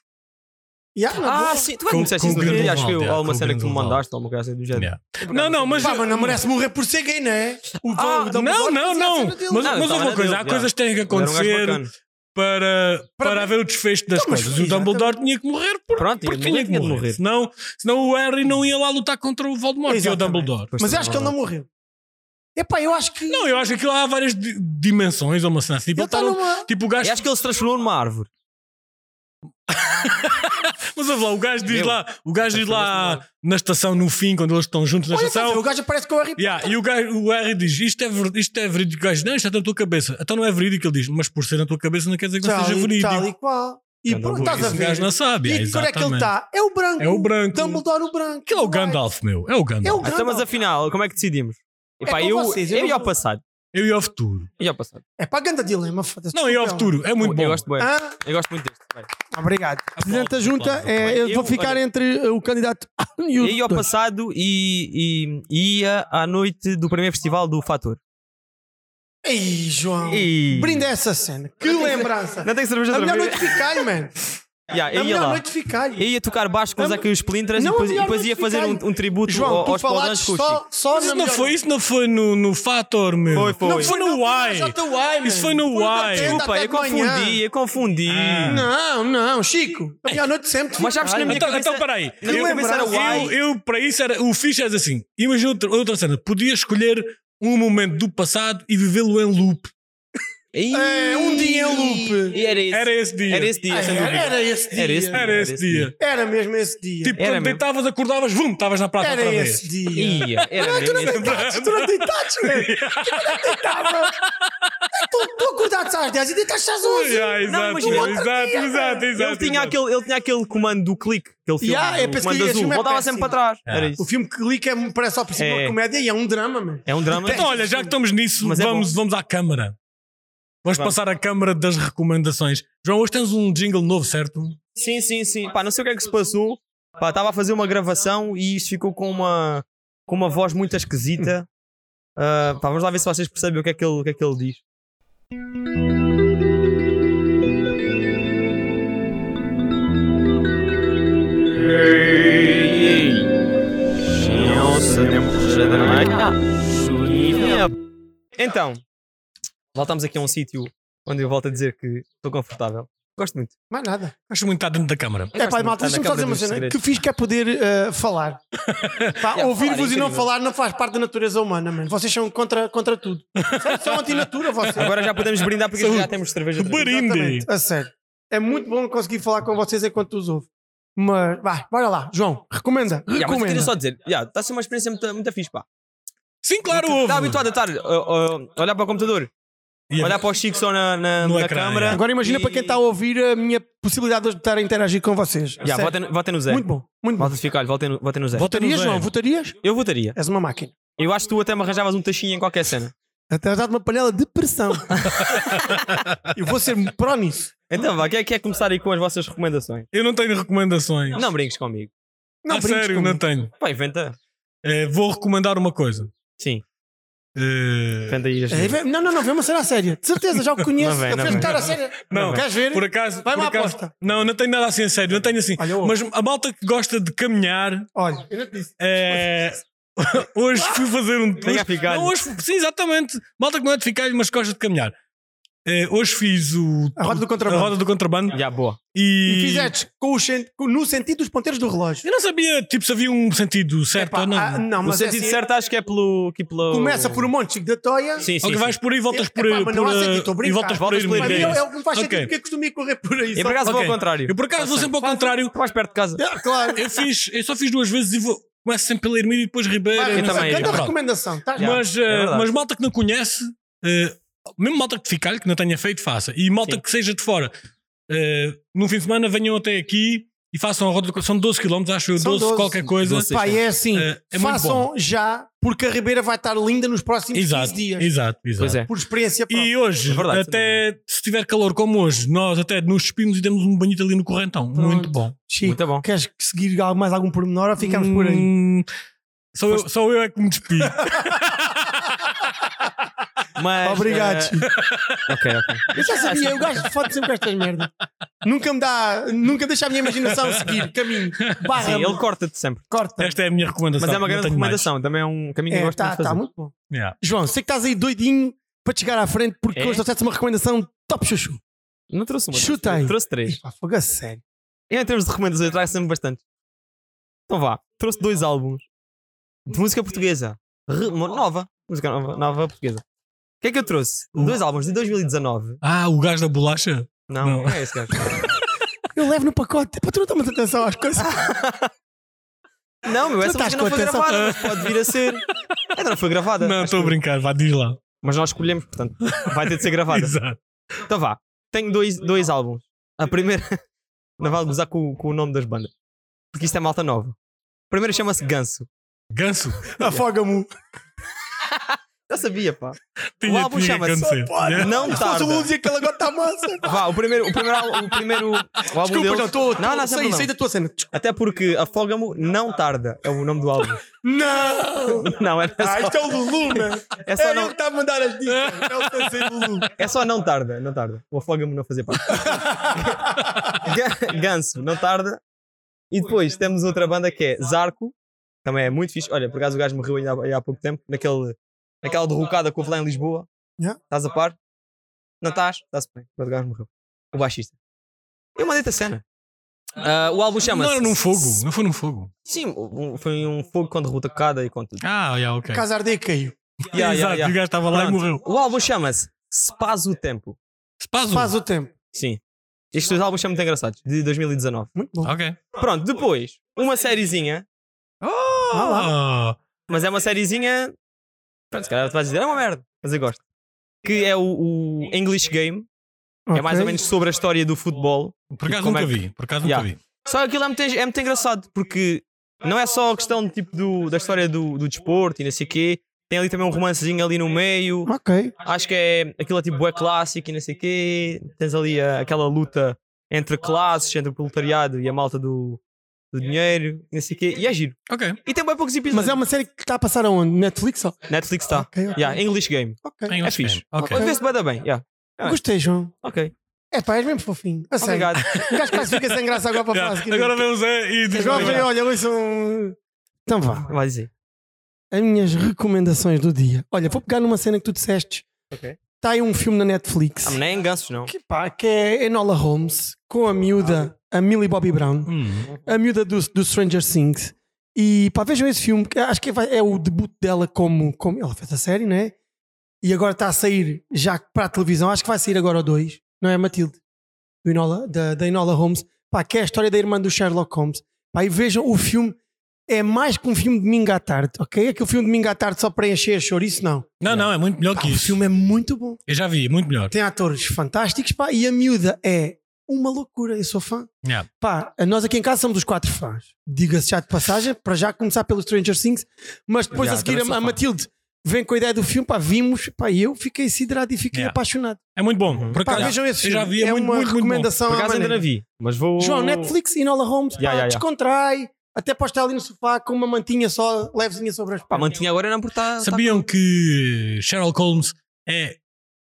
Speaker 4: Yeah, na boa.
Speaker 3: Ah, sim, tu é que
Speaker 2: Com-
Speaker 3: me disseste
Speaker 2: com
Speaker 3: isso,
Speaker 2: o
Speaker 3: mas
Speaker 2: Grindelwald,
Speaker 3: acho que eu-
Speaker 2: yeah,
Speaker 3: há uma
Speaker 2: com o
Speaker 3: cena que tu me
Speaker 2: Grindelwald.
Speaker 3: mandaste, ou uma coisa assim do
Speaker 4: É.
Speaker 3: género.
Speaker 2: Yeah. Não, não, mas.
Speaker 4: Pá, mas não merece morrer por ser gay, não é? O,
Speaker 3: Ah,
Speaker 4: o Dumbledore
Speaker 2: Não, não,
Speaker 4: fazia a
Speaker 2: não.
Speaker 4: cena dele.
Speaker 2: Mas,
Speaker 3: Não,
Speaker 2: mas
Speaker 3: então
Speaker 2: houve
Speaker 3: era
Speaker 2: uma coisa,
Speaker 3: dele,
Speaker 2: há
Speaker 3: yeah.
Speaker 2: coisas que têm
Speaker 3: Ele
Speaker 2: que
Speaker 3: era um gajo
Speaker 2: acontecer
Speaker 3: bacana.
Speaker 2: para,
Speaker 4: Para
Speaker 2: para
Speaker 4: mim-
Speaker 2: haver o desfecho das
Speaker 4: Então, mas
Speaker 2: coisas.
Speaker 4: foi,
Speaker 2: O Dumbledore tinha que morrer por,
Speaker 3: Pronto,
Speaker 2: porque
Speaker 3: ele
Speaker 2: tinha que morrer. Senão, senão o Harry não ia lá lutar contra o Voldemort, que é o
Speaker 4: Exatamente.
Speaker 2: Dumbledore.
Speaker 3: Pois
Speaker 4: Mas eu
Speaker 3: também
Speaker 4: acho
Speaker 3: é
Speaker 4: que ele não
Speaker 3: verdade.
Speaker 4: morreu. Epá, eu acho que.
Speaker 2: Não, eu acho que aquilo há várias di- dimensões ou uma cena assim. Tipo,
Speaker 4: ele está
Speaker 2: tá no-
Speaker 4: numa.
Speaker 2: tipo o gajo.
Speaker 3: Eu acho que ele se transformou numa árvore.
Speaker 2: Mas ouve lá, o gajo diz
Speaker 3: Meu.
Speaker 2: lá, o
Speaker 4: é
Speaker 2: gajo diz
Speaker 3: Essa
Speaker 2: lá
Speaker 3: foi
Speaker 2: na estação no fim, quando eles estão juntos na
Speaker 4: Olha, tá a ver,
Speaker 2: estação.
Speaker 4: o gajo aparece com o Harry
Speaker 2: Yeah, então- e o, gajo, o Harry diz: Isto é, ver- isto é verídico. O gajo, não, isto é na tua cabeça. Então não é verídico. Ele diz: Mas por ser na tua cabeça, não quer dizer que não
Speaker 4: Tal
Speaker 2: seja
Speaker 4: e, tal
Speaker 2: verídico.
Speaker 4: e qual. E
Speaker 3: Ganda
Speaker 4: pronto,
Speaker 3: burro.
Speaker 4: tá estás a
Speaker 2: Esse gajo
Speaker 4: ver.
Speaker 2: não sabe. é,
Speaker 4: E de cor é que ele
Speaker 2: exatamente.
Speaker 4: está? É o branco.
Speaker 2: É o branco.
Speaker 4: Dumbledore o branco.
Speaker 2: Aquilo é o
Speaker 4: Vai.
Speaker 2: Gandalf, meu. É o Gandalf.
Speaker 4: É o
Speaker 3: Então, mas
Speaker 4: Gandalf.
Speaker 3: afinal, como é que decidimos?
Speaker 4: É
Speaker 3: Epá,
Speaker 4: com
Speaker 3: eu,
Speaker 4: vocês, eu
Speaker 3: eu
Speaker 4: não
Speaker 3: ia ao
Speaker 4: vou-
Speaker 3: passado.
Speaker 2: Eu e ao futuro.
Speaker 3: Eu ia ao passado.
Speaker 4: É para a ganda dilema. foda-se,
Speaker 2: Não, eu e ao
Speaker 4: desculpa,
Speaker 2: futuro. É muito bom.
Speaker 3: Eu gosto bem.
Speaker 4: Ah,
Speaker 3: Eu gosto muito deste. Bem.
Speaker 4: obrigado. Presidente da Junta,
Speaker 2: aplausos,
Speaker 4: é,
Speaker 3: aplausos.
Speaker 4: eu, vou
Speaker 3: Eu-
Speaker 4: ficar
Speaker 3: olha-
Speaker 4: entre uh, o candidato e
Speaker 3: Eu
Speaker 4: o.
Speaker 3: ia ao
Speaker 4: doutor.
Speaker 3: passado e, e- e ia à noite do primeiro festival do Fator.
Speaker 4: Ei, João.
Speaker 3: E...
Speaker 4: Brinda essa cena. Que lembrança.
Speaker 3: Não tem cerveja
Speaker 4: A
Speaker 3: outra
Speaker 4: melhor
Speaker 3: vez?
Speaker 4: noite de ficar, man.
Speaker 3: Yeah,
Speaker 4: A
Speaker 3: eu ia
Speaker 4: melhor
Speaker 3: lá.
Speaker 4: noite de ficar.
Speaker 3: Eu ia tocar baixo com os
Speaker 4: Não,
Speaker 3: aqui os Plintras e
Speaker 4: não,
Speaker 3: depois, e
Speaker 4: melhor
Speaker 3: depois
Speaker 4: não
Speaker 3: ia fazer um,
Speaker 4: ficar.
Speaker 3: um tributo
Speaker 4: João,
Speaker 3: ao-
Speaker 4: tu
Speaker 3: aos Paulantes
Speaker 4: falaste
Speaker 3: com o Chico.
Speaker 4: só, só
Speaker 2: Mas
Speaker 4: na
Speaker 2: isso não,
Speaker 4: melhor-
Speaker 2: foi, isso não foi no, no Fator, meu.
Speaker 3: Foi, foi.
Speaker 2: Não foi no Y.
Speaker 4: JY,
Speaker 2: Isso
Speaker 4: man.
Speaker 2: foi no Y.
Speaker 4: da tenda
Speaker 3: Desculpa,
Speaker 4: até
Speaker 3: eu
Speaker 4: de manhã.
Speaker 3: confundi, eu confundi.
Speaker 2: Ah.
Speaker 4: Não, não, Chico. A melhor noite sempre.
Speaker 3: Mas sabes que na minha
Speaker 2: Então,
Speaker 3: cabeça...
Speaker 2: então peraí.
Speaker 3: Na minha
Speaker 2: Eu-
Speaker 3: cabeça era
Speaker 2: Eu,
Speaker 3: uai.
Speaker 2: eu, para isso, era, o fixe era assim: imagina outra, outra cena, podia escolher um momento do passado e vivê-lo em loop.
Speaker 4: É, um dia em loop.
Speaker 3: E era esse.
Speaker 2: Era esse dia.
Speaker 3: Era esse dia, sem
Speaker 4: Era,
Speaker 3: dúvida.
Speaker 4: era esse dia.
Speaker 3: Era esse dia.
Speaker 2: Era esse
Speaker 3: Era esse
Speaker 2: dia.
Speaker 4: Era mesmo esse dia.
Speaker 2: Tipo,
Speaker 3: Era
Speaker 2: quando
Speaker 3: mesmo.
Speaker 2: deitavas, acordavas, vum, estavas na praça
Speaker 4: era
Speaker 2: outra vez.
Speaker 4: esse dia.
Speaker 3: Ia, era
Speaker 4: Não, Ah, tu não
Speaker 3: mesmo esse.
Speaker 4: deitaste, tu não deitaste, velho. Que mulher deitava. Tu, tu acordaste às 10 e deitaste às 11.
Speaker 2: Yeah,
Speaker 3: Não,
Speaker 2: exato,
Speaker 3: mas
Speaker 2: exato,
Speaker 3: no outro
Speaker 2: exato,
Speaker 4: dia,
Speaker 2: exato,
Speaker 3: Ele tinha,
Speaker 2: exato.
Speaker 3: aquele, ele tinha aquele comando do clique, aquele filme,
Speaker 4: Yeah, eu
Speaker 3: o
Speaker 4: penso que
Speaker 3: comando
Speaker 4: esse
Speaker 3: azul,
Speaker 4: filme é
Speaker 3: voltava
Speaker 4: péssimo.
Speaker 3: sempre para trás.
Speaker 2: É.
Speaker 3: Era
Speaker 4: O
Speaker 3: isso.
Speaker 4: filme que clica é- parece ao princípio
Speaker 3: É.
Speaker 4: uma comédia e é um drama, mano.
Speaker 3: É um drama.
Speaker 2: Então, olha, já que estamos nisso,
Speaker 3: Mas é
Speaker 2: vamos, vamos à câmara. Vamos,
Speaker 3: Vamos.
Speaker 2: passar à câmara das recomendações. João, hoje tens um jingle novo, certo?
Speaker 3: Sim, sim, sim. Pá, não sei o que é que se passou. Pá, estava a fazer uma gravação e isto ficou com uma, com uma voz muito esquisita. Ah, pá, vamos lá ver se vocês percebem o que é que ele, o que é que ele diz. Então, voltamos aqui a um sítio onde eu volto a dizer que estou confortável. Gosto muito.
Speaker 4: Mais nada.
Speaker 2: Acho muito que está dentro da câmara.
Speaker 4: É pá,
Speaker 3: gosto
Speaker 4: malta,
Speaker 3: muito de
Speaker 4: deixa-me só
Speaker 3: estar na
Speaker 4: dizer uma
Speaker 3: Câmara dos
Speaker 4: cena.
Speaker 3: Segredos.
Speaker 4: Que fiz que é poder eh, falar. Pá,
Speaker 3: Yeah, falar é
Speaker 4: Ouvir-vos e não
Speaker 3: incrível.
Speaker 4: falar não faz parte da natureza humana, mano. Vocês são contra, contra tudo. São- São antinatura, vocês.
Speaker 3: Agora é já podemos brindar porque
Speaker 2: Saúde.
Speaker 3: já temos cerveja. outra vez.
Speaker 2: Brinde!
Speaker 4: Exatamente, a sério. É muito bom conseguir falar com vocês enquanto os ouve. Mas, vai, bora lá, João, recomenda,
Speaker 3: Yeah, mas eu
Speaker 4: recomenda.
Speaker 3: queria só dizer, yeah, está a ser uma experiência muito, muito fixe, pá.
Speaker 2: Sim, claro, houve.
Speaker 3: Está habituado a estar, uh, uh, olhar para o computador,
Speaker 2: E a-
Speaker 3: olhar para o Chico só na, na,
Speaker 2: No
Speaker 3: na
Speaker 2: ecrã,
Speaker 3: câmara.
Speaker 2: yeah.
Speaker 4: Agora imagina
Speaker 3: e-
Speaker 4: para quem tá está a ouvir a minha possibilidade de estar a interagir com vocês.
Speaker 3: Yeah,
Speaker 4: Sério.
Speaker 3: votem, no- votem no Zé.
Speaker 4: muito bom, muito bom.
Speaker 3: Volta a ficar, votem no, votem no Zé.
Speaker 2: Vota no
Speaker 4: Votarias,
Speaker 2: Zé.
Speaker 4: João, votarias?
Speaker 3: Eu votaria.
Speaker 4: És uma máquina.
Speaker 3: Eu acho que tu até me arranjavas um tachinho em qualquer cena.
Speaker 4: Até dá uma panela de pressão. Eu vou ser pró nisso.
Speaker 3: Então vá, quer, quer começar aí com as vossas recomendações?
Speaker 2: Eu não tenho recomendações.
Speaker 3: Não brinques comigo.
Speaker 4: Não
Speaker 2: a
Speaker 4: brinques
Speaker 2: sério,
Speaker 4: comigo.
Speaker 2: não tenho.
Speaker 3: Pá, inventa.
Speaker 2: Eh, vou recomendar uma coisa.
Speaker 3: Sim,
Speaker 2: Eh,
Speaker 3: inventa aí as
Speaker 4: É,
Speaker 3: coisas.
Speaker 4: vem- Não, não, não, vê uma cena a sério. De certeza, já o conheço.
Speaker 3: Não vem,
Speaker 4: Já
Speaker 3: não
Speaker 4: fez
Speaker 3: vem.
Speaker 4: cara a sério.
Speaker 2: Não.
Speaker 4: Queres ver?
Speaker 2: Por acaso.
Speaker 4: Vai
Speaker 2: por
Speaker 4: uma
Speaker 2: acaso-
Speaker 4: aposta.
Speaker 2: Não, não tenho nada assim a sério, não tenho assim.
Speaker 4: Olha, ouve.
Speaker 2: Mas a malta que gosta de caminhar.
Speaker 4: Olha, eu não te disse.
Speaker 2: eh, hoje fui fazer um.
Speaker 3: Tenho a ficar.
Speaker 2: Não, hoje, sim, exatamente. Malta que não é de ficar, mas gosta de caminhar. Eh, hoje fiz o.
Speaker 4: A roda do contrabando.
Speaker 2: a roda do contrabando.
Speaker 3: Já, boa.
Speaker 2: E,
Speaker 4: E fizeste com o cent- com- no sentido dos ponteiros do relógio.
Speaker 2: Eu não sabia, tipo, se havia um sentido certo
Speaker 4: Epá,
Speaker 2: ou não.
Speaker 4: ah, não,
Speaker 3: No
Speaker 4: mas é
Speaker 3: sentido
Speaker 4: assim,
Speaker 3: certo, acho que é pelo. Que pelo...
Speaker 4: Começa por um monte Chico da toia.
Speaker 3: Sim, sim.
Speaker 2: Ou que
Speaker 3: sim.
Speaker 2: vais por aí e voltas por,
Speaker 4: Epá, mas não há
Speaker 2: por, eh,
Speaker 4: sentido, estou a
Speaker 2: e
Speaker 4: brincar.
Speaker 2: voltas por
Speaker 3: Voltas
Speaker 2: aí no
Speaker 3: por aí.
Speaker 2: meio
Speaker 4: Para mim
Speaker 2: da
Speaker 4: é,
Speaker 2: ideia.
Speaker 4: é o que me faz
Speaker 2: Ok.
Speaker 4: sentido porque eu costumo ir correr por aí.
Speaker 3: Eu
Speaker 4: só-
Speaker 3: por acaso vou
Speaker 2: Ok.
Speaker 3: ao contrário.
Speaker 2: Eu por acaso vou sempre ao contrário.
Speaker 3: Mais perto de casa.
Speaker 4: É, Claro.
Speaker 2: Eu fiz, eu só fiz duas vezes e vou. Começo sempre pela Ermida e depois Ribeira.
Speaker 4: Vai,
Speaker 2: não
Speaker 3: eu
Speaker 2: sei
Speaker 3: também,
Speaker 2: o quê.
Speaker 4: Grande
Speaker 3: eu.
Speaker 2: Pronto.
Speaker 4: recomendação. Tá?
Speaker 3: Já.
Speaker 2: mas,
Speaker 3: é
Speaker 2: eh,
Speaker 3: verdade.
Speaker 2: mas malta que não conhece, eh, mesmo malta que de ficar, que não tenha feito, faça. E malta
Speaker 3: Sim.
Speaker 2: que seja de fora, eh, no fim de semana venham até aqui e façam a roda. do- São 12 km, acho eu,
Speaker 4: São
Speaker 2: 12,
Speaker 4: 12,
Speaker 2: qualquer coisa.
Speaker 3: 12.
Speaker 4: Pá, é assim.
Speaker 2: Eh, é muito
Speaker 4: façam já, porque a Ribeira vai estar linda nos próximos
Speaker 2: Exato,
Speaker 4: 15 dias.
Speaker 2: exato, exato.
Speaker 3: Pois é.
Speaker 4: Por experiência própria.
Speaker 2: E hoje,
Speaker 3: É verdade,
Speaker 2: até se tiver calor como hoje, nós até nos despimos e demos um banhito ali no correntão.
Speaker 4: Pronto.
Speaker 2: Muito bom.
Speaker 4: Chico,
Speaker 3: Muito bom.
Speaker 4: queres seguir algo- mais algum pormenor ou ficamos por aí?
Speaker 2: Hum, só, eu, só eu é que me despi.
Speaker 3: Mas,
Speaker 4: Obrigado.
Speaker 3: eh,
Speaker 4: Chico.
Speaker 3: ok, ok.
Speaker 4: Eu já sabia, eu gosto de foto sempre com estas merdas. Nunca me dá, nunca deixa a minha imaginação seguir caminho. Barra,
Speaker 3: Sim, ele corta-te sempre.
Speaker 4: corta.
Speaker 2: Esta é a minha recomendação.
Speaker 3: Mas é uma
Speaker 2: não
Speaker 3: grande
Speaker 2: tenho mais.
Speaker 3: recomendação. Também é um caminho que eu
Speaker 4: É,
Speaker 3: gosto
Speaker 4: tá,
Speaker 3: muito de fazer.
Speaker 4: tá muito bom.
Speaker 2: Yeah.
Speaker 4: João, sei que estás aí doidinho para chegar à frente porque
Speaker 3: É?
Speaker 4: hoje trouxeste uma recomendação top chuchu.
Speaker 3: Não trouxe uma.
Speaker 4: Chuta
Speaker 3: trouxe-
Speaker 4: aí.
Speaker 3: Trouxe três.
Speaker 4: Ih, pá, Fogo a sério.
Speaker 3: Eu, em termos de recomendações, eu trago sempre bastante. Então vá. Trouxe dois álbuns de música portuguesa. Re- mo- Nova. Música nova, nova portuguesa. O que é que eu trouxe? Dois álbuns de 2019.
Speaker 2: Ah, o gajo da bolacha?
Speaker 3: Não,
Speaker 2: Não.
Speaker 3: não é esse gajo.
Speaker 4: Eu levo no pacote. É Para tu não tomas atenção às coisas.
Speaker 3: Não, meu, essa
Speaker 4: estás
Speaker 3: música
Speaker 4: com
Speaker 3: não foi
Speaker 4: atenção.
Speaker 3: gravada, mas pode vir a ser. Ainda não foi gravada.
Speaker 2: não,
Speaker 3: Acho
Speaker 2: estou a
Speaker 3: que-
Speaker 2: brincar, vá, diz lá.
Speaker 3: Mas nós escolhemos, portanto, vai ter de ser gravada.
Speaker 2: Exato.
Speaker 3: Então vá, tenho dois, dois álbuns. A primeira. Não vale gozar com, com o nome das bandas. Porque isto é malta nova. A primeira chama-se Ganso.
Speaker 2: Ganso.
Speaker 4: Afoga-me.
Speaker 3: Eu sabia, pá.
Speaker 2: Tinha,
Speaker 3: álbum
Speaker 2: tinha que
Speaker 3: chama-se Só
Speaker 2: acontecer.
Speaker 4: pode.
Speaker 2: Yeah.
Speaker 3: Não
Speaker 4: Estás
Speaker 3: tarda.
Speaker 4: a luz e aquele agora está massa.
Speaker 3: Vá, o primeiro. O primeiro, al- o primeiro o álbum
Speaker 4: Desculpa,
Speaker 3: deles-
Speaker 4: João, estou.
Speaker 3: Não, não, sem
Speaker 4: sei,
Speaker 3: problema.
Speaker 4: sei da tua cena. Desculpa.
Speaker 3: Até porque Afoga-mo não tarda. É o nome do álbum.
Speaker 4: Não!
Speaker 3: Não, é
Speaker 4: Ah,
Speaker 3: só,
Speaker 4: isto é o Lulu, mano.
Speaker 3: é
Speaker 4: É
Speaker 3: só,
Speaker 4: ele que
Speaker 3: não,
Speaker 4: está a mandar as dicas. É o Sensei Lulu.
Speaker 3: é só não tarda. Não tarda. O Afoga-mo não fazia parte. Ga- Ganso, não tarda. E depois temos outra banda que é Zarco, também é muito fixe. Olha, por acaso o gajo morreu ainda há, ainda há pouco tempo, naquele, naquela derrocada que houve lá em Lisboa.
Speaker 4: Yeah.
Speaker 3: Estás a par? Não estás? Está-se bem, mas o gajo morreu. O baixista. Eu mandei-te a cena. Ah, o álbum
Speaker 2: Não
Speaker 3: chama-se.
Speaker 2: era num fogo, não foi num fogo.
Speaker 3: Sim, um- foi um fogo com derrocada e com tudo.
Speaker 2: Ah, yeah, ok.
Speaker 4: Casardei caiu.
Speaker 3: Yeah, yeah,
Speaker 2: Exato,
Speaker 3: yeah.
Speaker 2: e o gajo estava lá e
Speaker 3: Pronto.
Speaker 2: morreu.
Speaker 3: O álbum chama-se Se Paz o Tempo.
Speaker 2: Spazo.
Speaker 4: Faz o tempo.
Speaker 3: Sim. Estes dois álbuns são muito engraçados, de 2019.
Speaker 4: Muito bom.
Speaker 2: Ok.
Speaker 3: Pronto, depois, uma sériezinha
Speaker 4: Vá lá.
Speaker 2: Ah,
Speaker 3: Mas é uma sériezinha. Pronto, se calhar tu vais dizer, é uma merda, mas eu gosto. Que é o, o English Game, que é mais
Speaker 4: Ok.
Speaker 3: ou menos sobre a história do futebol.
Speaker 2: por acaso
Speaker 3: Como
Speaker 2: nunca
Speaker 3: é que-
Speaker 2: vi, por acaso nunca
Speaker 3: Yeah.
Speaker 2: vi.
Speaker 3: Só que aquilo é muito, é muito engraçado, porque não é só a questão de, tipo, do, da história do, do desporto e não sei o quê. Tem ali também um romancezinho ali no meio.
Speaker 4: Ok.
Speaker 3: Acho que é aquilo é tipo é clássico e não sei o quê. Tens ali a- aquela luta entre classes, entre o proletariado e a malta do, do dinheiro e não sei o quê. E é giro.
Speaker 2: Ok.
Speaker 3: E tem bem poucos episódios.
Speaker 4: Mas é uma série que está a passar aonde? Netflix só?
Speaker 3: Netflix está.
Speaker 4: Ok, ok.
Speaker 3: Tá. Yeah, English Game.
Speaker 4: Ok.
Speaker 2: Em
Speaker 3: É
Speaker 2: English
Speaker 3: fixe.
Speaker 2: Game. Ok.
Speaker 3: Mas vê-se bem, bem. Yeah. Ah.
Speaker 4: Gostei, João.
Speaker 3: Ok.
Speaker 4: É pá, és mesmo fofinho. A sério.
Speaker 3: Obrigado.
Speaker 4: O gajo quase fica sem graça agora para falar.
Speaker 2: Yeah.
Speaker 4: a seguir.
Speaker 2: Agora vem o Zé e diz é
Speaker 4: Agora vem, olha, ouça um. Então vá.
Speaker 3: Vai dizer.
Speaker 4: As minhas recomendações do dia. Olha, vou pegar numa cena que tu disseste.
Speaker 3: Ok.
Speaker 4: Está aí um filme na Netflix.
Speaker 3: Ah, mas nem gansos, não.
Speaker 4: Que pá, que é Enola Holmes com a miúda,
Speaker 2: Ah.
Speaker 4: a Millie Bobby Brown,
Speaker 2: Hum.
Speaker 4: a miúda do, do Stranger Things. E pá, vejam esse filme, que acho que vai- é o debut dela como, como. Ela fez a série, não é? E agora está a sair já para a televisão. Acho que vai sair agora o 2, não é, Matilde? Do Enola, da, da Enola Holmes. Pá, que é a história da irmã do Sherlock Holmes. Pá, e vejam o filme. É mais que um filme de domingo à tarde, ok? Aquele filme de domingo à tarde só para encher chouriço, não.
Speaker 2: Não, não, é muito melhor
Speaker 4: Pá,
Speaker 2: que
Speaker 4: o
Speaker 2: isso.
Speaker 4: filme é muito bom.
Speaker 2: Eu já vi, é muito melhor.
Speaker 4: Tem atores fantásticos, pá, e a miúda é uma loucura, eu sou fã.
Speaker 2: Yeah.
Speaker 4: Pá, nós aqui em casa somos os quatro fãs. Diga-se já de passagem, para já começar pelo Stranger Things, mas depois
Speaker 3: Yeah,
Speaker 4: a seguir
Speaker 3: também sou
Speaker 4: a, a
Speaker 3: fã.
Speaker 4: Matilde vem com a ideia do filme, pá, vimos, pá, e eu fiquei siderado e fiquei
Speaker 2: Yeah.
Speaker 4: apaixonado.
Speaker 2: É muito bom. Por
Speaker 4: Uhum. Pá,
Speaker 2: acaso,
Speaker 4: vejam esse
Speaker 2: eu
Speaker 4: filme.
Speaker 2: já vi, é,
Speaker 4: é
Speaker 2: muito,
Speaker 4: uma
Speaker 2: muito, muito bom.
Speaker 4: recomendação
Speaker 3: Por
Speaker 4: à
Speaker 3: acaso ainda
Speaker 4: maneira.
Speaker 3: não vi. Mas vou.
Speaker 4: João, Netflix e Nola Holmes, pá,
Speaker 3: Yeah, yeah, yeah.
Speaker 4: descontrai, até pode estar ali no sofá com uma mantinha só, levezinha sobre as
Speaker 3: Pá,
Speaker 4: pernas.
Speaker 3: mantinha agora não tá- porque está.
Speaker 2: Sabiam que eh, Sherlock Holmes é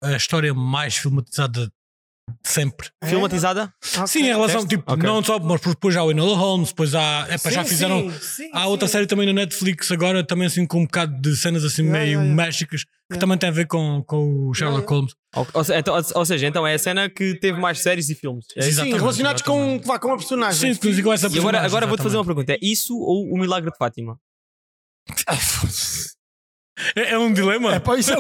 Speaker 2: a história mais filmatizada de sempre?
Speaker 4: É?
Speaker 3: Filmatizada?
Speaker 4: Ah,
Speaker 2: Sim, em relação,
Speaker 3: Teste?
Speaker 2: tipo,
Speaker 3: Ok.
Speaker 2: não só, mas depois já o Enola Holmes, depois há, epá, já
Speaker 4: Sim,
Speaker 2: fizeram,
Speaker 4: sim, sim,
Speaker 2: há outra
Speaker 4: sim.
Speaker 2: série também na Netflix agora, também assim com um bocado de cenas assim
Speaker 4: Yeah,
Speaker 2: meio
Speaker 4: yeah, yeah.
Speaker 2: mágicas, que
Speaker 4: Yeah.
Speaker 2: também tem a ver com, com o Sherlock
Speaker 4: yeah.
Speaker 2: Holmes.
Speaker 3: Ou, ou se- então- ou seja, então é a cena que teve mais séries e filmes. É
Speaker 2: Sim,
Speaker 3: isso?
Speaker 4: Sim,
Speaker 2: Exatamente,
Speaker 4: relacionados com, um vá, com a personagem.
Speaker 2: Sim, tu com
Speaker 3: E
Speaker 2: essa
Speaker 3: agora,
Speaker 2: personagem,
Speaker 3: agora vou-te fazer uma pergunta: é isso ou o Milagre de Fátima?
Speaker 2: exatamente. É, é um dilema?
Speaker 4: É, pá, isso, é,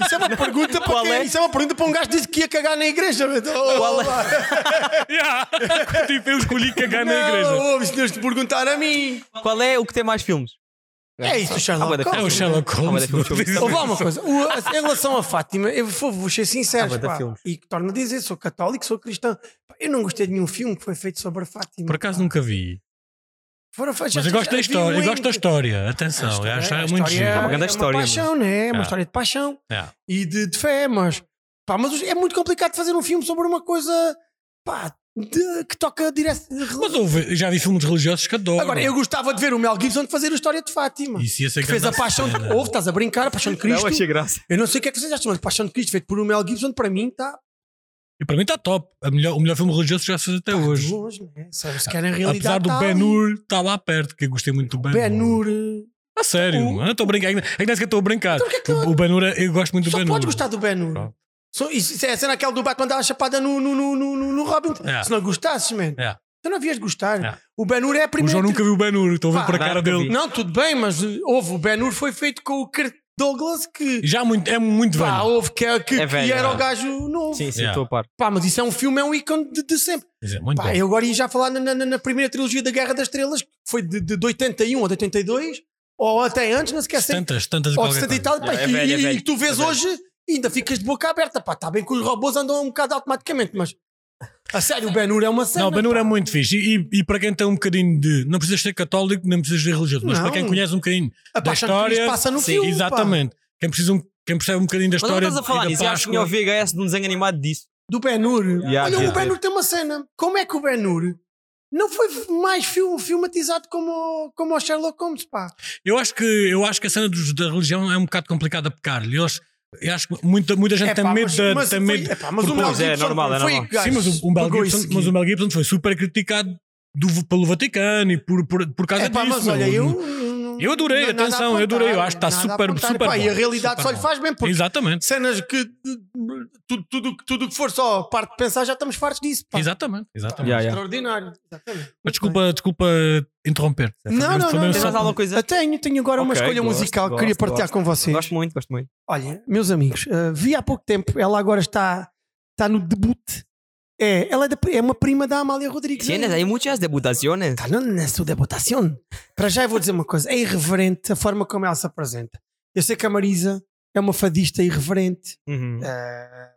Speaker 4: isso é uma pergunta para
Speaker 3: Qual
Speaker 4: quem,
Speaker 3: é?
Speaker 4: Isso é uma pergunta para um gajo que disse que ia cagar na igreja. oh, Qual
Speaker 2: Yeah. tipo, eu escolhi cagar na igreja.
Speaker 4: Não, ouves, tinhas de perguntar a mim.
Speaker 3: Qual é o que tem mais filmes?
Speaker 4: É isso,
Speaker 3: Ah, bué
Speaker 4: Sherlock.
Speaker 3: da
Speaker 2: É o
Speaker 4: Holmes.
Speaker 2: Sherlock
Speaker 3: Ah, mas
Speaker 2: Holmes.
Speaker 3: é que eu estou-
Speaker 4: Ou vá uma coisa, o- a- em relação à Fátima, eu vou, vou ser sincero,
Speaker 3: Ah, bué da
Speaker 4: pá,
Speaker 3: filmes.
Speaker 4: e torno a dizer, sou católico, sou cristão. Pá, Eu não gostei de nenhum filme que foi feito sobre a Fátima.
Speaker 2: Por acaso
Speaker 4: pá.
Speaker 2: nunca vi.
Speaker 4: Foram feitos-
Speaker 2: Mas eu
Speaker 4: já-
Speaker 2: gosto da
Speaker 4: já-
Speaker 2: história, eu
Speaker 4: vi um
Speaker 2: gosto da
Speaker 4: muito.
Speaker 2: história, atenção, eu acho que é muito giro.
Speaker 3: uma grande
Speaker 4: é
Speaker 3: história, mas-
Speaker 4: paixão, né? É uma
Speaker 2: Ah.
Speaker 4: história de paixão
Speaker 2: Yeah.
Speaker 4: é e de, de fé, mas, pá, mas os- é muito complicado fazer um filme sobre uma coisa pá, de- que toca direto.
Speaker 2: Mas houve, já vi filmes religiosos que adoram.
Speaker 4: Agora, eu gostava de ver o Mel Gibson fazer a história de Fátima.
Speaker 2: Isso ia ser
Speaker 4: Que fez a
Speaker 2: grande
Speaker 4: paixão de.
Speaker 2: cena.
Speaker 4: Houve, estás a brincar, a paixão de Cristo.
Speaker 3: Não, achei graça.
Speaker 4: Eu não sei o que é que vocês acham, mas Paixão de Cristo, feito por um Mel Gibson, para mim tá está
Speaker 2: E para mim está top. A melhor, o melhor filme religioso que já se fez até
Speaker 4: de
Speaker 2: hoje.
Speaker 4: longe, né? Sabe, se querem
Speaker 2: Apesar
Speaker 4: realidade.
Speaker 2: do
Speaker 4: tá
Speaker 2: Ben
Speaker 4: ali.
Speaker 2: Hur está lá perto, que eu gostei muito do Ben Hur.
Speaker 4: Ben Hur. Tu
Speaker 2: A sério,
Speaker 4: O-
Speaker 2: eu estou a brincar. Ainda ainda é que eu estou a brincar.
Speaker 4: Então, o que é que tu-
Speaker 2: O, o Ben Hur, eu gosto muito do
Speaker 4: Só
Speaker 2: Ben Hur.
Speaker 4: podes gostar do Ben Hur.
Speaker 2: Pronto.
Speaker 4: Só- Isso isso é a cena aquela do Batman dar a chapada no, no, no, no, no- no Robin.
Speaker 2: É.
Speaker 4: Se não gostasses, man.
Speaker 2: É.
Speaker 4: Tu não havias de gostar.
Speaker 2: É.
Speaker 4: O Ben Hur é a
Speaker 2: O
Speaker 4: primeira.
Speaker 2: João nunca viu o Ben Hur, estou a ver
Speaker 4: Pá,
Speaker 2: para a
Speaker 3: não,
Speaker 2: cara
Speaker 3: nunca
Speaker 2: dele.
Speaker 3: vi.
Speaker 4: Não, tudo bem, mas uh, houve. O Ben Hur foi feito com o Kirk Douglas que.
Speaker 2: Já muito, é muito
Speaker 4: Pá,
Speaker 2: velho.
Speaker 4: houve que, que,
Speaker 3: É
Speaker 4: que
Speaker 3: velho,
Speaker 4: era
Speaker 3: é.
Speaker 4: o gajo novo.
Speaker 3: Sim, sim,
Speaker 2: Yeah.
Speaker 3: estou a par.
Speaker 4: Pá, mas isso é um filme, é um ícone de, de sempre.
Speaker 2: Quer dizer, é muito
Speaker 4: Pá,
Speaker 2: bom.
Speaker 4: eu agora ia já falar na, na- na primeira trilogia da Guerra das Estrelas, que foi de, de, de 81 ou de 82, ou até antes, não se esquece.
Speaker 2: Tantas, tantas e
Speaker 4: Ou de
Speaker 2: qualquer
Speaker 4: 70 e
Speaker 2: coisa.
Speaker 4: tal, pá,
Speaker 3: É
Speaker 4: e,
Speaker 3: velho, é
Speaker 4: e- e
Speaker 3: velho,
Speaker 4: tu vês
Speaker 3: é velho.
Speaker 4: hoje, ainda ficas de boca aberta. Pá, está bem que os robôs andam um bocado automaticamente, mas a sério, o Ben Hur é uma cena.
Speaker 2: Não, o Ben Hur
Speaker 4: pá.
Speaker 2: é muito fixe. E, e- e para quem tem um bocadinho de. Não precisas ser católico, nem precisas ser religioso, mas
Speaker 4: Não.
Speaker 2: para quem conhece um bocadinho
Speaker 4: A
Speaker 2: da
Speaker 4: paixão de Cristo
Speaker 2: história.
Speaker 4: passa no
Speaker 2: Sim,
Speaker 4: filme. pá.
Speaker 2: exatamente. Quem, precisa um- quem percebe um bocadinho da
Speaker 3: Mas não
Speaker 2: história.
Speaker 3: estás a
Speaker 2: e
Speaker 3: falar
Speaker 2: da
Speaker 3: nisso. Eu acho que tinha o
Speaker 2: Páscoa-
Speaker 3: VHS de um desenho animado disso.
Speaker 4: Do Ben Hur.
Speaker 3: Yeah,
Speaker 4: Olha,
Speaker 3: yeah,
Speaker 4: o Ben
Speaker 3: yeah.
Speaker 4: Hur tem uma cena. Como é que o Ben Hur não foi mais film- filmatizado como, o- como o Sherlock Holmes, pá?
Speaker 2: Eu acho que, eu acho que a cena dos- da religião é um bocado complicada a pecar-lhe. Eles- Eu acho que muita, muita gente
Speaker 4: É,
Speaker 2: tem
Speaker 4: pá,
Speaker 2: medo
Speaker 4: mas-
Speaker 2: da.
Speaker 4: mas
Speaker 2: tem
Speaker 4: foi-
Speaker 2: medo-
Speaker 4: é, pá, mas o
Speaker 2: Porque-
Speaker 4: Mel
Speaker 3: Pois é, é
Speaker 4: Gibson
Speaker 3: normal, é
Speaker 4: foi
Speaker 3: normal.
Speaker 4: gajo,
Speaker 2: Sim, mas o, o Mel
Speaker 4: pagou
Speaker 2: Gibson,
Speaker 4: isso
Speaker 2: mas
Speaker 4: aqui.
Speaker 2: o Mel Gibson foi super criticado do- pelo Vaticano e por, por, por causa
Speaker 4: É pá,
Speaker 2: disso.
Speaker 4: mas olha,
Speaker 2: meu.
Speaker 4: eu. não-
Speaker 2: Eu adorei,
Speaker 4: nada a
Speaker 2: atenção, eu adorei, eu acho que está
Speaker 4: nada a
Speaker 2: super-
Speaker 4: apontar.
Speaker 2: super
Speaker 4: Pá,
Speaker 2: bom,
Speaker 4: E a
Speaker 2: super
Speaker 4: realidade só lhe
Speaker 2: bom.
Speaker 4: faz bem, porque
Speaker 2: Exatamente.
Speaker 4: cenas que. eh, Tudo, tudo, tudo que for só parte de pensar, já estamos fartos disso. Pá.
Speaker 2: Exatamente. exatamente.
Speaker 3: Yeah, yeah.
Speaker 4: Extraordinário. Exatamente.
Speaker 2: Mas desculpa, desculpa interromper.
Speaker 4: Não,
Speaker 2: Mas
Speaker 4: não,
Speaker 2: também
Speaker 4: não,
Speaker 2: só-
Speaker 3: Tens mais alguma coisa?
Speaker 4: Eu tenho, tenho agora uma
Speaker 3: Ok,
Speaker 4: escolha
Speaker 3: gosto,
Speaker 4: musical que
Speaker 3: gosto,
Speaker 4: queria partilhar
Speaker 3: gosto.
Speaker 4: com vocês.
Speaker 3: Gosto muito, gosto muito.
Speaker 4: Olha, meus amigos, eh, vi há pouco tempo, ela agora está, está no debut. É, ela é, da- é uma prima da Amália Rodrigues.
Speaker 3: Tienes aí muitas debutaciones.
Speaker 4: Está na, na sua debutação. Para já eu vou dizer uma coisa: é irreverente a forma como ela se apresenta. Eu sei que a Marisa é uma fadista irreverente,
Speaker 3: Uhum.
Speaker 4: eh,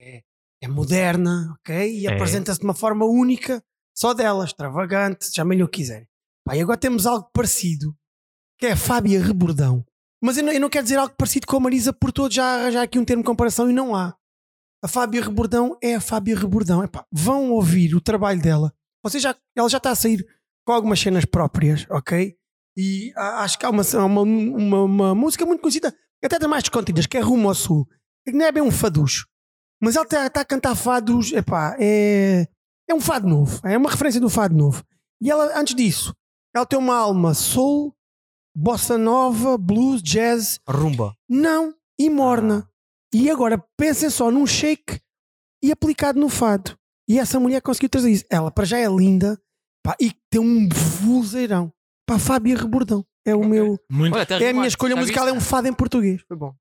Speaker 4: é, é moderna, ok? E
Speaker 3: É.
Speaker 4: apresenta-se de uma forma única, só dela, extravagante, chamem-lhe o que quiserem. Pá, e agora temos algo parecido, que é a Fábia Rebordão. Mas eu não, eu não quero dizer algo parecido com a Marisa, por todos já arranjar aqui um termo de comparação e não há. A Fábia Rebordão é a Fábia Rebordão. Epá, vão ouvir o trabalho dela. Você já, ela já está a sair com algumas cenas próprias, ok? E a- acho que há uma, uma, uma- uma música muito conhecida, até das mais descontidas, que é Rumo ao Sul. Que Não é bem um faducho. Mas ela está está a cantar fados, epá, é, é um fado novo. É uma referência do fado novo. E ela, antes disso, ela tem uma alma soul, bossa nova, blues, jazz,
Speaker 3: Rumba.
Speaker 4: não, e morna. E agora pensem só num shake e aplicado no fado. E essa mulher conseguiu trazer isso. Ela para já é linda pá, e tem um vozeirão. Pá, Fábia Rebordão. É, o meu,
Speaker 2: Muito.
Speaker 3: Olha, até
Speaker 4: é a minha
Speaker 3: rimaste,
Speaker 4: escolha
Speaker 3: já
Speaker 4: musical, é
Speaker 3: viste?
Speaker 4: um fado em português. Foi bom.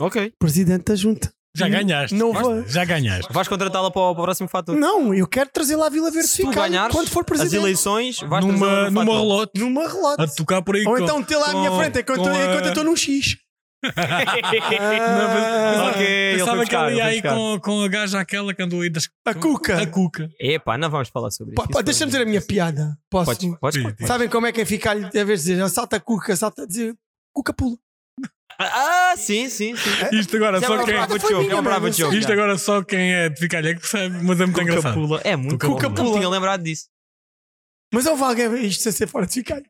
Speaker 3: Ok.
Speaker 4: Presidente da Junta.
Speaker 2: já ganhaste.
Speaker 4: Não
Speaker 2: Basta,
Speaker 4: vou-
Speaker 2: Já ganhaste.
Speaker 3: Vais contratá-la para o para o próximo fator.
Speaker 4: Não, eu quero trazer lá a Vila Verde
Speaker 3: Se tu
Speaker 4: ficar
Speaker 3: ganhares
Speaker 4: quando for
Speaker 3: as
Speaker 4: presidente.
Speaker 3: eleições, vais
Speaker 2: Numa,
Speaker 3: trazê-la no
Speaker 2: numa
Speaker 3: um fator.
Speaker 2: relote.
Speaker 4: Numa
Speaker 2: A
Speaker 4: relota.
Speaker 2: tocar por aí.
Speaker 4: Ou
Speaker 2: com-
Speaker 4: então ter lá à minha
Speaker 2: com-
Speaker 4: frente enquanto
Speaker 2: com a-
Speaker 4: enquanto eu estou num X.
Speaker 2: Não,
Speaker 3: Ok, ele
Speaker 2: Ah, Pensava
Speaker 3: foi
Speaker 2: que
Speaker 3: buscar,
Speaker 2: ela
Speaker 3: ele
Speaker 2: ia
Speaker 3: foi
Speaker 2: aí
Speaker 3: buscar.
Speaker 2: com, com a gaja aquela que andou aí das.
Speaker 4: A Cuca.
Speaker 2: A Cuca.
Speaker 3: Epá, não vamos falar sobre isso.
Speaker 4: Pá, pá,
Speaker 3: Isso
Speaker 4: Deixa-me
Speaker 3: foi-
Speaker 4: dizer a minha piada. Posso?
Speaker 3: Podes, podes.
Speaker 2: Sim, sim.
Speaker 4: Sabem como é que é ficar a vez de dizer "Ah, salta cuca, salta dizer cuca pula.
Speaker 3: Ah, sim, sim, sim.
Speaker 2: Isto agora
Speaker 3: Isso é
Speaker 2: só
Speaker 3: uma
Speaker 2: quem.
Speaker 3: brava
Speaker 4: Foi
Speaker 3: de jogo,
Speaker 4: minha,
Speaker 3: é uma
Speaker 4: mano,
Speaker 3: brava de jogo.
Speaker 2: Isto agora só quem é de ficar é que percebe, mas é muito
Speaker 3: Cuca
Speaker 2: engraçado.
Speaker 3: pula. É muito
Speaker 2: Cuca
Speaker 3: bom.
Speaker 2: pula.
Speaker 3: Não me tinha lembrado disso.
Speaker 4: Mas houve alguém isto sem ser fora de ficar.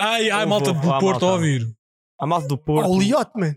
Speaker 2: Ai, ai,
Speaker 3: Eu
Speaker 2: malta
Speaker 3: vou
Speaker 2: do
Speaker 3: lá,
Speaker 2: Porto
Speaker 3: malta.
Speaker 2: a ouvir.
Speaker 3: A malta do Porto.
Speaker 4: Ao Liote, man.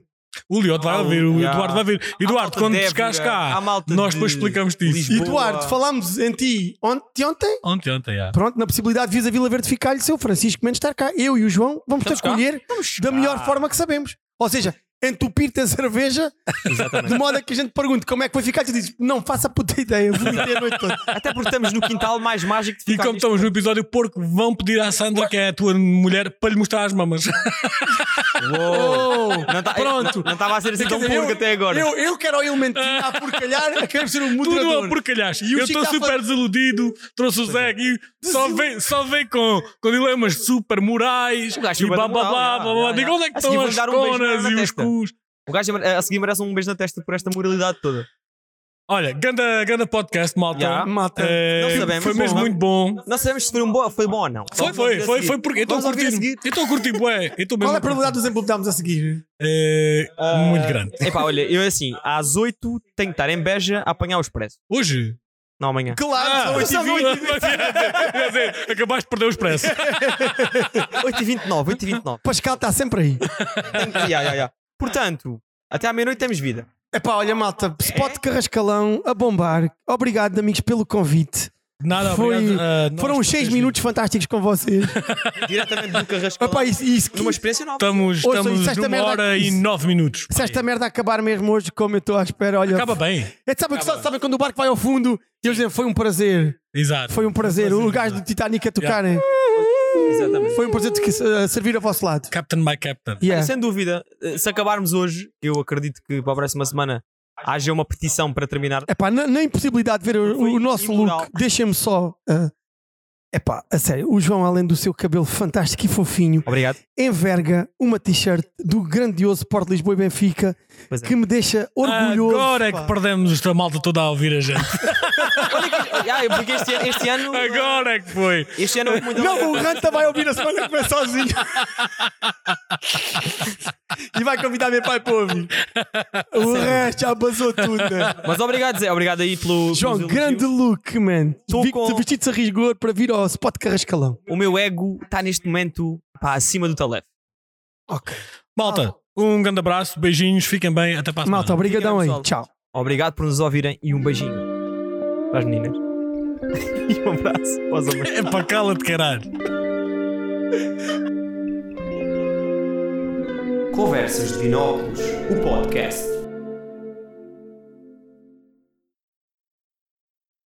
Speaker 2: O Lioto vai
Speaker 3: Ah,
Speaker 2: ouvir, o
Speaker 3: o- já.
Speaker 2: Eduardo vai ouvir.
Speaker 3: Há
Speaker 2: Eduardo,
Speaker 3: malta
Speaker 2: quando
Speaker 3: de
Speaker 2: chegares
Speaker 3: Évora, há
Speaker 2: cá,
Speaker 3: malta
Speaker 2: nós
Speaker 3: de
Speaker 2: depois explicamos disso.
Speaker 3: Lisboa.
Speaker 4: Eduardo, falámos em ti ontem, ontem.
Speaker 2: Ontem, ontem, já.
Speaker 4: Pronto, na possibilidade de vis a Vila Verde ficar seu Francisco Mendes estar cá. Eu e o João vamos te
Speaker 3: Estamos cá?
Speaker 4: acolher da melhor
Speaker 3: cá.
Speaker 4: forma que sabemos. Ou seja, entupir-te a cerveja de
Speaker 3: Exatamente.
Speaker 4: modo a que a gente pergunte como é que vai ficar. Tu dizes, não faça puta ideia, vomitei a noite toda.
Speaker 3: Até porque estamos no quintal mais mágico de
Speaker 2: E
Speaker 3: ficar.
Speaker 2: como estamos no episódio porco, vão pedir à Sandra, que é a tua mulher, para lhe mostrar as mamas. tá-
Speaker 3: Uou. Não tá-
Speaker 4: Pronto.
Speaker 3: Não estava a ser assim
Speaker 4: Quer
Speaker 3: tão
Speaker 4: dizer,
Speaker 3: público
Speaker 4: eu-
Speaker 3: até agora.
Speaker 4: Eu, eu quero ao elemento a porcalhar, quero ser um
Speaker 2: Tudo a
Speaker 4: moderador.
Speaker 2: porcalhas.
Speaker 4: E o
Speaker 2: Eu
Speaker 4: Chico
Speaker 2: estou
Speaker 4: tá a
Speaker 2: super
Speaker 4: fazer-
Speaker 2: desiludido. Trouxe o
Speaker 3: é.
Speaker 2: Zé aqui. Só vem, só vem com, com dilemas super morais. E
Speaker 3: O
Speaker 2: blá
Speaker 3: gajo é
Speaker 2: blá blá
Speaker 3: bué da moral,
Speaker 2: blá
Speaker 3: já,
Speaker 2: blá blá.
Speaker 3: já,
Speaker 2: Digo,
Speaker 3: já.
Speaker 2: onde é que
Speaker 3: A seguir
Speaker 2: estão
Speaker 3: vou-lhe
Speaker 2: as
Speaker 3: dar um beijo na
Speaker 2: conas e os
Speaker 3: testa.
Speaker 2: cus?
Speaker 3: O gajo a seguir merece um beijo na testa por esta moralidade toda.
Speaker 2: Olha, ganda, ganda podcast, malta.
Speaker 3: Já.
Speaker 4: Mata.
Speaker 2: Eh,
Speaker 3: Não sabemos,
Speaker 2: foi
Speaker 3: foi
Speaker 2: mesmo
Speaker 3: bom.
Speaker 2: muito bom.
Speaker 3: Não sabemos se foi, um bo... foi bom ou não.
Speaker 2: Foi,
Speaker 3: Vamos assim. ouvir
Speaker 2: foi,
Speaker 3: a
Speaker 2: foi,
Speaker 3: seguir.
Speaker 2: foi porque então eu estou a
Speaker 3: Vamos ouvir a
Speaker 2: curtir.
Speaker 3: seguir.
Speaker 2: Eu estou a curtir, bué. Eu estou mesmo.
Speaker 4: Qual é
Speaker 2: a
Speaker 4: a
Speaker 2: curtir.
Speaker 4: probabilidade do exemplo que damos a seguir?
Speaker 2: Eh,
Speaker 3: Ah,
Speaker 2: Muito grande.
Speaker 3: Epá, olha, eu assim, às 8 tenho que estar em Beja a apanhar o expresso.
Speaker 2: Hoje?
Speaker 3: Não, amanhã.
Speaker 4: Claro,
Speaker 2: Ah,
Speaker 4: são 8h20.
Speaker 2: Quer dizer, acabaste de perder o expresso.
Speaker 3: 8h29, 8h29.
Speaker 4: Pascal está sempre aí.
Speaker 3: Tem que- Ya, ya, ya. Portanto, até à meia-noite temos vida.
Speaker 4: Epá, olha, malta, spot de Carrascalão a bombar. Obrigado, amigos, pelo convite.
Speaker 2: Nada,
Speaker 4: Foi-
Speaker 2: obrigado a
Speaker 3: eh,
Speaker 2: nós
Speaker 4: Foram
Speaker 2: por
Speaker 4: uns 6
Speaker 2: teres
Speaker 4: minutos fantásticos com vocês.
Speaker 3: Diretamente do Carrasco.
Speaker 4: Epá, isso, isso,
Speaker 3: Numa experiência nova.
Speaker 2: Estamos,
Speaker 4: Ouça,
Speaker 2: estamos
Speaker 4: isso, esta
Speaker 2: numa
Speaker 4: merda-
Speaker 2: hora e
Speaker 4: isso.
Speaker 2: nove minutos.
Speaker 4: se esta merda acabar mesmo hoje, como eu estou à espera, olha.
Speaker 2: Acaba bem.
Speaker 4: É, sabe, que só- sabe quando o barco vai ao fundo e eles dizem foi um prazer,
Speaker 2: Exato.
Speaker 4: foi um prazer. O gajo do Titanic a tocarem,
Speaker 3: Exatamente.
Speaker 4: foi um prazer de que- a servir a vosso lado.
Speaker 2: Captain by Captain.
Speaker 4: Yeah.
Speaker 3: Sem dúvida, eh, se acabarmos hoje, eu acredito que para a próxima semana haja uma petição para terminar.
Speaker 4: Epá, na, na impossibilidade de ver o,
Speaker 3: Foi
Speaker 4: o nosso
Speaker 3: imoral.
Speaker 4: look, deixa-me só. ah, epá, a sério, o João, além do seu cabelo fantástico e fofinho,
Speaker 3: Obrigado.
Speaker 4: enverga uma t-shirt do grandioso Porto Lisboa e Benfica
Speaker 3: Pois é.
Speaker 4: que me deixa orgulhoso.
Speaker 2: Agora é
Speaker 4: pá.
Speaker 2: que perdemos esta malta toda a ouvir a gente.
Speaker 3: Ya, Ah, porque este, ano- este ano.
Speaker 2: Agora é que foi.
Speaker 3: Este ano houve muita
Speaker 4: Não, o Ranta tá vai ouvir a semana que vem sozinho. e vai convidar meu pai para ouvir.
Speaker 3: Tá
Speaker 4: O resto já basou tudo. né?
Speaker 3: Mas obrigado, Zé. Obrigado aí pelo.
Speaker 4: João,
Speaker 3: pelos
Speaker 4: grande
Speaker 3: elogios.
Speaker 4: look, man.
Speaker 3: Tô
Speaker 4: Vi que
Speaker 3: com-
Speaker 4: te vestiste a rigor para vir ao spot Carrascalão.
Speaker 3: O meu ego está neste momento pá, acima do talef.
Speaker 4: Ok.
Speaker 2: Malta, um grande abraço, beijinhos, fiquem bem, até para a semana.
Speaker 4: Ah, Malta, obrigadão aí.
Speaker 3: Fica, pessoal.
Speaker 4: Tchau.
Speaker 3: Tá Obrigado por nos ouvirem e um beijinho para as meninas. e um abraço para os homens.
Speaker 2: É para cala de caralho.
Speaker 1: Conversas de Binóculos, o podcast.